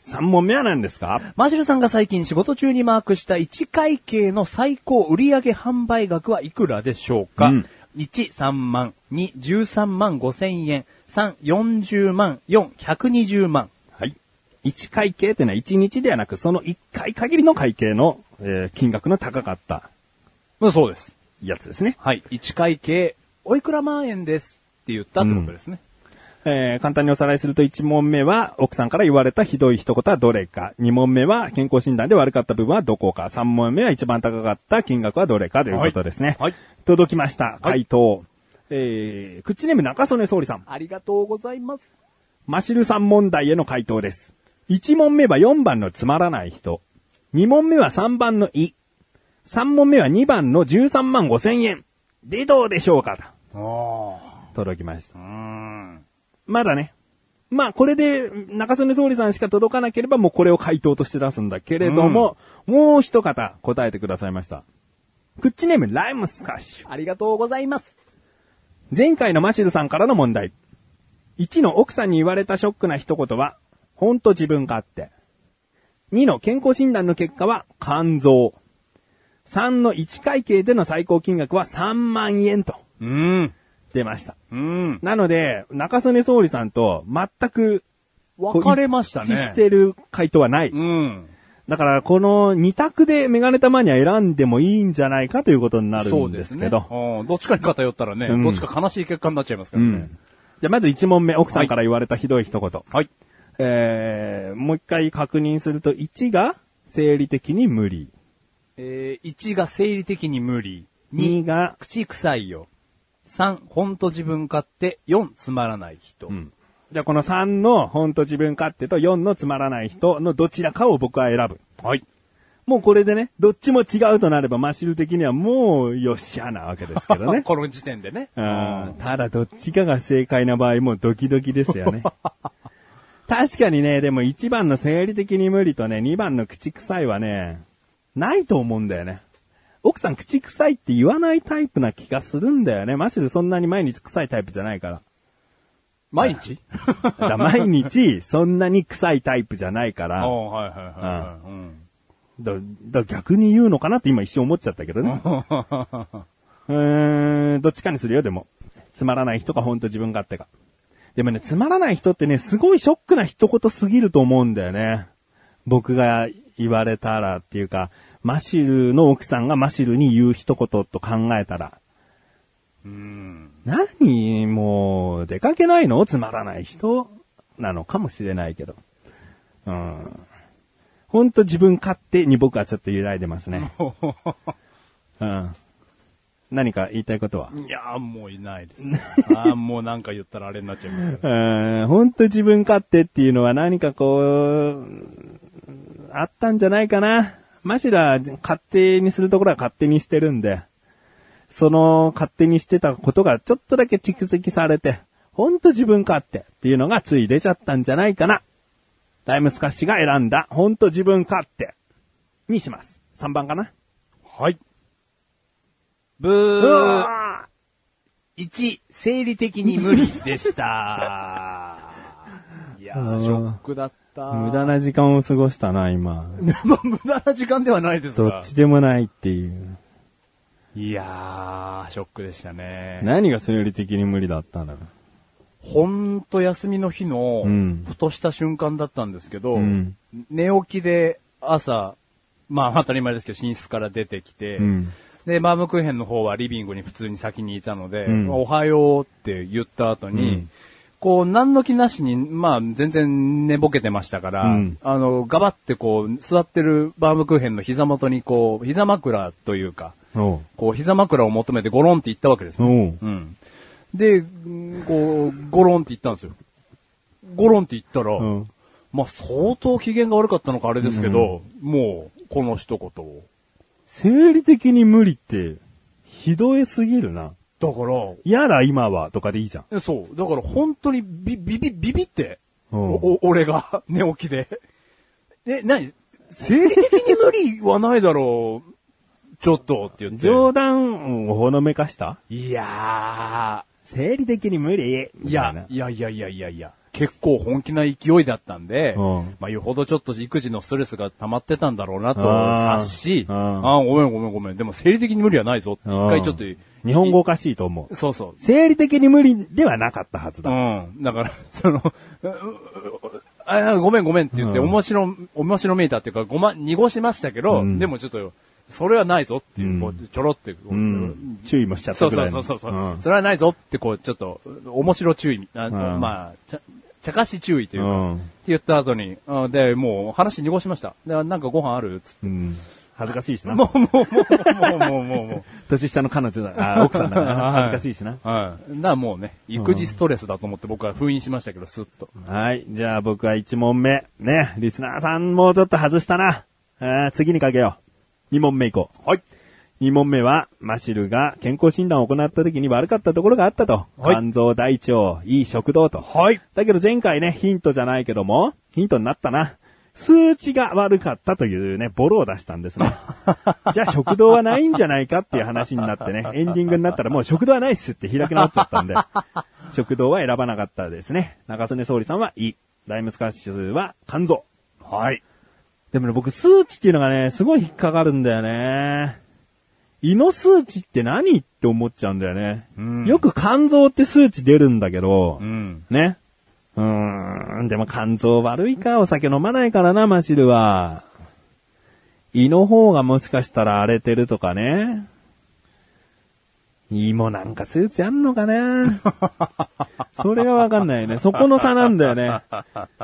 S2: 3問目は何ですか
S1: マシュルさんが最近仕事中にマークした1会計の最高売上販売額はいくらでしょうか、
S2: うん
S1: ?1、3万。2、13万5千円。3、40万。4、120万。
S2: はい。1会計ってのは1日ではなく、その1回限りの会計の、えー金額の高かった
S1: そうです。
S2: やつですね。
S1: はい。1会計、おいくら万円ですって言ったってことですね。
S2: えー簡単におさらいすると1問目は奥さんから言われたひどい一言はどれか。2問目は健康診断で悪かった部分はどこか。3問目は一番高かった金額はどれかということですね。
S1: はいはい
S2: 届きました。回答。えー、口ネーム中曽根総理さん。
S1: ありがとうございます。
S2: マシルさん問題への回答です。1問目は4番のつまらない人。2問目は3番のい。3問目は2番の13万5千円。でどうでしょうかと
S1: あ
S2: 届きました。
S1: あ。うーん。
S2: まだね。まあ、これで、中曽根総理さんしか届かなければ、もうこれを回答として出すんだけれども、もう一方答えてくださいました。クッチネーム、ライムスカッシュ。
S1: ありがとうございます。
S2: 前回のマシルさんからの問題。1の奥さんに言われたショックな一言は、ほんと自分勝手。2の健康診断の結果は、肝臓。3の1会計での最高金額は3万円と
S1: うーん。
S2: 出ました。
S1: うーん。
S2: なので、中曽根総理さんと全く
S1: 分かれました
S2: 一
S1: ね。
S2: 致してる回答はない。
S1: うん。
S2: だから、この二択でメガネたまには選んでもいいんじゃないかということになるんですけど。
S1: そうですねうんどっちかに偏ったらね、
S2: うん
S1: どっちか悲しい結果になっちゃいますから
S2: う
S1: ね。
S2: ん。じゃあ、まず一問目、奥さんから言われたひどい一言。
S1: はい。
S2: えー、もう一回確認すると、1が生理的に無理。
S1: えー、1が生理的に無理。
S2: 2
S1: 2、
S2: が、
S1: 口臭いよ。3、ほんと自分勝手。4、つまらない人。
S2: じゃあこの3のほんと自分勝手と4のつまらない人のどちらかを僕は選ぶ。
S1: はい。。
S2: もうこれでね、どっちも違うとなればマシル的にはもうよっしゃなわけですけどね
S1: この時点でね。
S2: うんただどっちかが正解な場合もドキドキですよね。確かにね、でも1番の生理的に無理とね、2番の口臭いはね、ないと思うんだよね。奥さん口臭いって言わないタイプな気がするんだよね。マジでそんなに毎日臭いタイプじゃないから。
S1: 毎日
S2: だから毎日そんなに臭いタイプじゃないか
S1: あ
S2: ら、
S1: あ、はいはいはいはい。うん
S2: だだ逆に言うのかなって今一瞬思っちゃったけどね。うーん、どっちかにするよ、でも。つまらない人かほんと自分勝手か。でもね、つまらない人ってね、すごいショックな一言すぎると思うんだよね。僕が言われたらっていうか、マシルの奥さんがマシルに言う一言と考えたら、
S1: うん。
S2: 何もう、出かけないのつまらない人なのかもしれないけど。うん。ほんと自分勝手に僕はちょっと揺らいでますね。うん。何か言いたいことはい
S1: やーも <laughs> ういないです。
S2: <laughs>
S1: あーもうなんか言ったらあれになっちゃいますけど。
S2: うん、本当自分勝手っていうのは何かこう、あったんじゃないかな。マシラ、勝手にするところは勝手にしてるんで、その勝手にしてたことがちょっとだけ蓄積されて、ほんと自分勝手っていうのがつい出ちゃったんじゃないかな。ライムスカッシュが選んだ、ほんと自分勝手にします。3番かな。
S1: はい。ブ
S2: う
S1: ー。
S2: わ
S1: 1、生理的に無理で
S2: <laughs>
S1: した。いや
S2: あー
S1: ー、ショックだった。
S2: ー無駄。な時間を過ごしたな、 <laughs> 今。
S1: まあ、 <laughs> 無駄な時間ではないです
S2: ど
S1: が
S2: っ。ちでもないっていう。
S1: いやー、ショックでしたね。
S2: 何が生理的に無理だったんだろ
S1: ほんと休みの日の、
S2: うん
S1: ふとした瞬間だったんですけど、
S2: うん
S1: 寝起きで朝、まあ当たり前ですけど、寝室から出てきて、
S2: う。うん。
S1: で、バームクーヘンの方はリビングに普通に先にいたので、
S2: うん
S1: まあおはようって言った後に、
S2: うん
S1: こう、何の気なしに、まあ、全然寝ぼけてましたから、
S2: うん
S1: あの、ガバってこう、座ってるバームクーヘンの膝元にこう、膝枕というか、
S2: おう。
S1: こう、膝枕を求めてゴロンって言ったわけですね。
S2: おう。
S1: うん。で、うんこう、ゴロンって言ったんですよ。ゴロンって言ったら、
S2: うん。
S1: まあ、相当機嫌が悪かったのかあれですけど、もう、この一言を。
S2: 生理的に無理って、ひどえすぎるな。
S1: だから、
S2: 嫌だ、今は、とかでいいじゃん。
S1: えそう。だから本当にビビビビビって、
S2: うん
S1: おお俺が <laughs> 寝起きで。え、何生理的に無理はないだろう。ちょっとって
S2: <laughs>
S1: 言っ
S2: 冗談をほのめかした
S1: て。いや
S2: 生理的に無理
S1: ー。い
S2: みたいな
S1: や、いやいやいやいやいや。結構本気な勢いだったんで、
S2: うん
S1: まあ、よほどちょっと育児のストレスが溜まってたんだろうなと
S2: あー
S1: 察し、
S2: うん
S1: あーごめんごめんごめん。でも生理的に無理はないぞって一回ちょっと
S2: う
S1: 言
S2: ん
S1: う。
S2: 日本語おかしいと思う。
S1: そうそう。
S2: 生理的に無理ではなかったはずだ。
S1: うん。だから、 <laughs> その、ううあごめんごめんって言って、
S2: うん
S1: 面白、面白めいたっていうか、ごま、濁しましたけど、
S2: うん
S1: でもちょっと、それはないぞっていう、
S2: うん
S1: こうちょろって、こう
S2: うん。注意もしちゃっ
S1: そう
S2: たぐ
S1: そ
S2: ら
S1: う
S2: い
S1: そ
S2: の。
S1: うそう、そう
S2: うん
S1: それはないぞって、こう、ちょっと、面白注意、あ
S2: ん
S1: まあ、ちゃ、茶化し注意というか、
S2: うん
S1: って言った後に、あで、もう話濁しました。でなんかご飯あるつって。
S2: うん。恥ずかしいしな。
S1: もう、もう、もう、
S2: <laughs>
S1: もう、もう、もう、も
S2: 年下の彼女だ、あ奥さんだな。
S1: はい
S2: 恥ずかしいしな。
S1: う。はい。な、もうね、育児ストレスだと思って僕は封印しましたけど、スッと。
S2: はい。じゃあ僕は1問目。ね。リスナーさんもうちょっと外したな。あー次にかけよう。2問目いこう。はい。2問目は、マシルが健康診断を行った時に悪かったところがあったと。
S1: はい
S2: 肝臓、大腸、いい食道と。
S1: はい。
S2: だけど前回ね、ヒントじゃないけども、ヒントになったな。数値が悪かったというね、ボロを出したんで
S1: <laughs>
S2: すね。じゃあ食堂はないんじゃないかっていう話になってね、エンディングになったらもう食堂はないっすって開き直っちゃったんで、食堂は選ばなかったですね。中曽根総理さんは胃、ライムスカッシュは肝臓。はい。でもね、僕数値っていうのがね、すごい引っかかるんだよね。胃の数値って何って思っちゃうんだよね。
S1: うん
S2: よく肝臓って数値出るんだけど、
S1: うん。
S2: ね。うーん、でも肝臓悪いか、お酒飲まないからな、マシルは。胃の方がもしかしたら荒れてるとかね。胃もなんか数値あんのかなそれがわかんないね。そこの差なんだよね。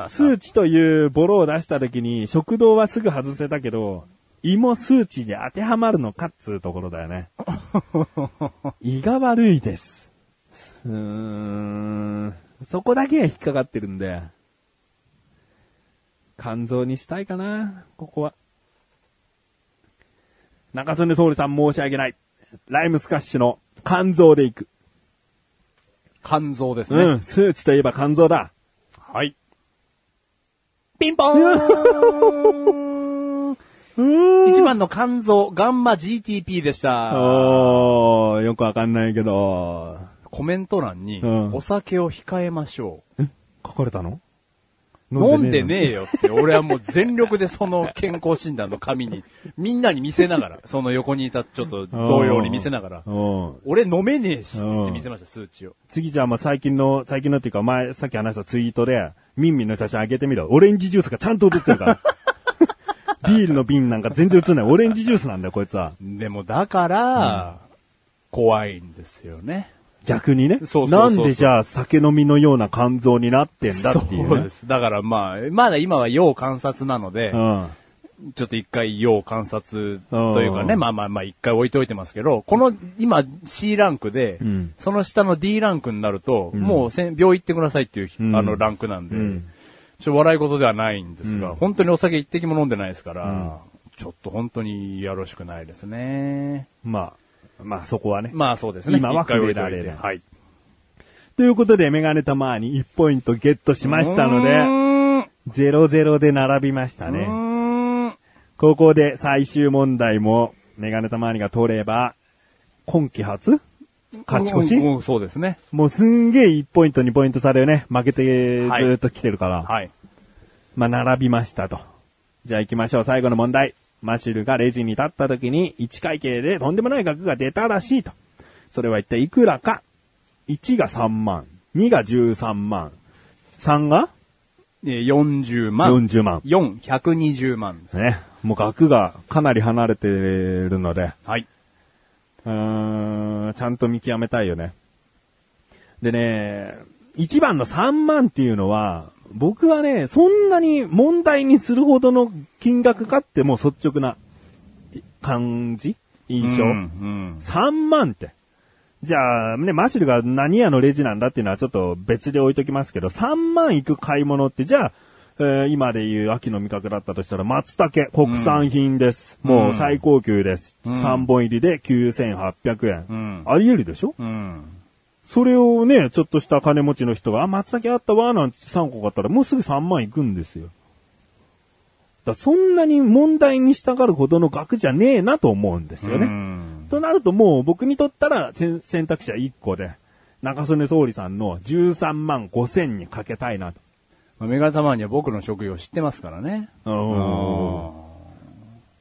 S2: 数値というボロを出した時に、食堂はすぐ外せたけど、胃も数値に当てはまるのかっつうところだよね。胃が悪いです。うーん。そこだけが引っかかってるんで。肝臓にしたいかな、ここは。中曽根総理さん申し訳ない。ライムスカッシュの肝臓でいく。
S1: 肝臓ですね。
S2: うん、数値といえば肝臓だ。
S1: はい。ピンポーン
S2: うーん
S1: 一番の肝臓、ガンマ GTP でした。
S2: おー、よくわかんないけど、
S1: コメント欄に、
S2: うん
S1: お酒を控えましょう。
S2: 書かれたの
S1: 飲んでね
S2: え
S1: えよって、俺はもう全力でその健康診断の紙に、みんなに見せながら、その横にいたちょっと同様に見せながら、
S2: の。うん。
S1: 俺飲めねえし、つって見せました、数値を。
S2: 次じゃあまあ最近の、最近のっていうか前さっき話したツイートで、ミンミンの写真上げてみろ。オレンジジュースがちゃんと映って
S1: <laughs>
S2: るから。ビールの瓶なんか全然映んない。オレンジジュースなんだよ、こいつは。
S1: でもだから、怖いんですよね。
S2: 逆にね。
S1: そうそうそうそう
S2: なんでじゃあ酒飲みのような肝臓になってんだっていう、ね。
S1: そうです。だからまあ、まだ今は要観察なので、
S2: うん。
S1: ちょっと一回要観察というかね、
S2: うん
S1: まあまあまあ一回置いておいてますけど、この今 C ランクで、
S2: うん
S1: その下の D ランクになると、もうせん病院行ってくださいっていう、
S2: うん
S1: あのランクなんで、
S2: ん
S1: ちょっと笑い事ではないんですが、
S2: うん
S1: 本当にお酒一滴も飲んでないですから、ちょっと本当によろしくないですね。
S2: まあ、まあそこはね。
S1: まあそうですね。
S2: 今は
S1: 一回置いて
S2: 決められない
S1: はい。
S2: ということで、メガネたまーに1ポイントゲットしましたの
S1: う
S2: で、
S1: ーんう
S2: 0-0で並びましたね。
S1: ーん
S2: ここで最終問題も、メガネたまーにが取れば、今季初勝ち越し
S1: うんうんそうですね。
S2: もうすんげえ1ポイント2ポイント差でね、負けてずーっと来てるから、
S1: はい。
S2: まあ並びましたと。じゃあ行きましょう、最後の問題。マシュルがレジに立った時に1会計でとんでもない額が出たらしいと。それは一体いくらか ?1 が3万、2が13万、3が
S1: えー40万。
S2: 40万。
S1: 4、120万です。
S2: ね。もう額がかなり離れてるので、
S1: はい。
S2: うーん、ちゃんと見極めたいよね。でね、1番の3万っていうのは、僕はね、そんなに問題にするほどの金額かってもう率直な感じ印象、
S1: うん。
S2: 3万って。じゃあ、ね、マシルが何屋のレジなんだっていうのはちょっと別で置いときますけど、3万行く買い物って、じゃあ、えー今でいう秋の味覚だったとしたら、松茸、国産品です。
S1: ん
S2: もう最高級です。
S1: ん
S2: 3本入りで9800円。
S1: うん
S2: あり得るでしょ
S1: うん。うん。
S2: それをね、ちょっとした金持ちの人が、あ、松茸あったわ、なんて3個買ったら、もうすぐ3万いくんですよ。だからそんなに問題に従うほどの額じゃねえなと思うんですよね。
S1: うん
S2: となるともう僕にとったら選選択肢は1個で、中曽根総理さんの13万5千にかけたいなと。
S1: まあメガネ様には僕の職業知ってますからね。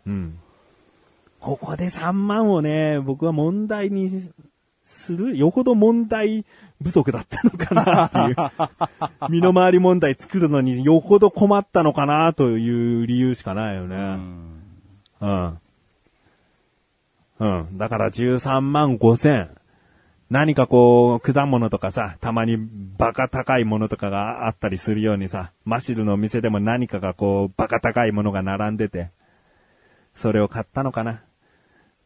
S2: うん。ここで3万をね、僕は問題にする、よほど問題不足だったのかなって <laughs> いう。身の回り問題作るのによほど困ったのかなという理由しかないよね。
S1: うん
S2: うん。うん。だから13万5千。何かこう、果物とかさ、たまにバカ高いものとかがあったりするようにさ、マシルのお店でも何かがこう、バカ高いものが並んでて、それを買ったのかな。い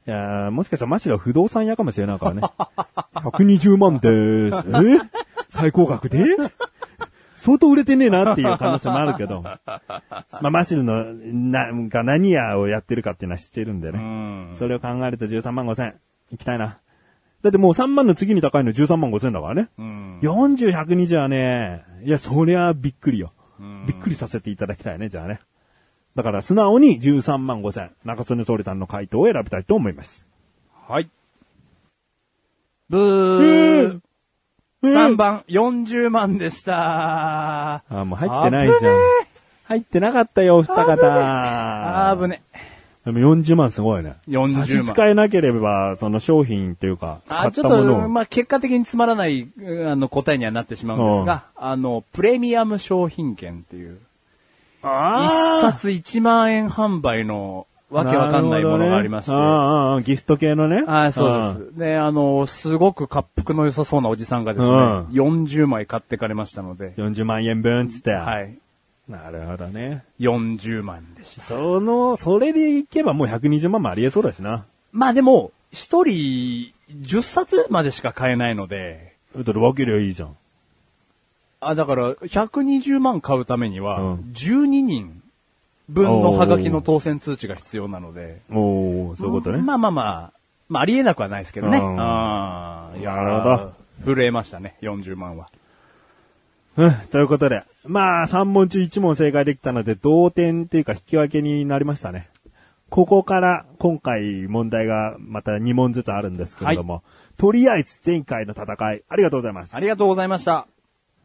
S2: やーもしかしたらマシルは不動産屋かもしれないからね。120万でーす。え最高額で相当売れてねえなっていう可能性もあるけど。まあ、マシルの、な、が何やをやってるかっていうのは知ってるんで
S1: う
S2: ね。
S1: ん。
S2: それを考えると13万5千。行きたいな。だってもう3万の次に高いの13万5千だからね。
S1: うん。
S2: 40、120はね、いや、そりゃびっくりよ
S1: うん。
S2: びっくりさせていただきたいね、じゃあね。だから素直に13万5千。中曽根総理さんの回答を選びたいと思います。
S1: はい。ブー。3
S2: 番。
S1: 番、40万でした。
S2: あ、もう入ってないじゃん。入ってなかったよ、お二方。
S1: あーぶね。
S2: でも40万すごいね。
S1: 40万
S2: 差し支えなければ、その商品っていうか、買
S1: あ、
S2: っ
S1: ち
S2: た
S1: ょっ
S2: もの
S1: と、
S2: を。
S1: まあ、結果的につまらない、うんあの、答えにはなってしまうんですが、あの、プレミアム商品券っていう、一
S2: あ
S1: 冊1万円販売のわけわかんないものがありまして、
S2: なるほどねああああ、ギフト系のね。
S1: あーそう
S2: す。
S1: です。で、あの、すごく滑覆の良さそうなおじさんがですね、
S2: うん
S1: 40枚買ってかれましたので、
S2: 40万円分っつって。
S1: はい。
S2: なるほどね。
S1: 40万でした。
S2: その、それでいけばもう120万もありえそうだしな。
S1: まあでも、一人10冊までしか買えないので、
S2: だって分けりゃいいじゃん。
S1: あ、だから、120万買うために
S2: う
S1: は、
S2: ん
S1: 12人分のハガキの当選通知が必要なので、
S2: おおそういうことね。
S1: まあまあまあ、まあありえなくはないですけどね。
S2: うん
S1: ああ、いやー
S2: なるほど。
S1: 震えましたね、40万は。
S2: うん、ということで。まあ、3問中1問正解できたので、同点っていうか引き分けになりましたね。ここから、今回問題がまた2問ずつあるんですけれども、とりあえず前回の戦い、ありがとうございます
S1: あ。りがとうございました。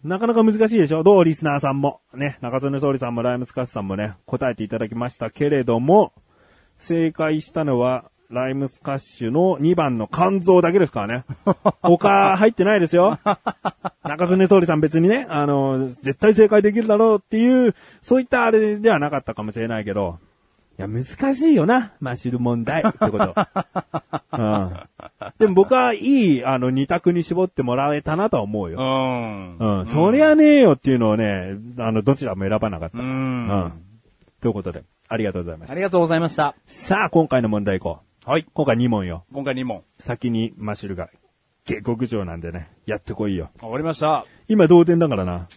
S2: なかなか難しいでしょどうリスナーさんも、ね、中曽根総理さんもライムスカスさんもね、答えていただきましたけれども、正解したのは、ライムスカッシュの2番の肝臓だけですからね。他入ってないですよ。中曽根総理さん別にね、あの、絶対正解できるだろうっていう、そういったあれではなかったかもしれないけど、いや、難しいよな、マシュル問題ってこと。うん。でも僕はいい、あの、二択に絞ってもらえたなとは思うよ
S1: う。ん。
S2: うん、そりゃねえよっていうのをね、あの、どちらも選ばなかった。
S1: う。
S2: うんということで、ありがとうございま
S1: あ
S2: す。
S1: りがとうございました。
S2: さあ、今回の問題行こう。
S1: はい。
S2: 今回2問よ。
S1: 今回2問。
S2: 先にマシュルが、下克上なんでね、やってこいよ。
S1: 終わりました。
S2: 今同点だからな。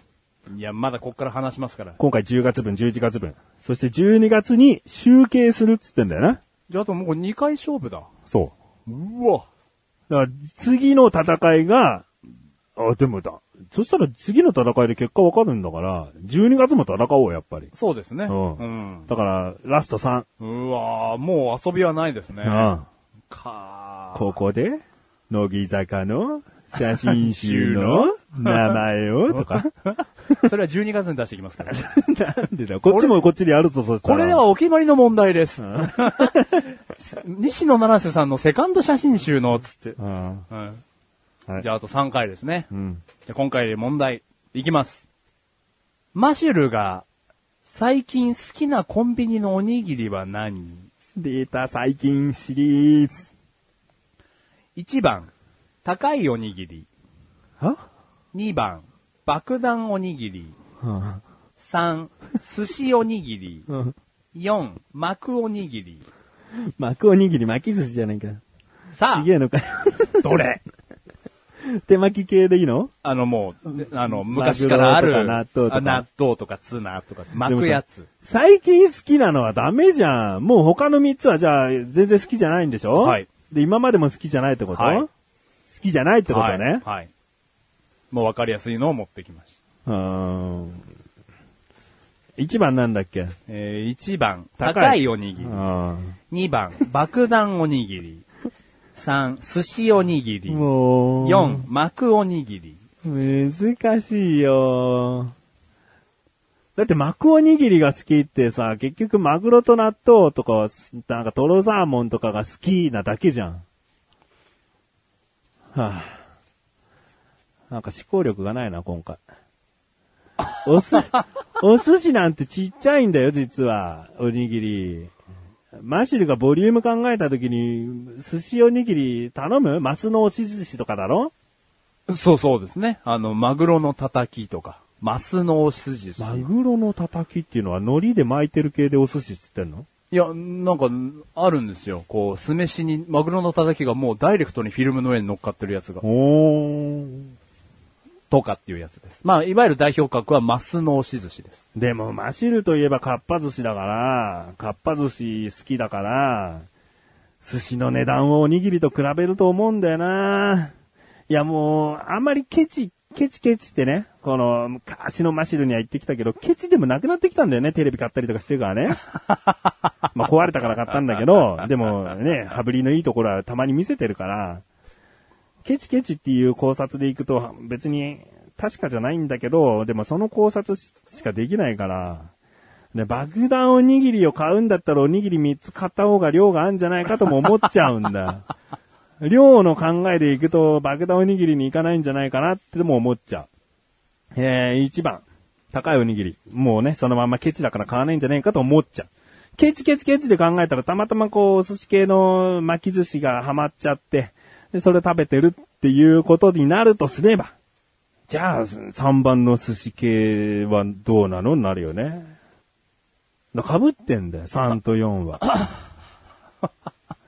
S1: いや、まだこっから話しますから。
S2: 今回10月分、11月分。そして12月に集計するっつってんだよな。
S1: じゃあ、あともう2回勝負だ。
S2: そう
S1: わ。
S2: だから次の戦いが、あ、でもだ。そしたら次の戦いで結果わかるんだから、12月も戦おう、やっぱり。
S1: そうですね。
S2: うん
S1: うん。
S2: だから、ラスト3。
S1: うわーもう遊びはないですね。
S2: うん。
S1: かー
S2: ここで、乃木坂の写真集の名前を、とか。
S1: それは12月に出していきます
S2: <laughs>
S1: から。
S2: なんでだよこっちもこっちでやるぞ、そした
S1: こ
S2: ら。
S1: れではお決まりの問題です。 <laughs> 西野七瀬さんのセカンド写真集の、つって。
S2: うん。
S1: うん
S2: はい
S1: じゃああと3回ですね。
S2: うん。
S1: じゃあ今回で問題、いきます。マシュルが最近好きなコンビニのおにぎりは何
S2: データ最近シリーズ。
S1: ?1 番、高いおにぎり。
S2: は
S1: 2番、爆弾おにぎり。
S2: は
S1: 3、寿司おにぎり。
S2: うん。
S1: 4、巻くおにぎり。
S2: 巻くおにぎり巻き寿司じゃないか。
S1: さ
S2: ちげえのかよ。
S1: あ、どれ
S2: 手巻き系でいいの
S1: あのもう、あの、昔からある、
S2: マグロとか納豆とか
S1: あ納豆とかツナとか、巻くやつ。
S2: 最近好きなのはダメじゃん。もう他の3つはじゃあ全然好きじゃないんでしょ
S1: はい。
S2: で、今までも好きじゃないってこと、
S1: はい
S2: 好きじゃないってことね。
S1: はい。はい。もう分かりやすいのを持ってきました。
S2: うーん。1番なんだっけ
S1: えー、1番、
S2: 高い
S1: 高いおにぎり。
S2: うん。
S1: 2番、爆弾おにぎり。3、寿司おにぎり。
S2: もう。
S1: 4、巻くおにぎり。
S2: 難しいよ。だってマクおにぎりが好きってさ、結局マグロと納豆とか、なんかトロサーモンとかが好きなだけじゃん。はあ、なんか思考力がないな、今回。おす、お寿司なんてちっちゃいんだよ、実は。おにぎり。マシルがボリューム考えた時に、寿司おにぎり頼むマスの押し寿司とかだろ
S1: そうそうですね。あの、マグロのたたきとか、マスのお寿司。
S2: マグロのたたきっていうのは海苔で巻いてる系でお寿司っつってんの
S1: いや、なんか、あるんですよ。こう、酢飯に、マグロのたたきがもうダイレクトにフィルムの上に乗っかってるやつが、
S2: おー。
S1: とかっていうやつです。まあ、いわゆる代表格はマスのおし寿司です。
S2: でも、マシルといえばかっぱ寿司だから、かっぱ寿司好きだから、寿司の値段をおにぎりと比べると思うんだよな。いやもう、あんまりケチ、ケチケチってね、この昔のマシルには言ってきたけど、ケチでもなくなってきたんだよね、テレビ買ったりとかしてるから <laughs> ね。まあ壊れたから買ったんだけど、でもね、羽振りのいいところはたまに見せてるから、ケチケチっていう考察でいくと別に確かじゃないんだけど、でもその考察ししかできないから、ね、爆弾おにぎりを買うんだったらおにぎり3つ買った方が量があるんじゃないかとも思っちゃうんだ。量の考えでいくと爆弾おにぎりにいかないんじゃないかなってでも思っちゃう。えー、1番。高いおにぎり。もうね、そのまんまケチだから買わないんじゃないかと思っちゃう。ケチケチケチで考えたらたまたまこう、お寿司系の巻き寿司がハマっちゃって、で、それ食べてるっていうことになるとすれば、じゃあ、3番の寿司系はどうなのになるよね。だから被ってんだよ、3と4は。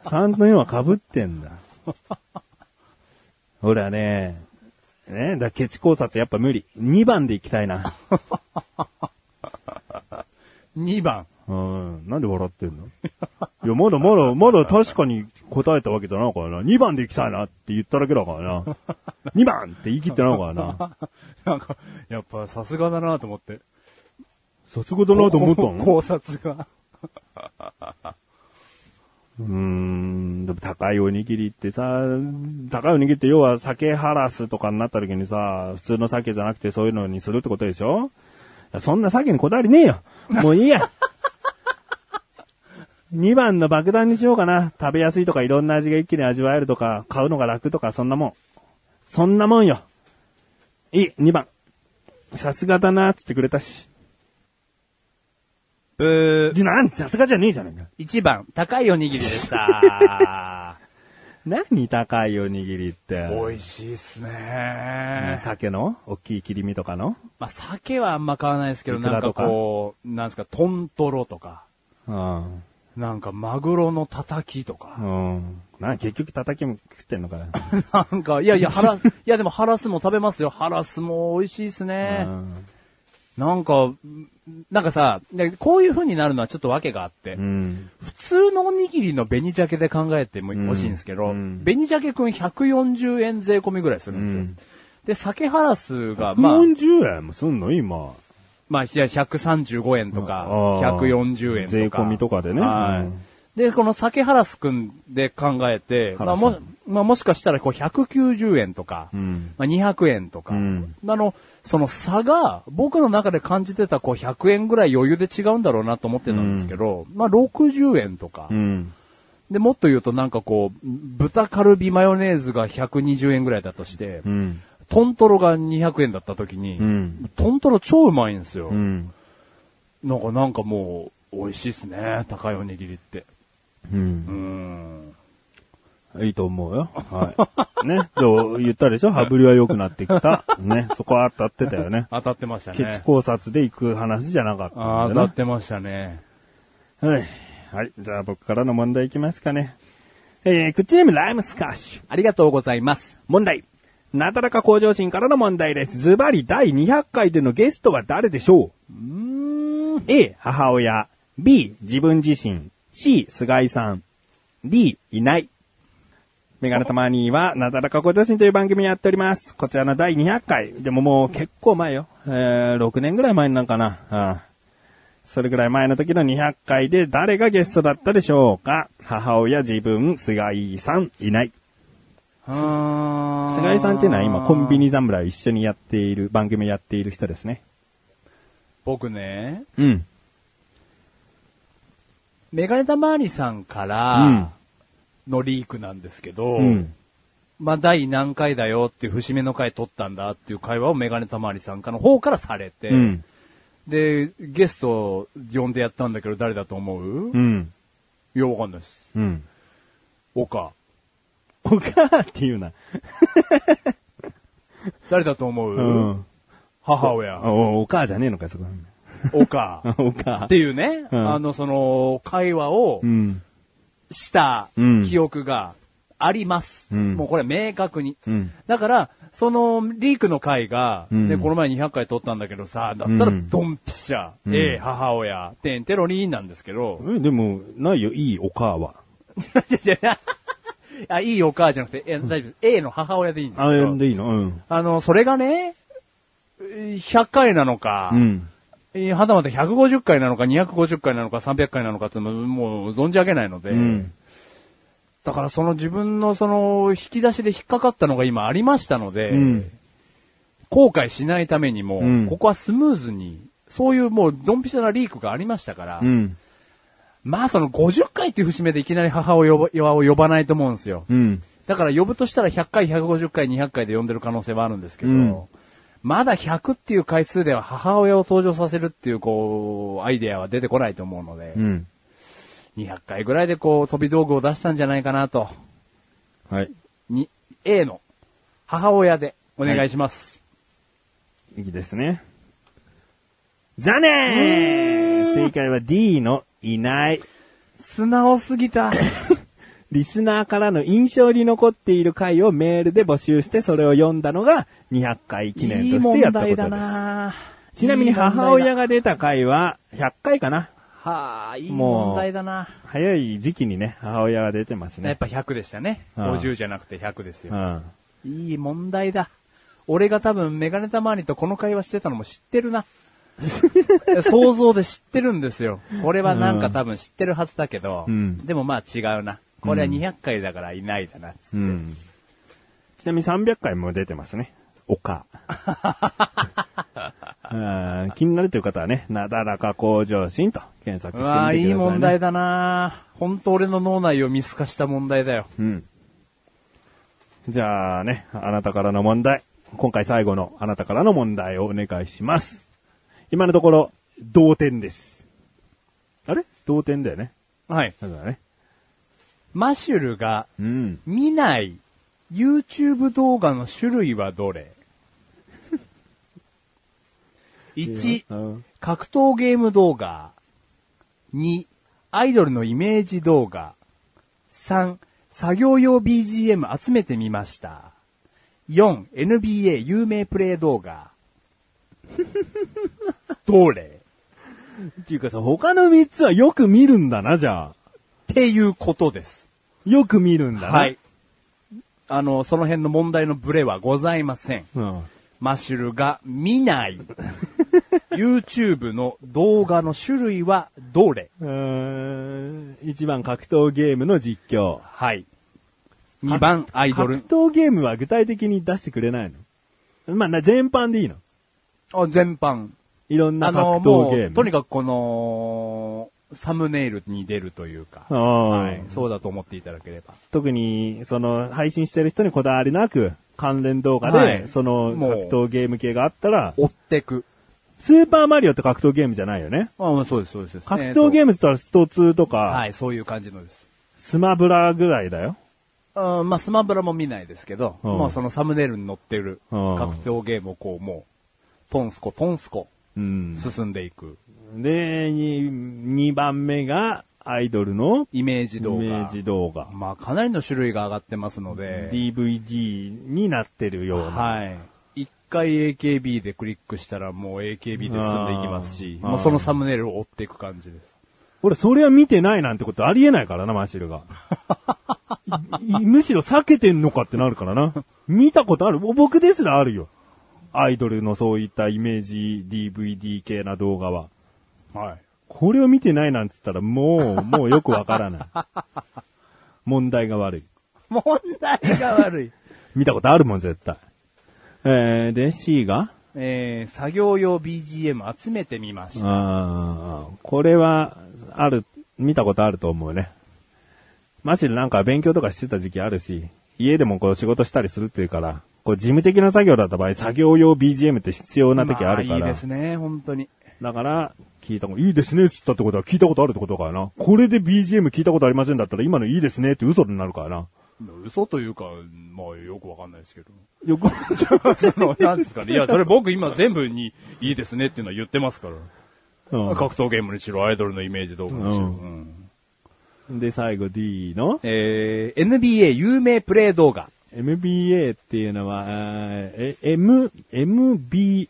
S2: 3と4は被ってんだ。俺はね、ね、だからケチ考察やっぱ無理。2番で行きたいな。
S1: 2番。
S2: うん。なんで笑ってんの <laughs> いや、まだまだ、まだ確かに答えたわけじゃないからな。2番で行きたいなって言っただけだからな。2番って言い切ってないからな。
S1: なんか、やっぱさすがだなと思って。
S2: 卒業だなと思ったの
S1: 考察が。
S2: うーん。でも高いおにぎりってさ、高いおにぎりって要は酒ハラスとかになった時にさ、普通の酒じゃなくてそういうのにするってことでしょいやそんな酒にこだわりねえよ。もういいや。2番の爆弾にしようかな。食べやすいとかいろんな味が一気に味わえるとか、買うのが楽とか、そんなもん。そんなもんよ。いい、2番。さすがだな、つってくれたし。
S1: ブー。
S2: でなん、さすがじゃねえじゃねえか。
S1: 1番、高いおにぎりでした。
S2: 何高いおにぎりって。
S1: 美味しいっすね。
S2: 酒の大きい切り身とかの
S1: まあ、酒はあんま買わないですけど、
S2: いく
S1: な
S2: ら
S1: ん
S2: と
S1: か
S2: か
S1: こう、なんですか、トントロとか、
S2: うん。
S1: なんかマグロのたたきとか、
S2: うん。な、結局叩きも食ってんのかよ。
S1: <laughs> なんか、いやいや、ハラ、いやでもハラスも食べますよ。ハラスも美味しいっす
S2: う
S1: ね。
S2: ん。
S1: なんか、なんかさ、でこういう風になるのはちょっと訳があって、
S2: うん。
S1: 普通のおにぎりの紅鮭で考えてもほしいんですけど、
S2: うん
S1: 紅鮭くん140円税込みぐらいするんですよ。
S2: うん
S1: で、鮭ハラスが、まあ、
S2: 40円もすんの今。
S1: まあ、いや135円とか、
S2: あー
S1: 140円とか。
S2: 税込みとかでね
S1: はい。
S2: うん
S1: で、この鮭ハラスくんで考えて、
S2: ハ
S1: まあ、
S2: ラス
S1: もし、まあ、もしかしたらこう190円とか、
S2: うん。
S1: まあ、200円とか、
S2: うん
S1: あの、その差が、僕の中で感じてたこう100円ぐらい余裕で違うんだろうなと思ってたんですけど、まあ60円とか、
S2: うん。
S1: で、もっと言うとなんかこう、豚カルビマヨネーズが120円ぐらいだとして、
S2: うん。
S1: トントロが200円だった時に、
S2: うん。
S1: トントロ超うまいんですよ。
S2: うん。
S1: なんかなんかもう、美味しいっすね、高いおにぎりって。
S2: う。
S1: うんん。
S2: いいと思うよ。はい。ね。で、言ったでしょ羽振りは良くなってきた。ね。そこは当たってたよね。
S1: 当たってました
S2: ケチ
S1: ね。
S2: 考察で行く話じゃなかった
S1: ああ、
S2: ん
S1: 当
S2: だ
S1: た
S2: よ
S1: ってましたね。
S2: な。はい。はい。じゃあ僕からの問題いきますかね。えー、口ネームライムスカッシュ。
S1: ありがとうございます。
S2: 問題。なだらか向上心からの問題です。ズバリ第200回でのゲストは誰でしょう ?A、母親。B、自分自身。C、菅井さん。D、いない。メガネたまには、なだらか向上心という番組をやっております。こちらの第200回。でももう結構前よ。えー、6年ぐらい前になんかな。うんそれぐらい前の時の200回で誰がゲストだったでしょうか母親、自分、菅井さん、いない。
S1: 菅
S2: 菅井さんっていうのは今コンビニ侍一緒にやっている、番組やっている人ですね。
S1: 僕ね、
S2: うん。
S1: メガネタマーニさんからのリークなんですけど、
S2: うん。
S1: まあ、第何回だよっていう節目の回取ったんだっていう会話をメガネたまわりさんかの方からされて、
S2: うん。
S1: で、ゲストを呼んでやったんだけど誰だと思う、
S2: う
S1: い
S2: ん。
S1: や、わかんないです。
S2: うん。
S1: 岡。
S2: お母っていうな。
S1: 誰だと思う、
S2: うん。
S1: 母親。
S2: お、お母じゃねえのか、そこ。 <laughs>
S1: 岡。
S2: お
S1: <laughs>
S2: 母
S1: って。いうね、
S2: うん
S1: あの、その、会話を
S2: うん。
S1: した
S2: うん
S1: 記憶があります。
S2: うん
S1: もうこれ明確に。
S2: うん。
S1: だから、その、リークの回が、
S2: うん
S1: ね、この前200回撮ったんだけどさ、だったら
S2: う、ん
S1: ドンピシャ、
S2: うん
S1: A、母親、てんてろりんなんですけど、 <laughs>
S2: え、でも、ないよ、いいお母は。
S1: いやいやいやあ、いいお母じゃなくて、え大丈夫です A の母親でいいんです
S2: あ、
S1: け
S2: え
S1: ど、
S2: でいいのうん。
S1: あの、それがね、100回なのか
S2: う、ん。
S1: えーはたまた150回なのか、250回なのか、300回なのかっていうのもう存じ上げないので、
S2: うん。
S1: だからその自分のその、引き出しで引っかかったのが今ありましたので、
S2: うん。
S1: 後悔しないためにも、
S2: うん
S1: ここはスムーズに、そういうもうドンピシャなリークがありましたから、
S2: うん。
S1: まあその50回っていう節目でいきなり母を呼ばを呼ばないと思うんですよ。
S2: うん。
S1: だから呼ぶとしたら100回、150回、200回で呼んでる可能性はあるんですけど、
S2: うん
S1: まだ100っていう回数では母親を登場させるっていうこう、アイデアは出てこないと思うので、
S2: うん。
S1: 200回ぐらいでこう、飛び道具を出したんじゃないかなと、
S2: はい。
S1: に、A の母親でお願いします。
S2: いいですね。じゃねー正解は D のいない。
S1: 素直すぎた。
S2: リスナーからの印象に残っている回をメールで募集して、それを読んだのが200回記念としてやったこと
S1: いい問題
S2: です。
S1: だな
S2: ちなみに母
S1: いい問題
S2: 親
S1: だ
S2: が出た回は100回かな。
S1: はあ、いい
S2: もう
S1: 問題だな。
S2: 早い時期にね、母親が出てます
S1: やっ
S2: ね。
S1: ぱ100でしたね。
S2: うん
S1: 50じゃなくて100です
S2: う
S1: よ。
S2: ん。
S1: いい問題だ。俺が多分メガネたまわりとこの会話してたのも知ってる <laughs> な。想像で知ってるんですよ。これはなんか多分知ってるはずだけど、
S2: うん
S1: でもまあ違うな。これは200回だからいないだなっつって、
S2: うん。ちなみに300回も出てますね。お
S1: <laughs>
S2: か。うん気になるという方はね、なだらか向上心と検索
S1: う
S2: してみてくださ
S1: わあ、
S2: い、ね。
S1: いい問題だな本当俺の脳内を見透かした問題だよ。
S2: うん。じゃあね、あなたからの問題。今回最後のあなたからの問題をお願いします。今のところ、同点です。あれ同点だよね。
S1: はい。
S2: だからね。
S1: マシュルが
S2: うん。
S1: 見ない YouTube 動画の種類はど
S2: <laughs>
S1: れ ?1、
S2: うん。
S1: 格闘ゲーム動画。2、アイドルのイメージ動画。3、作業用 BGM 集めてみました。4、NBA 有名プレイ動画。どれ
S2: っていうかさ、他の3つはよく見るんだな、じゃあ。
S1: ていうことです。
S2: よく見るんだな。
S1: はい。。あの、その辺の問題のブレはございません。
S2: うん。
S1: マシュルが見ない。YouTube の動画の種類はどれ
S2: うーん一番格闘ゲームの実況。
S1: はい。2番アイド
S2: 格
S1: ル。
S2: 闘ゲームは具体的に出してくれないのまあ、な全般でいいの。
S1: あ、全般。
S2: いろんな
S1: あ
S2: 格
S1: の、
S2: 闘
S1: も
S2: ゲー
S1: う、
S2: ム。
S1: とにかくこの、サムネイルに出るというか、
S2: は
S1: はい、そうだと思っていただければ。
S2: 特に、その、配信してる人にこだわりなく、関連動画で、
S1: はい
S2: その、
S1: もう
S2: 格闘ゲーム系があったら、
S1: 追ってく。
S2: スーパーマリオって格闘ゲームじゃないよね。
S1: あそうです、そうです。
S2: 格闘ゲ
S1: ム
S2: ームって言ったらスト2とか、
S1: はい、そういう感じのです。
S2: スマブラぐらいだよ。
S1: うん、まあ、スマブラも見ないですけど、
S2: うん
S1: もうそのサムネイルに載ってる格
S2: うん
S1: 闘ゲームをこう、もう、トンスコ、トンスコ、
S2: うん
S1: 進んでいく。
S2: で、2番目が、アイドルの
S1: イメージ
S2: イ
S1: 動画。
S2: メージ動画。
S1: まあ、かなりの種類が上がってますので、
S2: DVD になってるような。
S1: はい。一回 AKB でクリックしたらもう AKB で進んでいきますし、
S2: あー
S1: もうそのサムネイルを追っていく感じです。
S2: 俺、それは見てないなんてことありえないからな、マシルが。いむしろ避けてんのかってなるからな。見たことある。僕ですらあるよ。アイドルのそういったイメージ DVD 系な動画は。
S1: はい。
S2: これを見てないなんつったら、もう、もうよくわからない。問題が悪い。
S1: 問題が悪
S2: <laughs>
S1: い。
S2: 見たことあるもん、絶対。えー、で、C が
S1: えー、作業用 BGM 集めてみました。
S2: あーこれは、ある、見たことあると思うね。マシルなんか勉強とかしてた時期あるし、家でもこう仕事したりするっていうから、こう事務的な作業だった場合、作業用 BGM って必要な時あるから、
S1: まいいですね、本当に。
S2: だから、聞いたこと、いいですねっつったってことは聞いたことあるってことかよな。これで BGM 聞いたことありませんだったら今のいいですねって嘘になるからな。
S1: 嘘というか、まあよくわかんないですけど。
S2: よく、
S1: その、なんですかね。いや、それ僕今全部にいいですねっていうのは言ってますから。
S2: う
S1: 格闘ゲームにしろ、アイドルのイメージ動画にしろ。
S2: うん
S1: うん
S2: ん、で、最後 D の
S1: えー、NBA 有名プレイ動画。
S2: MBA っていうのは、あーえ、M、MBA。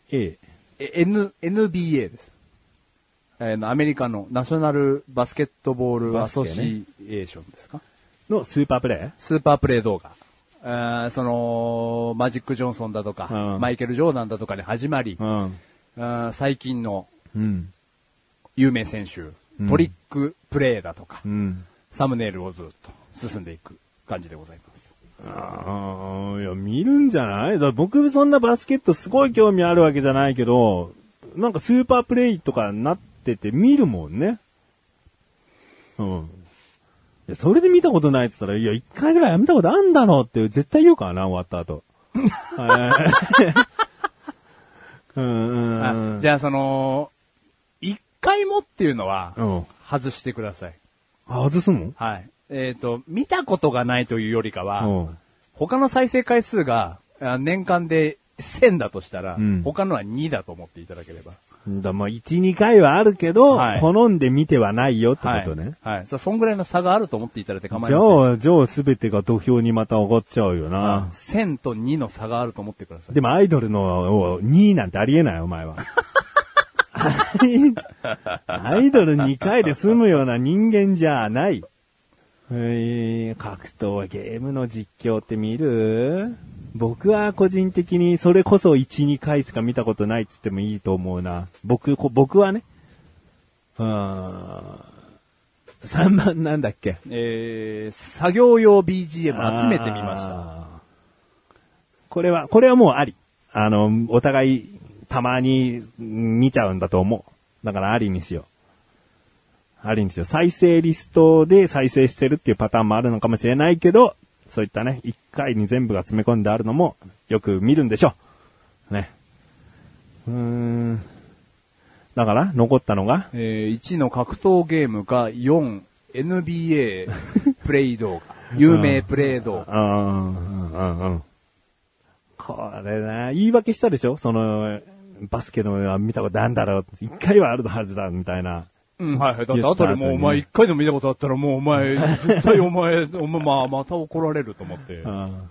S1: え N、NBA です。えーの、アメリカのナショナルバスケットボールアソシエーションですか、
S2: のスーパープレイ
S1: スーパープレイ動画。あーその、マジック・ジョンソンだとか、
S2: うん
S1: マイケル・ジョーダンだとかに始まり、
S2: ん。
S1: あー最近の
S2: うん。
S1: 有名選手、
S2: うん
S1: トリックプレイだとか、
S2: うん。
S1: サムネイルをずっと進んでいく感じでございます。
S2: ああ、いや、見るんじゃないだから僕そんなバスケットすごい興味あるわけじゃないけど、なんかスーパープレイとかなってて見るもんね。うん。いや、それで見たことないって言ったら、いや、一回ぐらいは見たことあんだろうって絶対言うからな、終わった <laughs> 後。はいうんうんう
S1: あ
S2: ん。
S1: じゃあその、一回もっていうのは、
S2: うん。
S1: 外してください。
S2: あ外すの
S1: はい。えっ、と、見たことがないというよりかは、
S2: うん。
S1: 他の再生回数があ年間で1000だとしたら、
S2: うん
S1: 他のは2だと思っていただければ。
S2: だまあ、1、2回はあるけど、
S1: はい
S2: 好んで見てはないよって
S1: は
S2: こ
S1: い。
S2: とね。
S1: はい。さあ、そんぐらいの差があると思っていただいて構いま
S2: じ
S1: せん。
S2: ゃあ、じゃあすべてが土俵にまた上がっちゃうよ
S1: あ
S2: な。
S1: 1000と2の差があると思ってください。
S2: でもアイドルの2位なんてありえない、お前は。アイドル2回で済むような人間じゃない。えー格闘ゲームの実況って見る僕は個人的にそれこそ1、2回しか見たことないっつってもいいと思うな。僕、こ僕はね。うーん。3番なんだっけ
S1: えー、作業用 BGM 集めてみました。
S2: あー。これは、これはもうあり。あの、お互い、たまにうん見ちゃうんだと思う。だからありにしよう。ありにしよう。再生リストで再生してるっていうパターンもあるのかもしれないけど、そういったね、一回に全部が詰め込んであるのもよく見るんでしょう。ね。うーん。だから、残ったのが、
S1: えー、1の格闘ゲームが4、NBA <laughs> プレイ動画。有名プレイ動画。
S2: うんうんうんうんこれな、言い訳したでしょその、バスケのは見たことあるんだろう。一回はあるはずだ、みたいな。
S1: うん、はいはい。だって
S2: 言っ
S1: 後
S2: た後
S1: で
S2: に
S1: もうお前一回でも見たことあったらもうお <laughs> 前、絶対お前、お前、まあ、また怒られると思って
S2: う。ん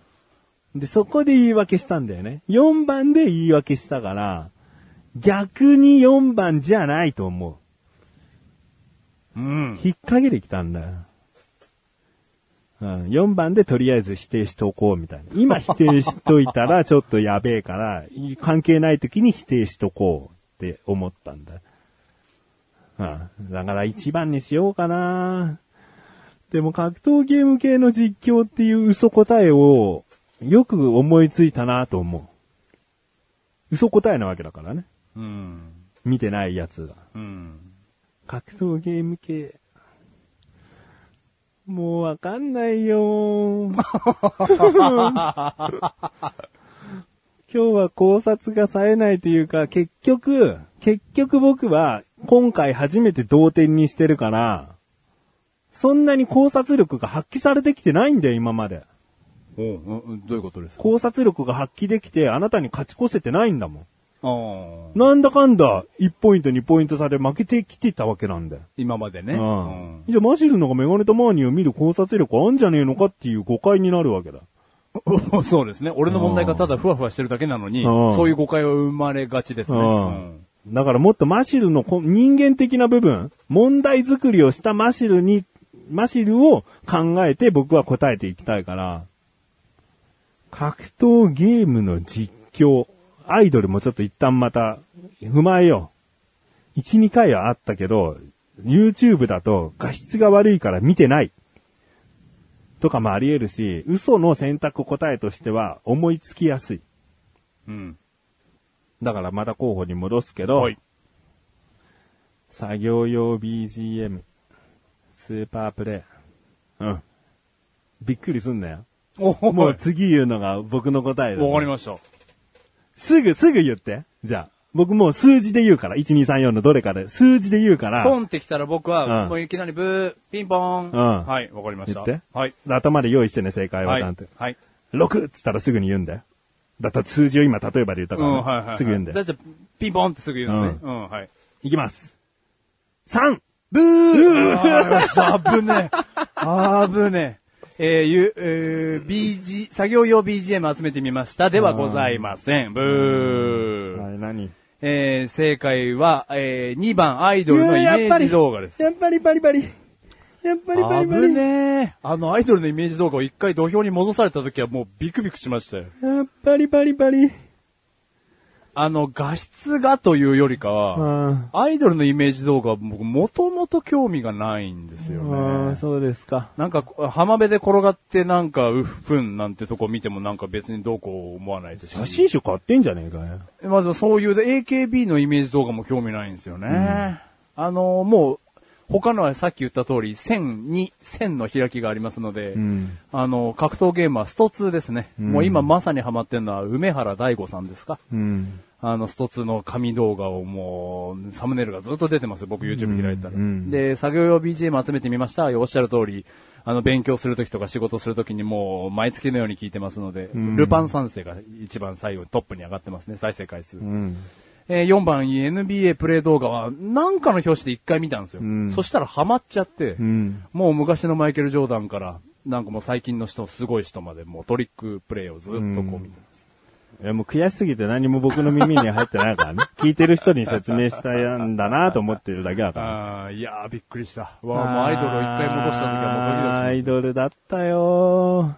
S2: で、そこで言い訳したんだよね。4番で言い訳したから、逆に4番じゃないと思
S1: う
S2: う。
S1: ん。
S2: 引っ掛けてきたんだよ。うん、4番でとりあえず否定しとこうみたいな。今否定しといたらちょっとやべえから、関係ない時に否定しとこうって思ったんだ。うん、だから1番にしようかな。でも格闘ゲーム系の実況っていう嘘答えをよく思いついたなと思う。嘘答えなわけだからね。
S1: うん。
S2: 見てないやつが。
S1: うん。
S2: 格闘ゲーム系。もうわかんないよ <laughs> ー今日は考察が冴えないというか、結局、結局僕は今回初めて同点にしてるから、そんなに考察力が発揮されてきてないんだよ、今まで。
S1: おうどういうことですか
S2: 考察力が発揮できて、あなたに勝ち越せてないんだもん。
S1: あー
S2: なんだかんだ、1ポイント2ポイント差で負けてきてたわけなんだよ。
S1: 今までね。
S2: うん。じゃあマシルのがメガネとマーニーを見る考察力あんじゃねえのかっていう誤解になるわけだ。
S1: うん <laughs> そうですね。俺の問題がただふわふわしてるだけなのに、
S2: うん
S1: そういう誤解は生まれがちですね。うん
S2: うん。だからもっとマシルのこ人間的な部分、問題作りをしたマシルに、マシルを考えて僕は答えていきたいから、格闘ゲームの実況、アイドルもちょっと一旦また踏まえよう。1、2回はあったけど、YouTube だと画質が悪いから見てない。とかもあり得るし、嘘の選択答えとしては思いつきやすい。
S1: うん。
S2: だからまた候補に戻すけど、
S1: はい。
S2: 作業用 BGM、スーパープレイ。うん。びっくりすんなよ。
S1: おお、
S2: も
S1: わ
S2: う
S1: か
S2: 次言うのが僕の答えだ、
S1: りました。
S2: すぐ、すぐ言って。じゃあ、僕もう数字で言うから、1234のどれかで、数字で言うから
S1: ポ、ンってきたら僕
S2: う
S1: は、
S2: ん
S1: もういきなりブー、ピンポーン。
S2: ん
S1: はい、わかりました。
S2: 言って
S1: はい。
S2: 頭で用意してね、正解は
S1: はい
S2: ちゃんと。。
S1: はい。
S2: 6っつったらすぐに言うんだよ。だったら数字を今、例えばで言った
S1: う
S2: からね、
S1: ん、はい、はい。
S2: すぐ言うんだ
S1: だ
S2: よ。
S1: って、ピンポーンってすぐ言うんですね。うん、はい。
S2: いきます。3!
S1: ブーあー危ねえ。あぶねえ。えー、ゆ、えー、BG、作業用 BGM 集めてみました。ではございません。ブー。
S2: はい、何
S1: えー、正解は、えー、2番アイドルのイメージ動画です。
S2: やっぱりバリバリ。やっぱりバリバリ。
S1: 危ねえ。あの、アイドルのイメージ動画を一回土俵に戻された時はもうビクビクしましたよ。
S2: やっぱりバリバリ。
S1: あの、画質がというよりか
S2: う
S1: は、
S2: ん。
S1: アイドルのイメージ動画は僕もともと興味がないんですよ
S2: あ
S1: ね
S2: あ、。そうですか。
S1: なんか、浜辺で転がってなんか、うっふんなんてとこ見てもなんか別にどうこう思わないです
S2: 写
S1: し。
S2: 真集買ってんじゃねえかよ。
S1: まずそういうで、AKB のイメージ動画も興味ないんですよね。あの、もう、他のはさっき言った通り、線に、線の開きがありますので、
S2: ん
S1: あの、格闘ゲームはスト2ですね。もう今まさにハマってるのは梅原大吾さんですか
S2: うん。
S1: あの、スト2の紙動画をもう、サムネイルがずっと出てますよ、僕 YouTube 開いたら。
S2: うんうん
S1: で、作業用 BGM 集めてみました。おっしゃる通り、あの、勉強するときとか仕事するときにもう、毎月のように聞いてますので、ルパン三世が一番最後、トップに上がってますね、再生回数。
S2: うん。
S1: えー4番、NBA プレイ動画は、なんかの表紙で一回見たんですよ。
S2: ん
S1: そしたらハマっちゃって、
S2: うん。
S1: もう昔のマイケル・ジョーダンから、なんかもう最近の人、すごい人まで、もうトリックプレイをずっとこう見てます。
S2: いや、もう悔しすぎて何も僕の耳に入ってない <laughs> からね。聞いてる人に説明したんだなと思ってるだけだから。
S1: あーいやー、びっくりした。わあ、もうアイドルを一回戻した時はもうドキドキしました
S2: アイドルだったよ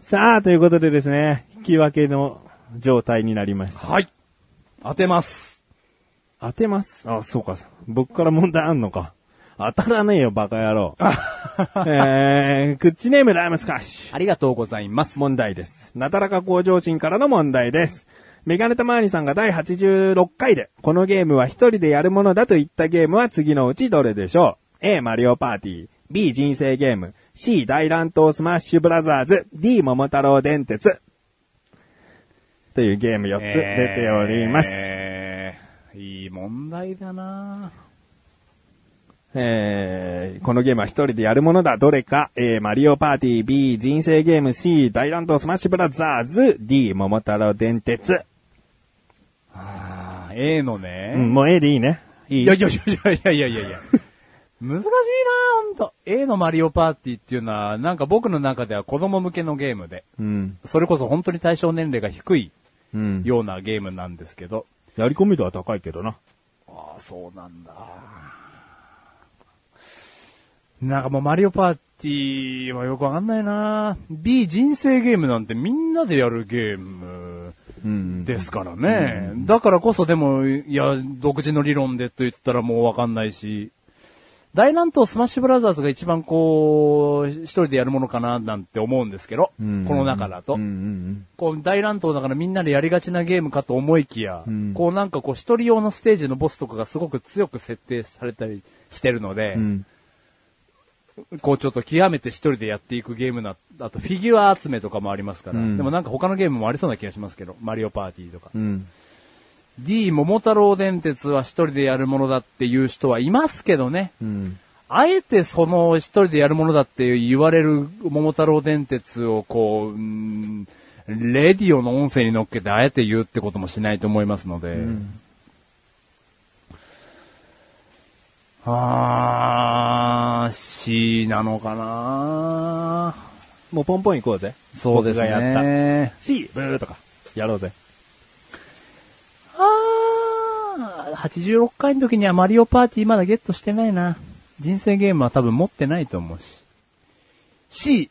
S2: さあ、ということでですね、引き分けの状態になりました。
S1: はい。当てます。
S2: 当てます。あ、そうか。僕から問題あんのか。当たらねえよ、バカ野郎。 <laughs> えー、クッチネームライムスカッシュ。
S1: ありがとうございます。
S2: 問題です。なだらか向上心からの問題です。メガネタマーニさんが第86回で、このゲームは一人でやるものだと言ったゲームは次のうちどれでしょう ?A、マリオパーティー。B、人生ゲーム。C、大乱闘スマッシュブラザーズ。D、桃太郎電鉄。というゲーム4つ出ております。え
S1: えーいい問題だな
S2: ーこのゲームは一人でやるものだ。どれか、A、マリオパーティー。B、人生ゲーム。C、大乱闘スマッシュブラザーズ。D、桃太郎電鉄。
S1: あー A のね、
S2: うん、もう A でいいね。い
S1: いやいやいやいやいやいやいやいや。難しいなほんと。A のマリオパーティーっていうのは、なんか僕の中では子供向けのゲームで、
S2: うん。
S1: それこそ本当に対象年齢が低い
S2: うん。
S1: ようなゲームなんですけど、
S2: やり込み度は高いけどな。
S1: ああ、そうなんだ。なんかもうマリオパーティーはよくわかんないな B 人生ゲームなんてみんなでやるゲーム
S3: うん。
S1: ですからね。だからこそでも、いや、独自の理論でと言ったらもうわかんないし、大乱闘スマッシュブラザーズが一番こう、一人でやるものかななんて思うんですけど、
S3: うん
S1: この中だと。
S3: うんうん
S1: こう大乱闘だからみんなでやりがちなゲームかと思いきや、
S3: ん
S1: こうなんかこう一人用のステージのボスとかがすごく強く設定されたりしてるので、
S3: うん。うん。
S1: こうちょっと極めて一人でやっていくゲームな、あとフィギュア集めとかもありますから、
S3: うん
S1: でもなんか他のゲームもありそうな気がしますけど、マリオパーティーとか。
S3: うん。
S1: D 桃太郎電鉄は一人でやるものだっていう人はいますけどね。
S3: うん。
S1: あえてその一人でやるものだって言われる桃太郎電鉄をこう、うーんレディオの音声に乗っけてあえて言うってこともしないと思いますので。あー、C なのかな
S2: もうポンポン行こうぜ。
S1: そうですね。
S2: 僕がやった。C、ブーとか、やろうぜ。
S1: あー、86回の時にはマリオパーティーまだゲットしてないな。人生ゲームは多分持ってないと思うし。C、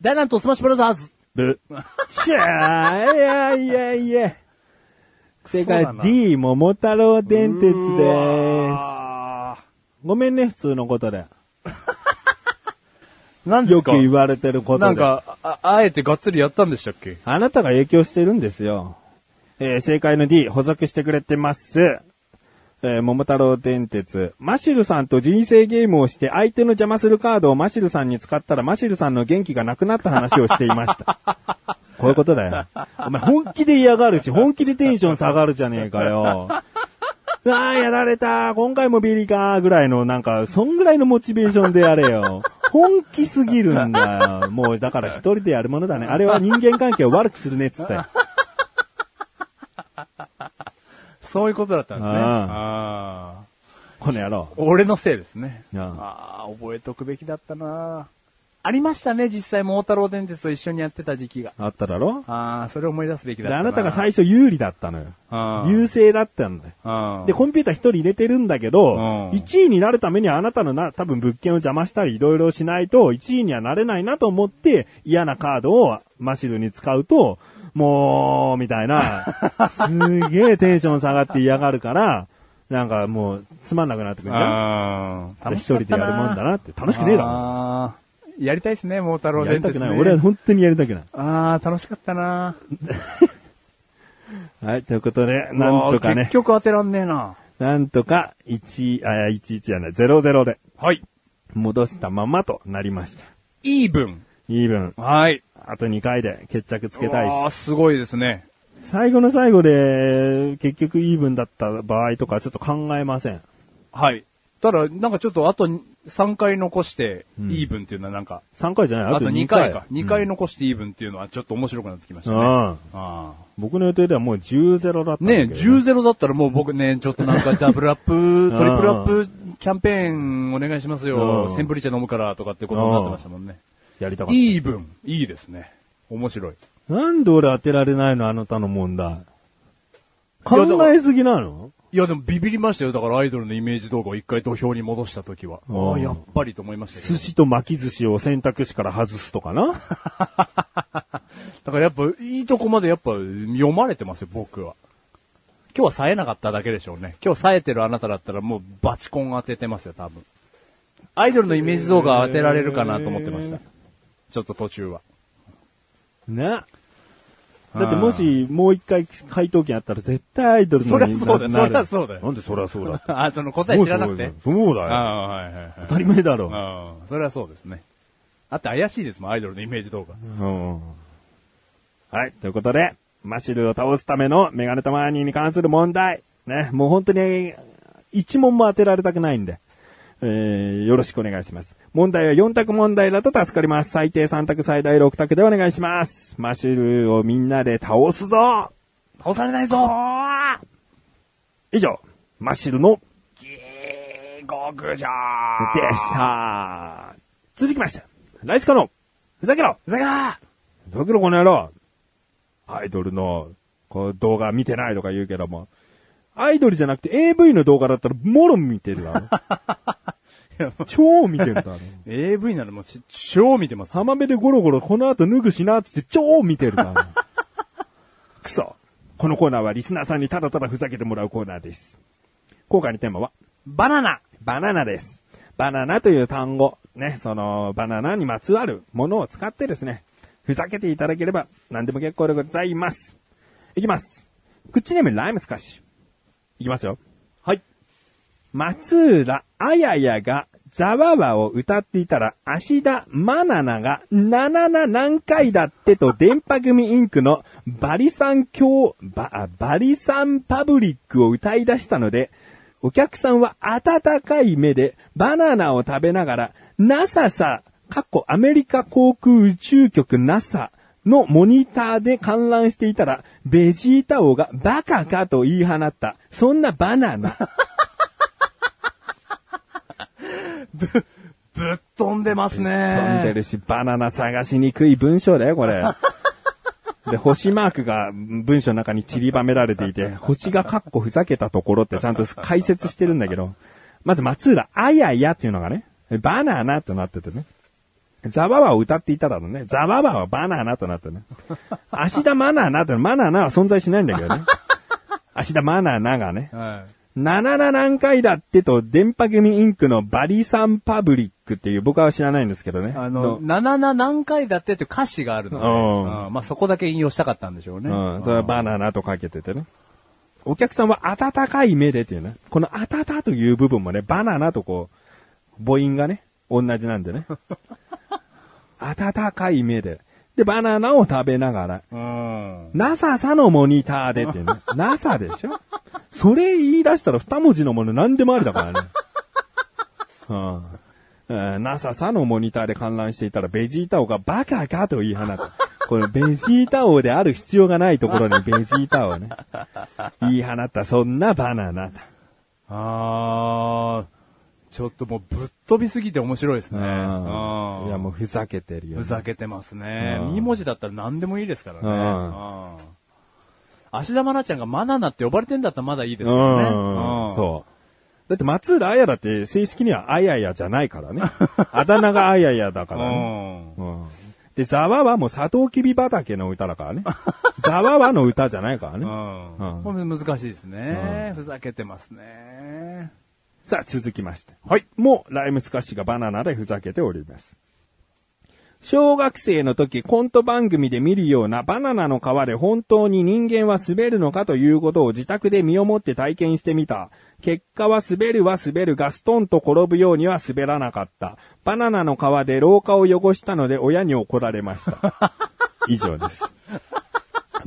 S1: ダイナントスマッシュブラザーズ
S2: ブー。しゃーいやいやいや。正
S1: そう
S2: 解
S1: だな
S2: D、桃太郎電鉄で
S1: う
S2: ーす。
S1: わ
S2: ごめんね、普通のことで。
S1: ーなんで
S2: よ
S1: す
S2: く
S1: か
S2: 言われてることで。
S1: なんかあ、あえてがっつりやったんでしたっけ
S2: あなたが影響してるんですよ。えー正解の D、補足してくれてます。えー桃太郎電鉄。マシルさんと人生ゲームをして相手の邪魔するカードをマシルさんに使ったらマシルさんの元気がなくなった話をしていました。こういうことだよ。お前本気で嫌がるし、本気でテンション下がるじゃねえかよ。う <laughs> わあ、やられた今回もビリかぐらいの、なんか、そんぐらいのモチベーションでや
S1: <laughs>
S2: れよ。本気すぎるんだよ。もう、だから一人でやるものだね。あれは人間関係を悪くするね、っ
S1: <laughs>
S2: つったよ。
S1: そういうことだったんですね。
S2: あー
S1: あー
S2: この野郎。
S1: 俺のせいですね。
S2: あ
S1: ああー、覚えとくべきだったなありましたね、実際、桃太郎電鉄と一緒にやってた時期が。
S2: あっただろ
S1: ああ、それを思い出すべきだ
S2: で
S1: ったな
S2: あなたが最初有利だったのよ。
S1: 初
S2: 優勢だったんだよ。
S1: で
S2: で、、コンピューター一人入れてるんだけど、
S1: うん
S2: 1位になるためにはあなたのな、多分物件を邪魔したりいろいろしないと、1位にはなれないなと思って、嫌なカードをマシルに使うと、もう、みた
S1: <laughs>
S2: いな、すげえテンション下がって嫌がるから、なんかもう、つまんなくなってくるんだよ。
S1: うん。
S2: 一人でやるもんだ
S1: な。
S2: なって。楽しくねえだろ。
S1: あーやりたいですね、桃太郎
S2: やり
S1: 電
S2: た
S1: 鉄
S2: く
S1: ね。
S2: ない。俺は本当にやりたくない。
S1: ああ、楽しかったな
S2: はい、ということで、なんとか
S1: うわー
S2: ね
S1: 結、局当てらんねえな。
S2: なんとか、1、あ、11じゃない、00で
S1: はい。
S2: 戻したままとなりました。
S1: イーブン。
S2: イーブン。
S1: はい。
S2: あと2回で決着つけたい
S1: ああ、
S2: っす。
S1: すごいですね。
S2: 最後の最後で、結局イーブンだった場合とかちょっと考えません。
S1: はい。ただ、なんかちょっとあと3回残して、イーブンっていうのはなんか、
S2: 3回じゃない
S1: あ
S2: あと
S1: と
S2: 2
S1: 2
S2: 回。
S1: 回か。2回残してイーブンっていうのはちょっと面白くなってきましたね。あ
S2: うん。
S1: あー。
S2: 僕の予定ではもう10-0だったんだ
S1: ねえ、
S2: けど。
S1: 10-0だったらもう僕
S2: <laughs>
S1: ね、ちょっとなんかダブルアップ、トリプルアッ
S2: う
S1: プキャンペーンお願いします
S2: う
S1: よ。
S2: ん
S1: センブリ茶飲むからとかってことになってましたもんね。
S2: やりたかった。
S1: イーブン、いいですね。面白い。
S2: なんで俺当てられないのあなたの問題。
S1: やだから
S2: 考えすぎなの
S1: いやでもビビりましたよ。だからアイドルのイメージ動画を一回土俵に戻した時は。
S2: うん
S1: ああ、やっぱりと思いましたけ
S2: 寿
S1: ど。
S2: 司と巻き寿司を選択肢から外すとかな <laughs>
S1: だからやっぱ、いいとこまでやっぱ読まれてますよ、僕は。今日は冴えなかっただけでしょうね。今日冴えてるあなただったらもうバチコン当ててますよ、多分。アイドルのイメージ動画当てられるかなと思ってました。ちょっと途中は。
S2: ね。だってもしもう一回回答権あったら絶対アイドルのに
S1: そりゃそうだよ
S2: な
S1: そ
S2: る
S1: りゃそうだよ
S2: なんでそりゃそうだ
S1: <laughs> あ、その答え知らなくて。
S2: そうだ
S1: あ
S2: よ。
S1: あ、はいはいはい。
S2: 当たり前だろ。
S1: ああ、それはそうですね。あって怪しいですもん、アイドルのイメージ動画。
S2: うんはい、ということで、マシルを倒すためのメガネタマーニーに関する問題。ね、もう本当に、一問も当てられたくないんで、えー、よろしくお願いします。問題は4択問題だと助かります。最低3択、最大6択でお願いします。マシルをみんなで倒すぞ
S1: 倒されないぞ
S2: 以上、マシルの
S1: 極上
S2: でした。続きまして、ライスカの、ふざけろ
S1: ふざけな
S2: だけどこの野郎、アイドルの、こう、動画見てないとか言うけども、アイドルじゃなくて AV の動画だったら、もろ見てるだろ。 <laughs>
S1: やもう
S2: 超見てんだ、ね。
S1: AV ならもうし超見てます。
S2: 浜辺でゴロゴロこの後脱ぐしなっつって超見てるからね。 <laughs> くそ。このコーナーはリスナーさんにただただふざけてもらうコーナーです。今回のテーマは、
S1: バナナ
S2: バナナです。バナナという単語、ね、その、バナナにまつわるものを使ってですね、ふざけていただければ何でも結構でございます。いきます。口ネームライムスカシ。いきますよ。
S1: はい。
S2: 松浦あややがザワワを歌っていたら、芦田マナナが、ナナナ何回だってと、電波組インクのバリサン教、バ、あバリサンパブリックを歌い出したので、お客さんは温かい目でバナナを食べながら、NASA さ、かっこアメリカ航空宇宙局 NASA のモニターで観覧していたら、ベジータ王がバカかと言い放った、そんなバナナ。
S1: ぶっ飛んでますね。
S2: 飛んでるし、バナナ探しにくい文章だよ、これ。で、星マークが文章の中に散りばめられていて、星がカッコふざけたところってちゃんと解説してるんだけど、まず松浦、あややっていうのがね、バナナとなっててね。ザワワを歌っていただろうね。ザワワはバナナとなってね。芦田マナナって、マナナは存在しないんだけどね。芦田マナナがね、
S1: は
S2: ななな何回だってと、電波組インクのバリサンパブリックっていう、僕は知らないんですけどね。
S1: い。あの、ななな何回だってっていう歌詞があるので、
S2: うん
S1: うんまあそこだけ引用したかったんでしょうね。
S2: うん、それはバナナとかけててね。お客さんは温かい目でっていうね。この温かという部分もね、バナナとこう、母音がね、同じなん
S1: <laughs>
S2: でね。温かい目で。で、バナナを食べながら、
S1: うん。
S2: NASA さのモニターで
S1: <laughs>
S2: ってね。NASA でしょそれ言い出したら二文字のもの何でもあり
S1: <laughs>
S2: だからね。うんえー。NASA さのモニターで観覧していたらベジータ王がバカかと言い放った。このベジータ王である必要がないと
S1: <laughs>
S2: ころにベジータ王はね。言い放った、そんなバナナだ。
S1: あー、ちょっともうぶっ飛びすぎて面白いですね。
S2: うんいやもうふざけてるよ、ね。
S1: ふざけてますね。
S2: うん
S1: 2文字だったら何でもいいですから
S2: う
S1: ねう
S2: ん。
S1: ん芦田愛菜ちゃんがマナナって呼ばれてんだったらまだいいです
S2: う
S1: けどね。
S2: ん。
S1: う
S2: そう。だって松浦あやだって正式にはあややじゃないからね。あだ名があややだか
S1: ん。
S2: らね。
S1: うん
S2: うんで、ザワはもうサトウキビ畑の歌だからね。ザワはの歌じゃないから
S1: う
S2: ね。うん
S1: ん。これ難しいですね。ふざけてますね。
S2: さあ、続きまして。
S1: はい。
S2: もう、ライムスカッシュがバナナでふざけております。小学生の時、コント番組で見るようなバナナの皮で本当に人間は滑るのかということを自宅で身をもって体験してみた。結果は滑るは滑るがストンと転ぶようには滑らなかった。バナナの皮で廊下を汚したので親に怒られま
S1: <laughs>
S2: した。以上です。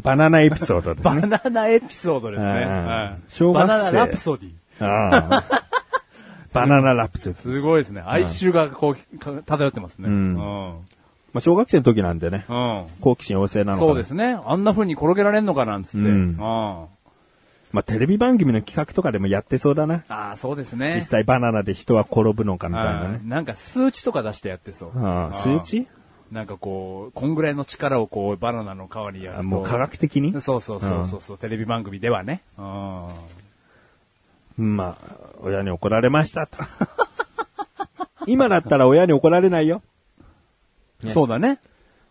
S2: バナナエピソードです
S1: バ
S2: ね。
S1: ナナエピソードですね。
S2: うん
S1: はい
S2: 小学
S1: バ
S2: 生
S1: ナナラプソディ。<laughs>
S2: ああバナナラプソディ
S1: すごいですね。哀愁がこうか、漂ってますね。
S2: うん
S1: うん。
S2: まあ、小学生の時なんでね、
S1: うん。
S2: 好奇心旺盛なのかな
S1: そうですね。あんな風に転げられんのかなんつって。
S2: うん
S1: うん。あ
S2: まあ、テレビ番組の企画とかでもやってそうだな。
S1: あ、そうですね。
S2: 実際バナナで人は転ぶのかみたいな
S1: あ
S2: ね
S1: ー。なんか数値とか出してやってそう。
S2: ああ
S1: うん
S2: 数値
S1: なんかこう、こんぐらいの力をこう、バナナの皮にやる
S2: あ
S1: と。
S2: もう科学的に
S1: そうそうそうそうそう、テレビ番組ではね。うん。
S2: まあ、親に怒られましたと。 <laughs> 今だったら親に怒られないよ。
S1: そうだね。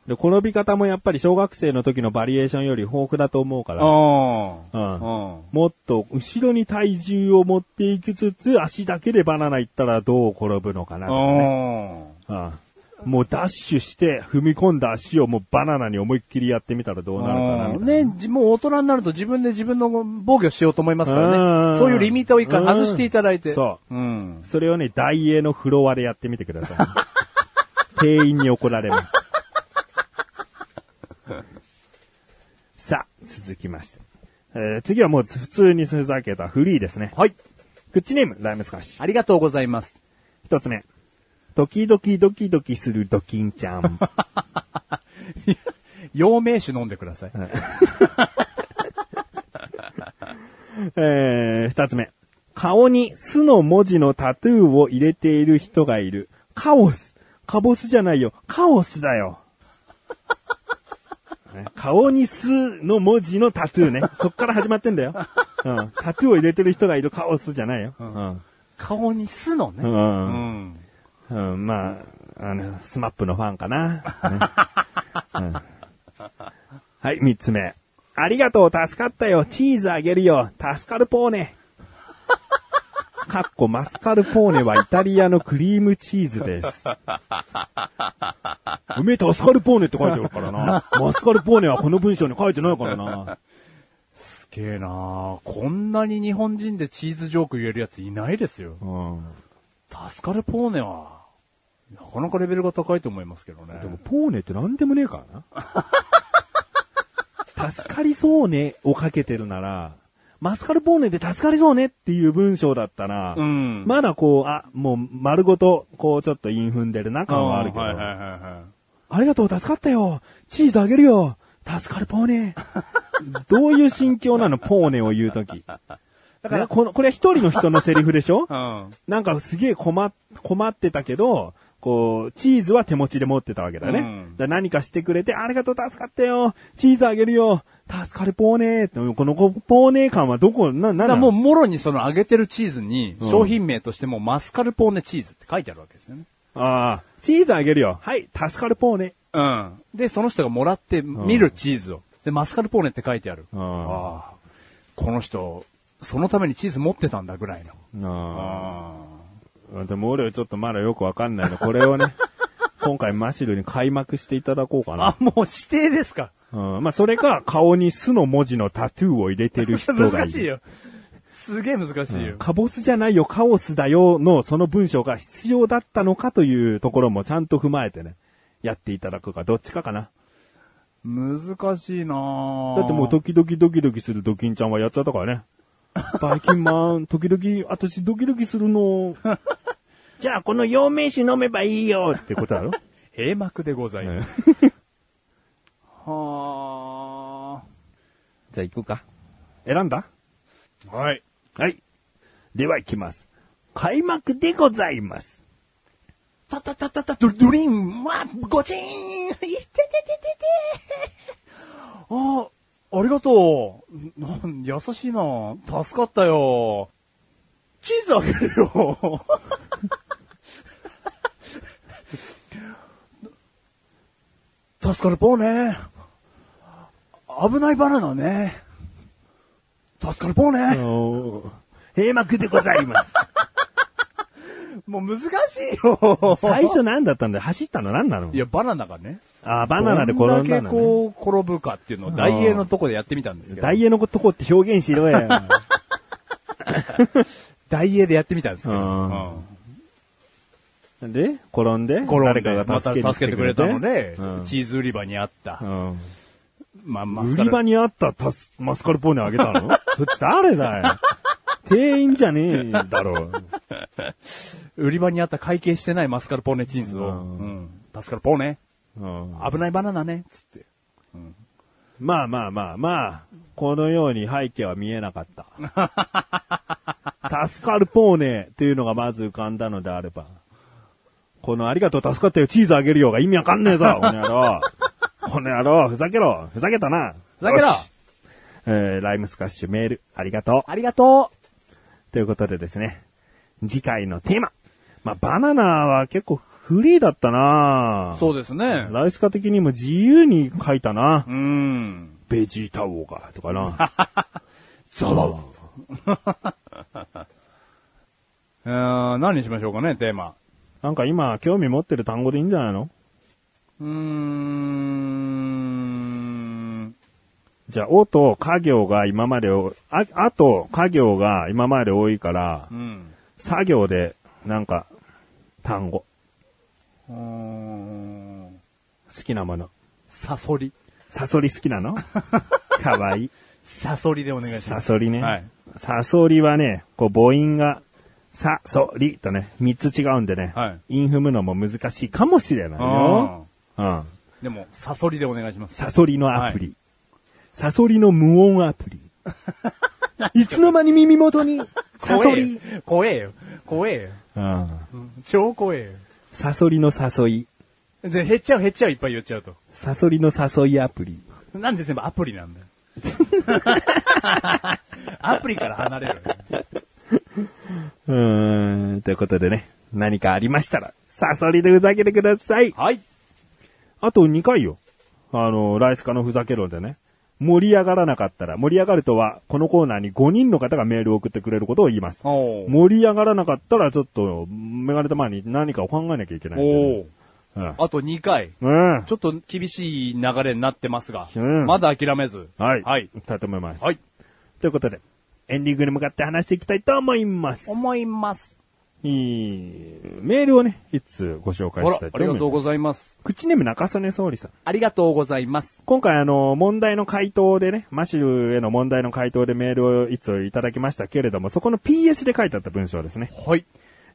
S2: で、転び方もやっぱり小学生の時のバリエーションより豊富だと思うか
S1: う
S2: ら。
S1: ん。
S2: うん
S1: うん。
S2: もっと後ろに体重を持っていきつつ、足だけでバナナ行ったらどう転ぶのかなとかね。
S1: うん。
S2: ああもうダッシュして踏み込んだ足をもうバナナに思いっきりやってみたらどうなるかなみたいな。
S1: ね、じもう大人になると自分で自分の防御しようと思いますから
S2: う
S1: ね。
S2: ん
S1: そういうリミッターを一回外していただいて。。
S2: うんそう
S1: うん。
S2: それをね、大英のフロアでやってみてください。店員に怒られます。さあ、続きまして。えー次はもう普通にふざけたフリーですね。
S1: はい。
S2: クッチネーム、ライムスカッシュ。
S1: ありがとうございます。
S2: 一つ目。ドキドキドキドキするドキンちゃん。
S1: 陽明酒飲んでください。
S2: <laughs> えー、二つ目。顔に巣の文字のタトゥーを入れている人がいる。カオス。カボスじゃないよ。カオスだよ。ね顔に巣の文字のタトゥーね。そっから始まってんだよ。うん、タトゥーを入れてる人がいるカオスじゃないよ。うん
S1: 顔にすのね。
S2: う。
S1: うんん。
S2: うん、まあ、あの、スマップのファンかな。ねうんはい、三つ目。ありがとう、助かったよ。チーズあげるよ。助かるポーネ。かっこマスカルポーネはイタリアのクリームチーズです。おめえ助かるポーネって書いてあるからな。マスカルポーネはこの文章に書いてないからな。
S1: すげえなこんなに日本人でチーズジョーク言えるやついないですよ。
S2: うん。
S1: 助かるポーネは、なかなかレベルが高いと思いますけどね。
S2: でも、ポーネって何でもねえから
S1: <laughs>
S2: な。助かりそうねをかけてるなら、マスカルポーネで助かりそうねっていう文章だったら、
S1: うん。
S2: まだこう、あ、もう丸ごと、こうちょっと陰踏んでるな感はあるけど、
S1: はいはいはいはい。
S2: ありがとう、助かったよチーズあげるよ助かるポーネどういう心境なの、ポーネを言う
S1: <laughs>
S2: とき。だから、この、これは一人の人のセリフでしょ
S1: うん。
S2: なんかすげえ困っ、困ってたけど、こう、チーズは手持ちで持ってたわけだね。
S1: うん
S2: だから何かしてくれて、ありがとう、助かったよチーズあげるよ助かるポーネーってこのこポーネー感はどこ、
S1: だ
S2: な、なんな
S1: から
S2: の
S1: もう、もろにその揚げてるチーズに、商品名としてもマスカルポーネチーズって書いてあるわけですよね。
S2: ああ、チーズあげるよはい、助かるポーネ。
S1: うん。で、その人がもらって、見るチーズを。で、マスカルポーネって書いてある。
S2: うん
S1: ああ。この人、そのためにチーズ持ってたんだぐらいの。あ
S2: ああ。でも俺はちょっとまだよくわかんないの。こ
S1: <laughs>
S2: れをね、今回マシドに開幕していただこうか
S1: あ
S2: な。。
S1: もう指定ですか。
S2: うん、まあ、それか、顔に巣の文字のタトゥーを入れてる人がい
S1: <laughs>
S2: る。
S1: 難しいよ。すげえ難しいよ。
S2: カボスじゃないよ、カオスだよのその文章が必要だったのかというところもちゃんと踏まえてね、やっていただくか、どっちかかな。
S1: 難しいなぁ
S2: だってもうドキドキドキドキするドキンちゃんはやっちゃったから <laughs> ね。バイキンマン、時々、私ドキドキするの。 <laughs> じゃあこの陽明酒飲めばいいよってこと <laughs> だろ
S1: 閉幕でございます。は
S2: <laughs> じゃあ行こうか。選んだ
S1: ぁ。はい。
S2: はい。では行きます。開幕でございます。
S1: たたたたた、ドドリン、まあ、ごちーんいてててててああ、ありがとう。なん優しいな。助かったよ。チーズあげるよ。 <laughs> 助かるポーね。危ないバナナね。助かるポーね。
S2: <laughs> 閉幕でございます。
S1: もう難しい <laughs> よ。
S2: 最初何だったんだよ走ったの何なの
S1: いや、バナナがね。
S2: あーバナナで転んだの、ね。
S1: どんだけこう、転ぶかっていうのを、ダイエーのとこでやってみたんですけど。
S2: ダイエーのとこって表現しろよ。
S1: ダイエーでやってみたんですけど。
S2: うん
S1: うん
S2: で、転んで、
S1: 転んで
S2: 誰かが助け
S1: また
S2: に
S1: 助け
S2: 来
S1: てくれたので、
S2: うん
S1: チーズ売り場にあった。
S2: うん
S1: まあ、マス
S2: 売
S1: カ
S2: り場
S1: ル。
S2: にあったタスマスカルポーネあげたのそっち誰だ
S1: <laughs>
S2: よ。店員じゃねえだろ。
S1: 売り場にあった会計してないマスカルポーネチーズを、
S2: う
S1: うんん。助かるポーネ。
S2: うん
S1: 危ないバナナね。つって。
S2: まあまあまあまあ、このように背景は見えなか
S1: <laughs>
S2: った。助かるポーネっていうのがまず浮かんだのであれば、このありがとう助かったよチーズあげるよが意味わかんねえぞ、この
S1: <laughs>
S2: 野郎。この野郎、ふざけろ、ふざけたな。
S1: ふざけろ
S2: よしえー、ライムスカッシュメール、ありがとう。
S1: ありがと
S2: ということでですね、次回のテーマ。まあ、バナナは結構フリーだったな
S1: うそうですね。
S2: ライスカ的にも自由に書いたな
S1: うん。
S2: ベジータ王が、とか <laughs> な。
S1: ザワワ。えー何にしましょうかね、テーマ。
S2: なんか今、興味持ってる単語でいいんじゃないの
S1: うーん。
S2: じゃあ、おと家行が今までを、あ、あと家行が今まで多いから
S1: う、ん。
S2: 作業で、なんか、単語。
S1: うーん
S2: 好きなもの。
S1: サソリ。
S2: サソリ好きな <laughs> のかわいい。
S1: サソリでお願いしま
S2: サ
S1: す。
S2: ソリね。
S1: はい
S2: サソリはね、こう母音が、サソリとね、三つ違うんでね、
S1: はい
S2: インフムのも難しいかもしれないよ。うん。
S1: でも、サソリでお願いします。
S2: サソリのアプリ。サソリの無音ア <laughs> プリ。いつの間に耳元に、サソリ。。
S1: 怖えよ。怖えよ。
S2: うん
S1: 超怖え
S2: サソリの誘い。
S1: よ。で、減っちゃう減っちゃういっぱい言っちゃうと。
S2: サソリの誘いアプリ。
S1: なんで全部アプリなん <laughs> だよ。アプリから離れる。
S2: うーん。ということでね、何かありましたら、サソリでふざけてください。
S1: はい。
S2: あと2回よ。あの、ライスカのふざけ論でね。盛り上がらなかったら、盛り上がるとは、このコーナーに5人の方がメールを送ってくれることを言います。
S1: おー。
S2: 盛り上がらなかったら、ちょっと、メガネたまに何かを考えなきゃいけないんだよね。
S1: おー。あと2回。
S2: うん。うん
S1: ちょっと厳しい流れになってますが、
S2: うん
S1: まだ諦めず。
S2: はい。
S1: はい。
S2: 行きたいと思います。
S1: はい。
S2: ということで、エンディングに向かって話していきたいと思います。
S1: 思います。
S2: いいメールをね、一通ご紹
S1: あ
S2: 介
S1: ら、
S2: し
S1: あ
S2: たいと思いま
S1: り
S2: す。
S1: がとうございます。
S2: 口ネーム中曽根総理さん。
S1: ありがとうございます。
S2: 今回あの、問題の回答でね、マシューへの問題の回答でメールを一通いただきましたけれども、そこの PS で書いてあった文章ですね。
S1: はい。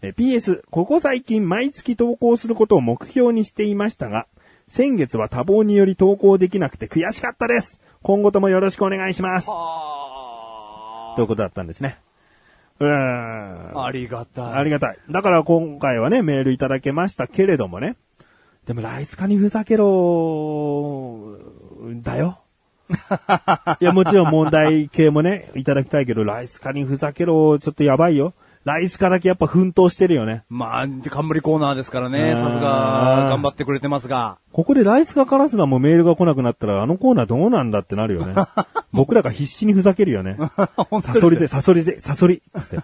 S2: えー PS、ここ最近毎月投稿することを目標にしていましたが、先月は多忙により投稿できなくて悔しかったです。今後ともよろしくお願いします。
S1: あ
S2: ということだったんですね。うーん。
S1: ありがたい。
S2: ありがたい。だから今回はね、メールいただけましたけれどもね。でも、ライスカにふざけろ、だよ。いや、もちろん問題系もね、いただきたいけど、ライスカにふざけろ、ちょっとやばいよ。ライスカだけやっぱ奮闘してるよね。
S1: まあ、冠コーナーですからね、
S2: うん
S1: さすが、頑張ってくれてますが。
S2: ここでライスカカラスナもメールが来なくなったら、あのコーナーどうなんだってなるよね。僕らが必死にふざけるよね。
S1: 本当
S2: サソリ <laughs> で、サソリで、サソリつって。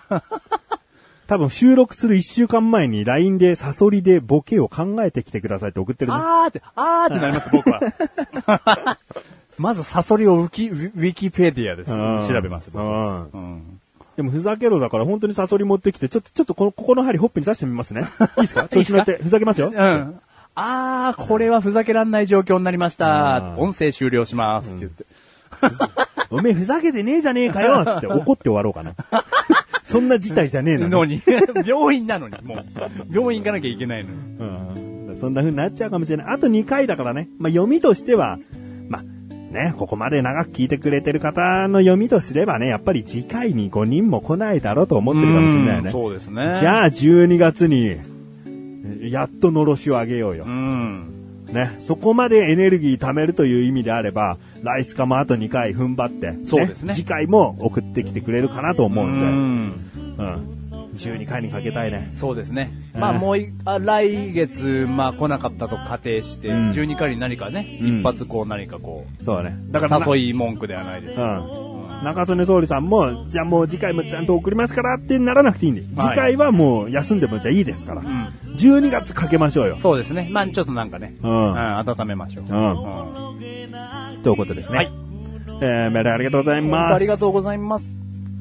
S2: 多分収録する一週間前に LINE でサソリでボケを考えてきてくださいって送ってるね。
S1: あーって、あーってなり <laughs> ます、僕は。 <laughs> まず、サソリをウィキ、ウィウィキペディアです。
S2: うん
S1: 調べます。
S2: う
S1: 僕
S2: ん
S1: うん。
S2: でもふざけろだから本当にサソリ持ってきて、ちょっと、ちょっとこの、ここの針ほっぺに刺してみ <laughs> ますね。いいですか調子乗って、ふざけますよ
S1: う。ん。あー、これはふざけらんない状況になりました。
S2: うん
S1: 音声終了します。って言って。
S2: <laughs> おめえふざけてねえじゃねえかよつって怒って終わろうかな。 <laughs> そんな事態じゃねえのに
S1: のに。 <laughs> 病院なのに、もう。病院行かなきゃいけないのに。
S2: うんそんな風になっちゃうかもしれない。あと2回だからね。まあ、読みとしては、まあ、ね、ここまで長く聞いてくれてる方の読みとすればね、やっぱり次回に5人も来ないだろうと思ってるかもしれないよ
S1: うん
S2: ね。
S1: そうですね。
S2: じ
S1: あ、
S2: ゃあ12月に、やっとのろしをあげようよ
S1: う。ん。
S2: ね。そこまでエネルギー貯めるという意味であれば、ライスカもあと2回踏ん張って、
S1: そうですね
S2: 次回も送ってきてくれるかなと思
S1: う
S2: うん
S1: ん。
S2: で、うん。12回にかけたいね。
S1: そうですね。
S2: うん
S1: まあもうい、あ来月、まあ来なかったと仮定して、
S2: うん
S1: 12回に何かね、
S2: うん
S1: 一発こう何かこう、
S2: そうね。だ
S1: だ
S2: か
S1: からら
S2: な
S1: 誘い文句ではないです。
S2: うん。中曽根総理さんも、じゃあもう次回もちゃんと送りますからってならなくていいんで、
S1: はい
S2: 次回はもう休んでもじゃあいいですから、
S1: うん。
S2: 12月かけましょうよ。
S1: そうですね。まあちょっとなんかね、
S2: う。
S1: うんん、温めましょう。
S2: う。
S1: うんん。
S2: ということですね。
S1: はい。
S2: えー、メールありがとうございます。
S1: ありがとうございます。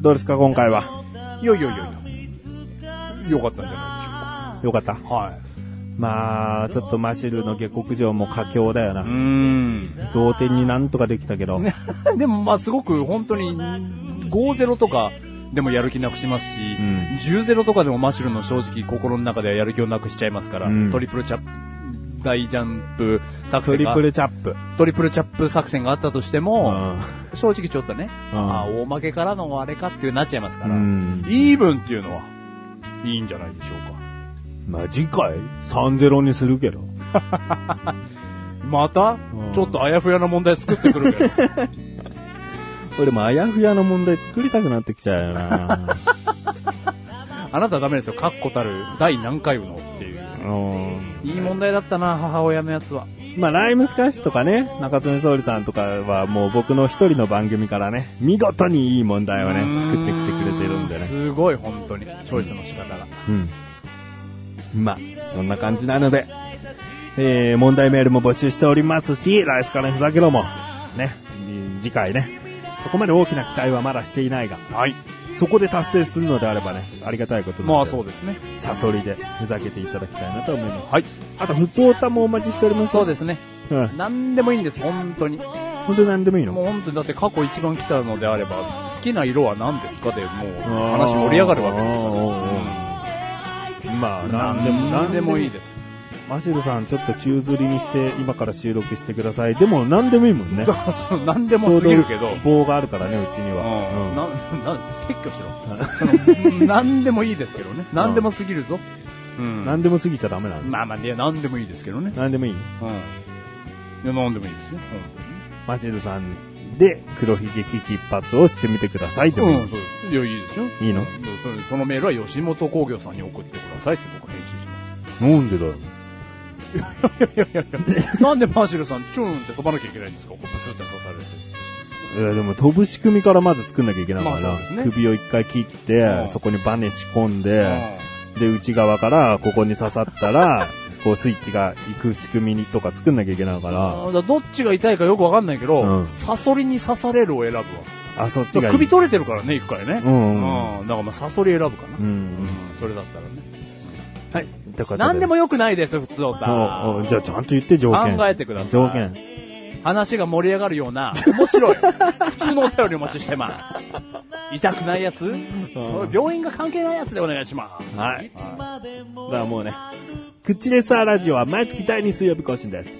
S2: どうですか、今回は。
S1: よいよいよいよ。よかったんじゃ
S2: よかった。
S1: ないでし
S2: まあ、ちょっとマシルの下克上も佳境だよな。
S1: ょうか。はい。うん。
S2: 同点になんとかできたけど。
S1: <laughs> でもまあすごく本当に5-0とかでもやる気なくしますし、
S2: ん
S1: 10-0とかでもマシュルの正直心の中ではやる気をなくしちゃいますから、
S2: うん
S1: トリプルチャップ、大ジャンプ作
S2: ト
S1: 戦
S2: リ
S1: が
S2: プルチャップ。
S1: トリプルチャップ作戦があったとして
S2: う
S1: も、
S2: ん。
S1: 正直ちょっとね、
S2: うん
S1: あー大負けからのあれかっていうなっちゃいますから、
S2: うん
S1: イーブンっていうのは、いいんじゃないでしょうか。
S2: まあ、次回、3-0にするけど。
S1: また、
S2: ん
S1: ちょっとあやふやな問題作ってくるけど。 <laughs>
S2: 俺もあやふやの問題作りたくなってきちゃうよな。
S1: <laughs> あなたはダメですよ。確固たる第何回のっていう。
S2: うん
S1: いい問題だったな、母親のやつは。
S2: まあ、ライムスカッシュとかね、中曽根総理さんとかはもう僕の一人の番組からね、見事にいい問題をね、作ってきてくれてるんでね。
S1: すごい本当にチョイスの仕方が
S2: うん。まあ、そんな感じなので、えー、問題メールも募集しておりますし、ライスカのふざけろも、ね、次回ね、そこまで大きな期待はまだしていないが、
S1: はい
S2: そこで達成するのであればね、ありがたいことなの
S1: まあ
S2: で
S1: そうですね
S2: サソリでふざけていただきたいなと思います。
S1: はい
S2: あと、普通オタもお待ちしております。
S1: そうですね
S2: うん。
S1: 何でもいいんです本当にも
S2: 本当に何でもいいの
S1: う本当にだって過去一番来たのであれば好きな色は何ですかでもう話盛り上がるわけです
S2: ですまあ、なんでも、
S1: 何でもいい
S2: で
S1: です
S2: す。マシルさん、ちょっと宙吊りにして、今から収録してください。でも、何でもいいもん
S1: <laughs>
S2: ね。
S1: だからその何でもす <laughs> ぎるけど
S2: ちょう棒があるからね、うちに
S1: うん
S2: は。
S1: なな撤去し <laughs> ろその何でもいいですけどね何でもすぎるぞう
S2: うんん。何でも過ぎちゃダメなの。
S1: まあまあね何でもいいですけどね
S2: 何でもいい
S1: うんいや何でもいいですね本当にね
S2: マシルさん、で、黒ひげ危機一発をしてみてくださいでもいい、
S1: うん、そうです。いや、いいですよ。
S2: いいの
S1: それそのメールは吉本興業さんに送ってくださいって僕返信しま
S2: なんでだよ。
S1: す。 <laughs> なんでマーシルさん、チューンって飛ばなきゃいけないんですかこうブスって刺されて。
S2: えーでも飛ぶ仕組みからまず作んなきゃいけないから、
S1: まあそうですね
S2: 首を一回切って、
S1: うん
S2: そこにバネ仕込んで、で、内側からここに刺さっ
S1: <laughs>
S2: たら、こうスイッチが行く仕組みにとか作んなきゃいけないか
S1: あー
S2: ら、
S1: だからどっちが痛いかよくわかんないけど、
S2: うん
S1: サソリに刺されるを選ぶわ。
S2: あ、そっち
S1: だか
S2: が
S1: ら
S2: いい。
S1: 首取れてるからね、一回ね。
S2: うんうん
S1: うんだからまあサソリ選ぶかな。
S2: う
S1: うん
S2: ん。
S1: それだったらね。
S2: はい。ということで。
S1: なんでもよくないです、普通
S2: おうおう
S1: だ。
S2: じゃあちゃんと言って条件。
S1: 考えてください
S2: 条件。
S1: 話が盛り上がるような、面白い、普通のお便りお待ちしてます。痛くないやつ、それ病院が関係ないやつでお願いします。
S2: はい。だからもうね、クッチレスアラジオは毎月第2水曜日更新です。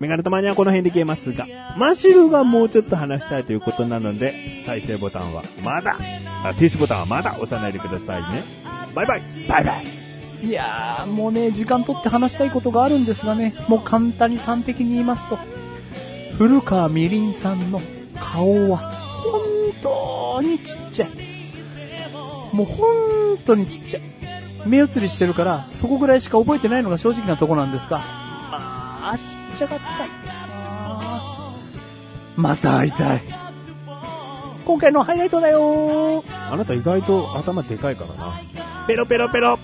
S2: メガネたまにはこの辺で消えますが、マシルがもうちょっと話したいということなので、再生ボタンはまだ、あ停止ボタンはまだ押さないでくださいね。バイバイバイバイ
S1: いやー、もうね、時間取って話したいことがあるんですがね、もう簡単に端的に言いますと、古川みりんさんの顔は本当にちっちゃい。もう本当にちっちゃい。目移りしてるから、そこぐらいしか覚えてないのが正直なとこなんですが、まあ、ちっちゃかった。あーまた会いたい。今回のハイライトだよー
S2: あなた意外と頭でかいからな。ペロペロペロ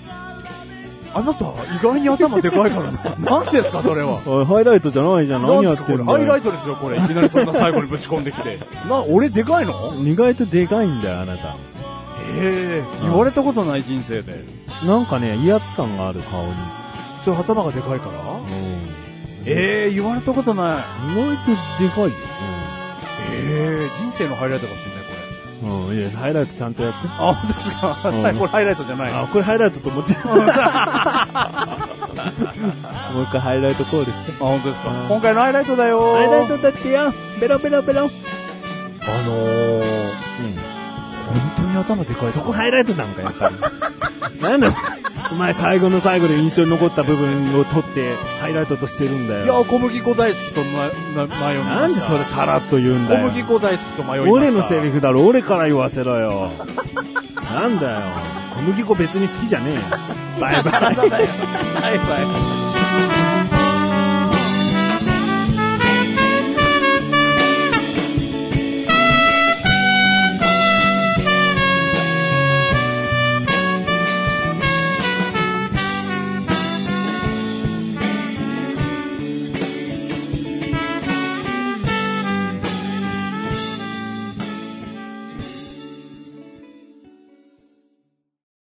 S1: あなた、意外に頭でかいからな。 <laughs> 何ですか、それは。
S2: おい、ハイライトじゃないじゃん。何やってんだよ
S1: ハイライトですよ、これ。いきなりそんな最後にぶち込んできて。 <laughs> な、俺でかいの
S2: 意外とでかいんだよ、あなた。
S1: ええ言われたことない人生で。
S2: なんかね、威圧感がある顔に。
S1: それ頭がでかいからええ言われたことない。
S2: 意外とでかいよ。
S1: ええ人生のハイライトかもしれない、これ。
S2: うん。うん、いや、ハイライトちゃんとやって。
S1: あ、本当ですか、
S2: うん
S1: はいこれハイライトじゃない。
S2: あ、これハイライトと思ってた。 <laughs> もう一回ハイライトコールして。
S1: 本当です
S2: うん
S1: 今回のハイライトだよ
S2: ハイライトだってよベロベロベロ。うん。
S1: あのー、本当に頭でかい
S2: そこハイライトなんかやっぱり。なんだお前最後の最後で印象に残った部分を取って、ハイライトとしてるんだ
S1: いや
S2: よ。、
S1: 小麦粉大好きとな、な、迷いました。
S2: なんでそれさらっと言うん
S1: 小
S2: だよ。
S1: 麦粉大好きと迷いました。
S2: 俺のセリフだろ、俺から言わせろよ。なんだよ。
S1: <laughs>
S2: 小麦粉別に好きじゃねえよ。バイバイ。
S1: バイバイ。